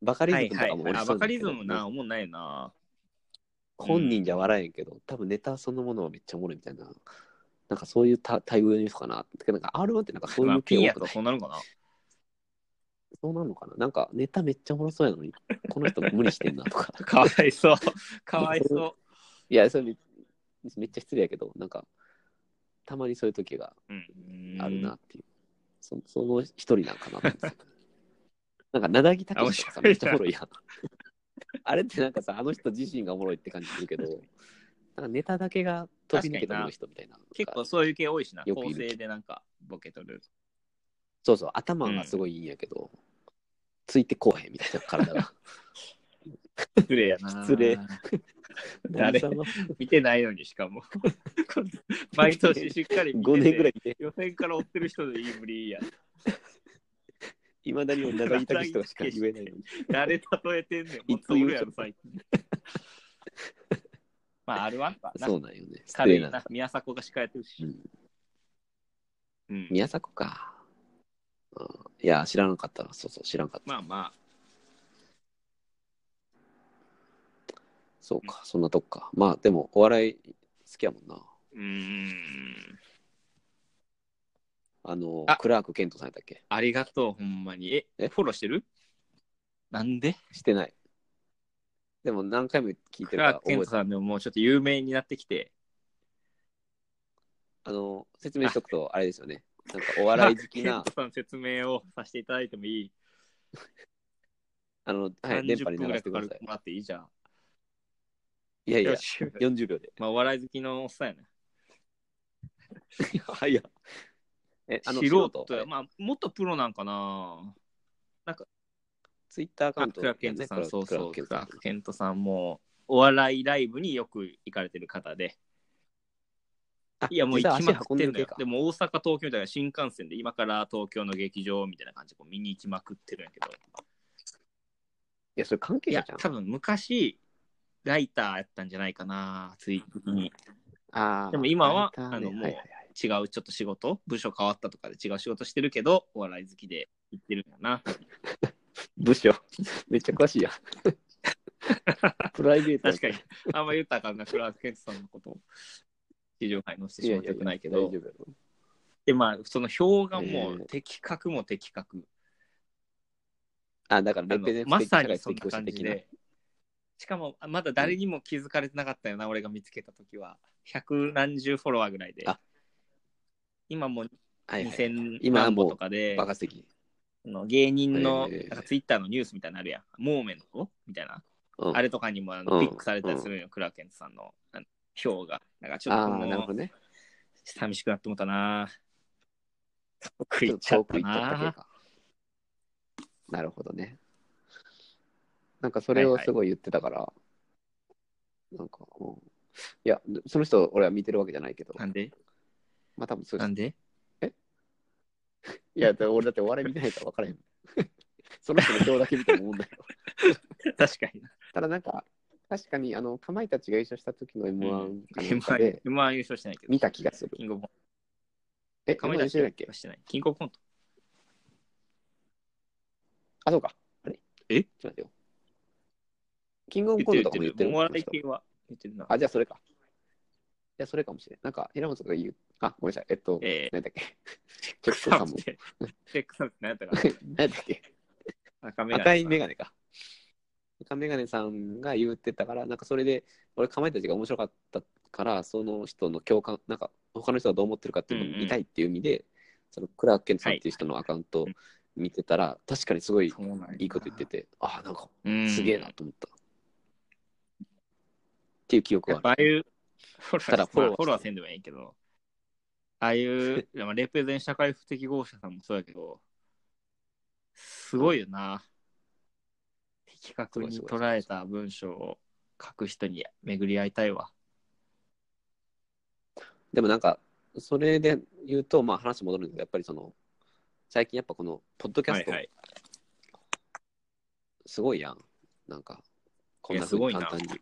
A: バカリズムとかも俺
B: あ
A: そうな
B: バカ
A: んだ
B: リ
A: け
B: ズ
A: ど
B: ムな、おもんないな。
A: 本人じゃ笑えんけど、多分ネタそのものはめっちゃおもろいみたいな。なんかそういうた待遇のニュースかな。てかなんか R1 ってなんかそう
B: ま
A: い
B: あ、
A: う
B: ピ
A: 系
B: ンや
A: 多く
B: と
A: ない、
B: そうなるのかな。
A: そうなのかななんかネタめっちゃおもろそうやのに、この人無理してんなとか。
B: かわいそう。かわいそ
A: いや、それめめっちゃ失礼やけど、なんか、たまにそういう時が
B: う。うん。
A: あるな。っていう。そその一人なんかなと思って。 なんか、なだぎたけしとかさ、め
B: 面
A: っち
B: 白
A: ゃお
B: いな
A: もろいやん。 あれってなんかさ、あの人自身がおもろいって感じするけど、なんかネタだけが飛び抜けておもろい人みたいな。
B: 結構そういう系多いしな。
A: よく
B: 構
A: いる
B: 成でなんか、ボケとる。
A: そうそう、頭がすごいいいんやけど、ついてこうへんみたいな体が。
B: 失礼やな。
A: 失礼。
B: 誰見てないのにしかも。毎年しっかり見てて。
A: 5年ぐら
B: い。
A: いで、
B: 予選から追ってる人でいいぶりや。
A: いまだに俺長井武とかしか言えないのに。
B: 誰例えてんねん。もっ
A: いつ
B: とい
A: 言う
B: るやろ、最近。まあ、R1 かな
A: そ。うなんよね。失
B: 軽
A: 礼
B: い
A: な
B: な。宮迫が司会やってるし。
A: うん
B: うん
A: 宮迫か。うんいや、知らなかったな。そうそう、知らなかった。
B: まあまあ、
A: そうか、そんなとこか。まあ、でも、お笑い好きやもんな。
B: うーん。
A: あの、
B: あ
A: クラーク・ケントさんやったっけ
B: ありがとう、ほんまに。え、
A: え
B: フォローしてるなんで
A: してない。でも、何回も聞いて
B: ク
A: るから
B: ラーク・ケン
A: 覚え
B: ト
A: て
B: さんでももうちょっと有名になってきて、
A: あの、説明しとくと、あれですよね。なんか、お笑い好き
B: クラ
A: な
B: ークケン、トさん説明をさせていただいてもいい
A: あの、はい、電波に流してください。
B: もらっていいじゃん。
A: いやいや
B: よ、し
A: 40秒で。
B: まあ、お笑い好きのおっさんやな。
A: はいや。え、あの、
B: 素人
A: 素
B: や。まあ、元プロなんかな。
A: ツイッターア
B: ク
A: カウ
B: ラ
A: ント、
B: ークケントさん、
A: ね
B: そうそう。ク
A: クラ
B: ラ
A: ー
B: ー
A: ク
B: クケントさんも、お笑いライブによく行かれてる方で、いや、もう行きまくってんだよ。で
A: も、
B: も大阪、東京みたいな新幹線で、今から東京の劇場みたいな感じでこう見に行きまくってるんやけど、
A: いや、それ関係
B: い
A: 者
B: や
A: じゃ、ん。
B: 多分昔、ライターやったんじゃないかな、ついに。
A: あー
B: でも今は
A: ライターね
B: あのもう
A: はいはいはい
B: 違うちょっと仕事部署変わったとかで違う仕事してるけどお笑い好きで行ってるん だな
A: 部 署、めっちゃ詳しいやん。プライベート
B: 確かにあんま言ったらあかんなクラーク・ケントさんのことを地上波に載せてしまってよくないけど
A: 大丈夫やろ
B: でまあその表がも
A: え
B: う
A: ー
B: 的確も的確、
A: あ、だから、
B: あ
A: レ
B: の
A: ペゼン
B: ま
A: 的社
B: さ
A: 会
B: にそん
A: 的
B: な
A: 保
B: 感
A: 守
B: じ
A: 的な。
B: でしかもあまだ誰にも気づかれてなかったよな、俺が見つけた時は百何十フォロワーぐらいで
A: あ
B: 今もう
A: はいはい。
B: 2000
A: 今は
B: 何
A: もう
B: 本とかで、
A: バカ的。
B: その芸人の、
A: えー
B: なんかツイッターのニュースみたいなのあるやん。モーメントみたいな。
A: うん
B: あれとかにもあ
A: う
B: の
A: ん
B: ピックされたりするよ、クラーケンさんのあの票が。なんかちょっ
A: あ
B: と
A: ーなる
B: も
A: ほど
B: う
A: ね。
B: 寂しくなってもたな。遠く
A: ち
B: 行
A: ょ
B: っ
A: っ
B: ち
A: と
B: ゃ
A: 遠
B: った
A: く行っちゃった系
B: な。
A: か。なるほどね。なんかそれをすごい言ってたから、なんか、うん、いや、その人、俺は見てるわけじゃないけど、
B: なんで
A: まあ多分そうで
B: な
A: す。
B: んで
A: いや、だから俺だってお笑い見てないから分からへん。 その人の表だけ見ても思うんだけど。
B: 確かにな。
A: ただなんか、確かに、あの、かまいたちが優勝した時の M1 かなんか
B: M1
A: で、
B: M1 優勝してないけど。
A: 見た気がする。
B: キングコン
A: え、か
B: ト。か
A: ま
B: ま
A: いた
B: いた
A: ち
B: ち
A: だ
B: 優
A: っけ
B: 勝してない。キングコント。
A: あ、そうか。あれ
B: え
A: ちょっと待ってよ。キングオブ
B: 言っ
A: コ
B: て
A: ント
B: る
A: とかも言
B: 言っ
A: っててるこの人
B: る。もう笑い系は言ってるな。
A: あ、じゃあそれか。いや、それかもしれん。なんか、平本が言う。あ、ごめんなさい。えっと、
B: え
A: 何だっけ。
B: ー、チ
A: チェッ
B: ェック
A: ク
B: サ
A: サ
B: ム
A: ム
B: って。チェックサムって何やったか
A: 何だっけ。
B: な。赤目
A: 赤いメガネか。赤メガネさんが言ってたから、なんかそれで、俺、かまいたちが面白かったから、その人の共感、なんか、他の人がどう思ってるかっていうのを見たいっていう意味で、そのクラーケンさんっていう人のアカウントを見てたら、確かにすごいいいこと言ってて、あ、なんか、
B: て
A: すげえなと思った。っていう記憶
B: や
A: は
B: っぱあ
A: あ
B: あい
A: る。
B: うフォロー
A: ただ
B: フ
A: フ
B: ォ
A: ォ
B: ロ
A: ロー
B: ーは
A: は
B: フォローはせんでもいいけど、ああいう、まあレプレゼン社会不適合者さんもそうだけど、すごいよな。的確に捉えた文章を書く人に巡り合いたいわ。
A: でもなんか、それで言うと、まあ話戻るんだけど、やっぱりその、最近やっぱこの、ポッドキャ
B: は
A: ス
B: い
A: ト、
B: はい。
A: すごいやん。なんか、こんなふ
B: いやす
A: う
B: ご
A: に
B: いな
A: 簡単に。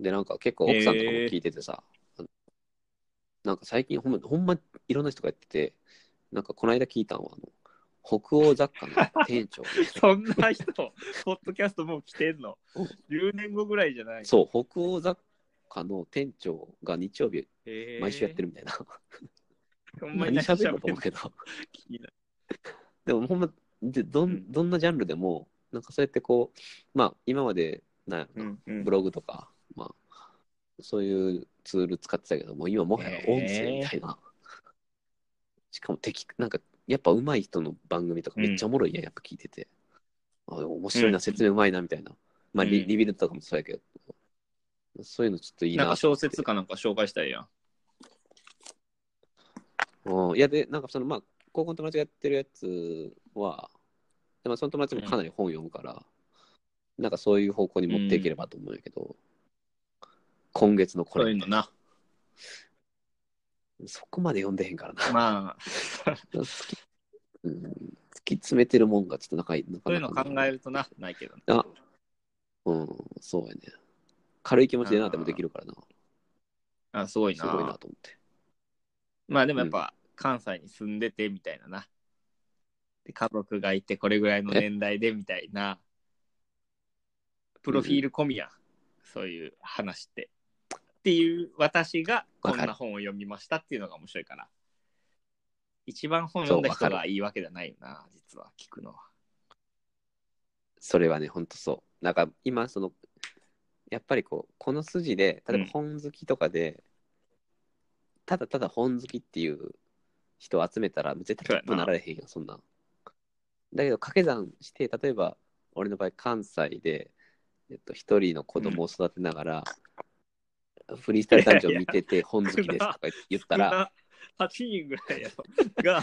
A: で、なんか結構奥さんとかも聞いててさ、なんか最近ほん,、ま、ほんまいろんな人がやってて、なんかこの間聞いたのは、あの北欧雑貨 の店長
B: そんな人、ポッドキャストもう来てんの。10年後ぐらいじゃない。
A: そう、北欧雑貨の店長が日曜日
B: へー
A: 毎週やって。るみたいな。
B: ほんまに
A: 何
B: 何
A: 喋
B: 喋
A: るのと思うけど。
B: 気になる
A: でもほんまでど
B: うん
A: んどんなジャンルでもなんかそうやってこうまあ今までなんや
B: う
A: ろなん
B: うん
A: ブログとか、まあ、そういうツール使ってたけども今もはや音声みたいな、しかも敵なんかやっぱ上手い人の番組とかめっちゃおもろいやん、やっぱ聞いててあ面白いな、
B: うん
A: 説明うまいなみたいな、まあ、
B: う
A: リ
B: ん
A: リビルドとかもそうやけどそういうのちょっといい
B: な
A: なん
B: か小説かなんか紹介したいやん。
A: うん、いやでなんかそのまあ高校の友達がやってるやつはでもその友達もかなり本読むから、なんかそういう方向に持っていければと思うんやけど、今月のこ
B: そう
A: れ
B: いうのな。
A: そこまで読んでへんからな、
B: まあ、
A: 好きうん、突き詰めてるもんがちょっとなかなか
B: そういう
A: な
B: の
A: か
B: 考えるとな、ないけどな。
A: あうんそうやね軽い気持ちでなでもできるからな
B: あすごい
A: す
B: な。
A: ごいなと思って
B: まあでもやっぱ関西に住んでてみたいなな。で家族がいてこれぐらいの年代でみたいな。プロフィール込みや、そういう話って。っていう私が
A: わ
B: こ
A: か
B: ん
A: る
B: な本を読みましたっていうのが面白いかな。一番本読んだ
A: そう
B: 人
A: わか
B: がいいわけじゃないよな、実は聞くのは。
A: それはね、ほんとそう。なんか今、その、やっぱりこう、この筋で、例え
B: うん
A: ば本好きとかで、ただただ本好きっていう人を集めたら、絶対トップになられへんよ、そんなん。だけど、掛け算して、例えば、俺の場合、関西で、えっと、一人の子供を育てながら、フリースタイルダンジョン見てて、本好きですとか言ったら、
B: 8人ぐらいやろ が、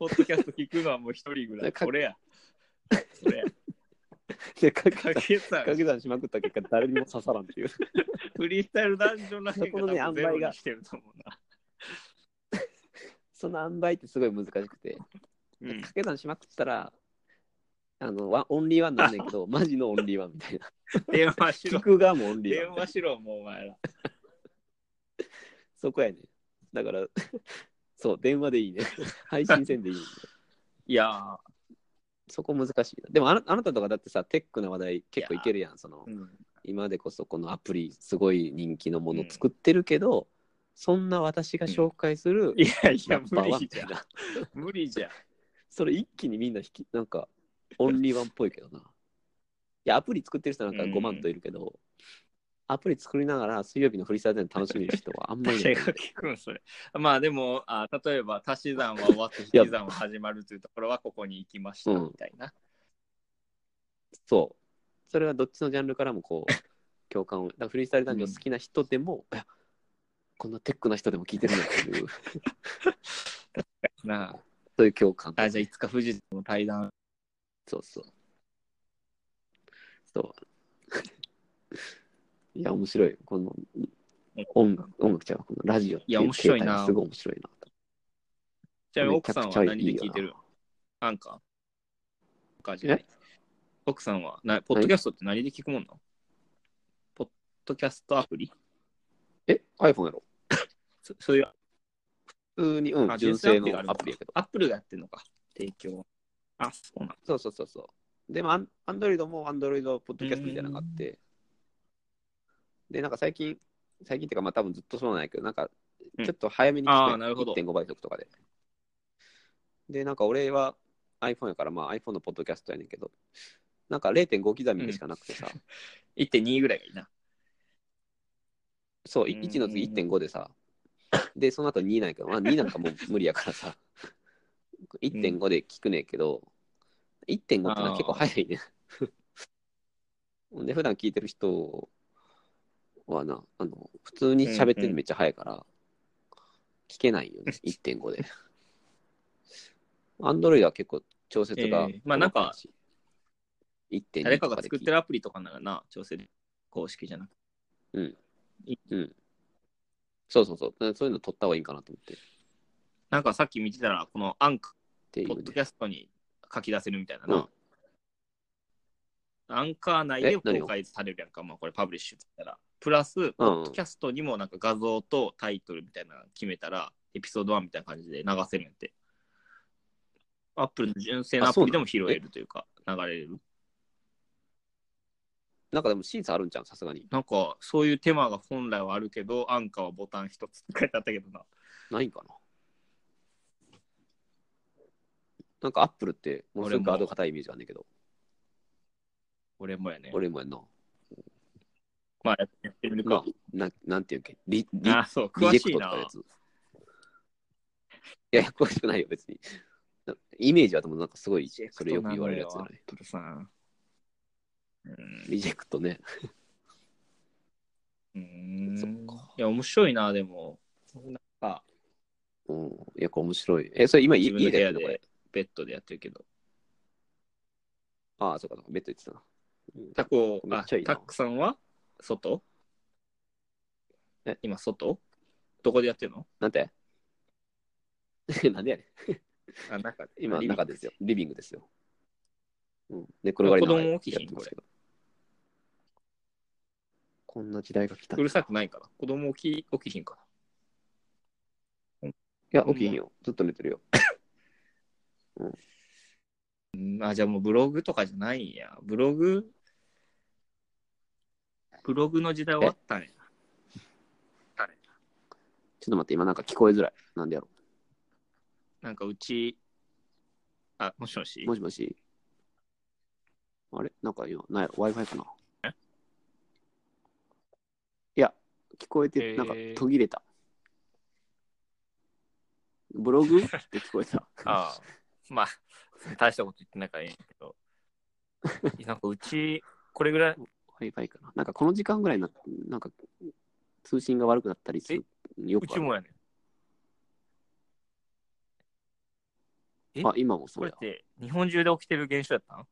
B: ポッドキャスト聞くのはもう一人ぐらい。
A: か
B: これや。これや。
A: で掛け算
B: かけさ
A: 掛け算しまくった結果、誰にも刺さらんっていう。
B: フリースタイルダンジョンらへん
A: そ
B: が
A: このね
B: 多分ゼロ
A: 塩梅が
B: にしてると思うな。
A: その塩梅ってすごい難しくて。
B: うん
A: 掛け算しまくったら、あの、ワンオンリーワンなんねんけ ど、マジのオンリーワンみたいな。
B: 電話し
A: 聞
B: ろ。
A: く側もオンリーワンみ
B: 電
A: たいな。
B: 話しろ、もうお前ら。
A: そこやねだから、 そう、電話で いいね。配信線でいい、ね。
B: いやー、
A: そこ難しいな。でもあな、あなたとかだってさ、テックな話題結構いけるやん。その、
B: うん、
A: 今でこそこのアプリ、すごい人気のもの作ってるけど、そんな私が紹介する、
B: いやいや、
A: ラッパー
B: 無
A: は
B: 理
A: み
B: じ
A: た
B: ゃ
A: い
B: ん。
A: な。
B: 無理じゃん。
A: それ一気にみんな引き、なんか、オンリーワンっぽいけどな。いや、アプリ作ってる人なんか
B: うん
A: 5万といるけど、アプリ作りながら水曜日のフリーサイドで楽しみにしてる人はあんまりいな
B: 誰
A: い。
B: が聞くんそれ。まあでもあ、例えば、足し算は終わって引き算は始まるというところは、ここに行きました
A: うん
B: みたいな。
A: そう。それはどっちのジャンルからもこう、共感を。だからフリースタイル男女好きな人でも、いや、こんなテックな人でも聞いてるんだっていう、
B: な
A: そういう共感。
B: ああ、じゃあ、いつか富士山の対談。
A: そうそう。そう。い や、面白い。この音楽、音楽ちゃうわこのラジオって
B: いや面白いな
A: 形態がすごい面白いな。
B: ちなみに奥さんは何で聞いて
A: め
B: るアンカーアンカーじゃない。奥さんはな、ポッドキャストって何で聞くもんなのポッドキャストアプリ
A: え ?iPhone やろ
B: そそういう
A: 普通に、う
B: あ
A: ん、純正の
B: 純正
A: アプリやけど。
B: アップルがやってるのか、提供。あ、そうなんだ
A: そうそうそうそう。でも、アンドロイドもアンドロイドポッドキャストみたいなのがあって。で、なんか最近、最近っていうか、まあ多分ずっとそうなんやけど、なんか、
B: うん
A: ちょっと早めに
B: あ
A: 聞
B: ーなるほど
A: く、1.5倍速とかで。で、なんか俺は iPhone やから、まあ iPhone のポッドキャストやねんけど、なんか0.5刻みでしかなくてさ、
B: 1.2ぐらいがいいな。
A: そう、い1の次1.5でさ、で、その後2なんやけど、まあ、2なんかもう無理やからさ、1.5で聞くねんけど、1.5ってのは結構早いね。 ほんで、普段聞いてる人はな、あの、普通に喋ってるのめっちゃ早いから、聞けないよね、1.5で。アンドロイドは結構調節が、
B: ええまあなんか、
A: 1.2
B: 誰か
A: と
B: が
A: かで
B: 作っ
A: 聞い
B: てるアプリとかならな、調整公式じゃなくて。
A: そうそうそう、だからそういうの取った方がいいんかなと思って。っ
B: なんかさっき見てたら、このアンカ
A: てい
B: ー、ポ
A: う
B: ッド
A: ね。
B: キャストに書き出せるみたいなな。アンカー内
A: え
B: で
A: 何を
B: 公開されるやんか、まあこれパブリッシュって言ったら。プラス、ポ
A: うん
B: ッドキャストにもなんか画像とタイトルみたいなの決めたら、エピソード1みたいな感じで流せるんやって。アップルの純正のアプリでも拾えるというか、流れる。
A: なんかでも審査あるんじゃん、さすがに。
B: なんか、そういう手間が本来はあるけど、アンカーはボタン一つって書いてあったけどな。
A: ないんかななんかアップルってものすごくガード硬いイメージがあるんだけど
B: 俺もやね。
A: 俺もやんな
B: まあ、やってみる
A: な
B: か。
A: ななんていうんけリリ
B: あ、そう、
A: リ
B: 詳
A: ジェ
B: し
A: ク
B: い
A: トとかの
B: な
A: や。ついやいや詳しくないよ別になイメージはでもなんかすごいそれよく言われるやつじゃない
B: リジェクトなのよアップルさん。うん
A: リジェクトね
B: うーん
A: そっか
B: いや、面白いな、でも。なんか、
A: うんいやこれ面白いえそれ今家
B: 自分
A: 家
B: の部
A: でや
B: 屋
A: るのこれ
B: で、ベッドでやってるけど。
A: ああそうかそうかベッド行ってたなうん
B: タコ、
A: めっ
B: あ、
A: ちゃいいな
B: タックさんは外
A: え
B: 今、外どこでやってるの
A: なんて なんでやねん
B: あ、なんか、
A: 今
B: リビング
A: 中ですよリビングですようん寝転がりながらやってますけどこんな時代が来た
B: うるさくないから。子供起き、起きひんから。
A: いや、起きひんよ。ずっと寝てるよ。
B: うんあ、じゃあもうブログとかじゃないんや。ブログブログの時代終わったんや。
A: ちょっと待って、今なんか聞こえづらい。なんでやろ
B: なんかうち、あ、もしもし
A: う。もしもし。あれなんか今、なんやろ ?Wi-Fi かな
B: え
A: いや、聞こえ
B: え
A: て、
B: ー
A: なんか途切れた。ブログって聞こえた。
B: ああ。まあ、大したこと言ってないからええんや けど。いやなんかうち、これぐらい、
A: Wi-Fi かななんかこの時間ぐらいな、なんか通信が悪くなったりする。よ
B: う
A: くあ
B: ち
A: る
B: もやねん。え
A: あ、今もそう
B: これ
A: や
B: っ。て日本中で起きてる現象やったん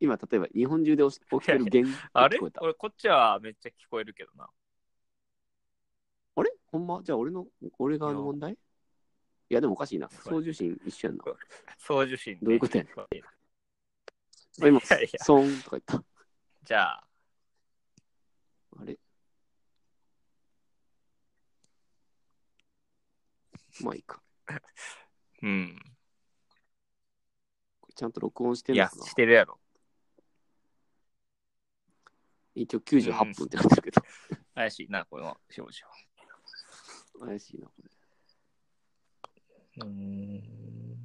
A: 今、例えば日本中で起きてる現
B: あれ
A: 聞こえた
B: 俺、こっちはめっちゃ聞こえるけどな。
A: あれほんまじゃあ俺の、俺側の問題いや、でもおかしいな。
B: そう
A: 送受信一緒やんな。
B: 送受信、ね。
A: どういうことやね
B: い
A: あ今
B: やい、や、
A: ソーンとか言った。
B: じゃあ、
A: あれまあいいか。
B: うん。
A: これちゃんと録音して
B: い
A: るの
B: や、
A: かな
B: してるやろ。
A: 一応98分ってなってるけど。
B: 怪しいな、この表情。
A: 怪しいな、これ。
B: うん。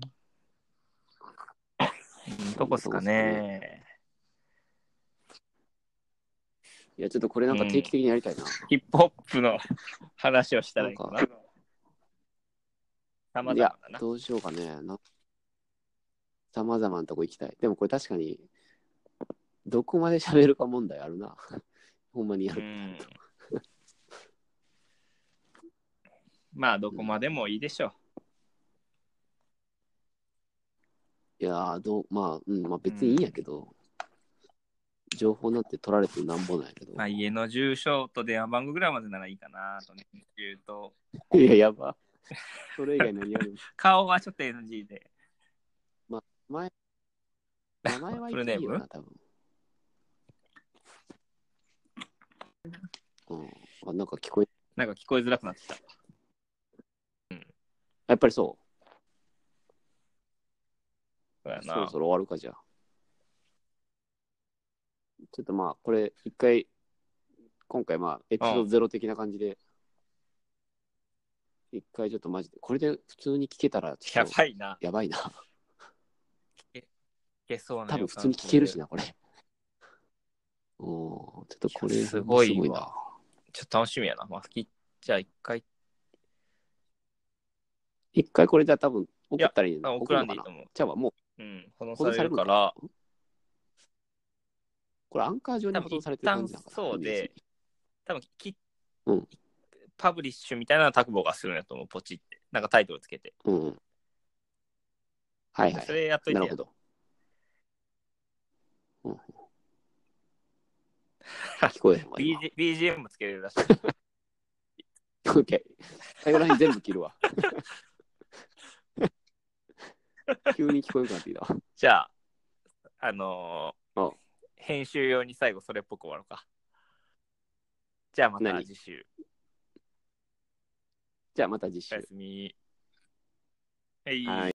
B: どこっすかね。
A: いや、ちょっとこれなんか定期的にやりたいな。
B: ヒップホップの話をしたらいいかな。
A: なん
B: さま
A: い
B: ざ
A: や
B: まだ、な。
A: どうしようかね。さまざまなとこ行きたい。でもこれ確かに、どこまで喋るか問題あるな。 ほんまにや
B: う
A: る。
B: ん。まあ、どこまでもいいでしょ
A: いやーどう、まあ、うん、まあ別にいいんやけど、情報なんて取られてなんぼなんやけど
B: う。。まあ、家の住所と電話番号ぐらいまでならいいかなとね。言うと、
A: いや、や ば。それ以外何ある
B: 顔はちょっと NG で。
A: 名前は言っていいよな、多分。うん、あなんか聞こえ
B: なんか聞こえづらくなってきた。
A: やっぱりそ
B: そうや
A: うそ
B: な
A: ろそろ終わるかじゃあちょっとまあこれ一回今回まあエピソードゼロ的な感じで一回ちょっとマジでこれで普通に聞けたらちょ
B: や
A: っと
B: ばいな。
A: やばいな
B: いけそうな
A: 多分普通に聞けるしなこれおおーちょっとこ
B: い
A: れ
B: やすごいわ
A: すごいな
B: ちょっと楽しみやな。まあ、きじゃあ一回
A: 一回これじゃあ多分送ったらいい
B: あ
A: の
B: 送らんでいいと思う。
A: じゃあもう
B: うん、保存されるから、
A: これアンカー上に
B: 多
A: 保
B: 分
A: 存され
B: 一
A: てる感
B: 旦
A: じなんかな
B: そうで、、多分き、
A: うん
B: パブリッシュみたいなのはタクボがするんやと思う、ポチって。なんかタイトルつけて。
A: イメージうん。はいは
B: そ
A: い。
B: れやっとい
A: な
B: て
A: る
B: や
A: ほ。ど。うんうん、聞こえへんわ。今
B: BG BGM つけれるらしい。
A: OK。最後らへん全部切る わ。急に聞こえなくなってきたわ。
B: じゃあ、あのー
A: うん
B: 編集用に最後それっぽく終わろうか。じゃあまた
A: 何
B: 次週。
A: じゃあまた
B: お
A: 実
B: や
A: 習。
B: すみ。はい
A: はい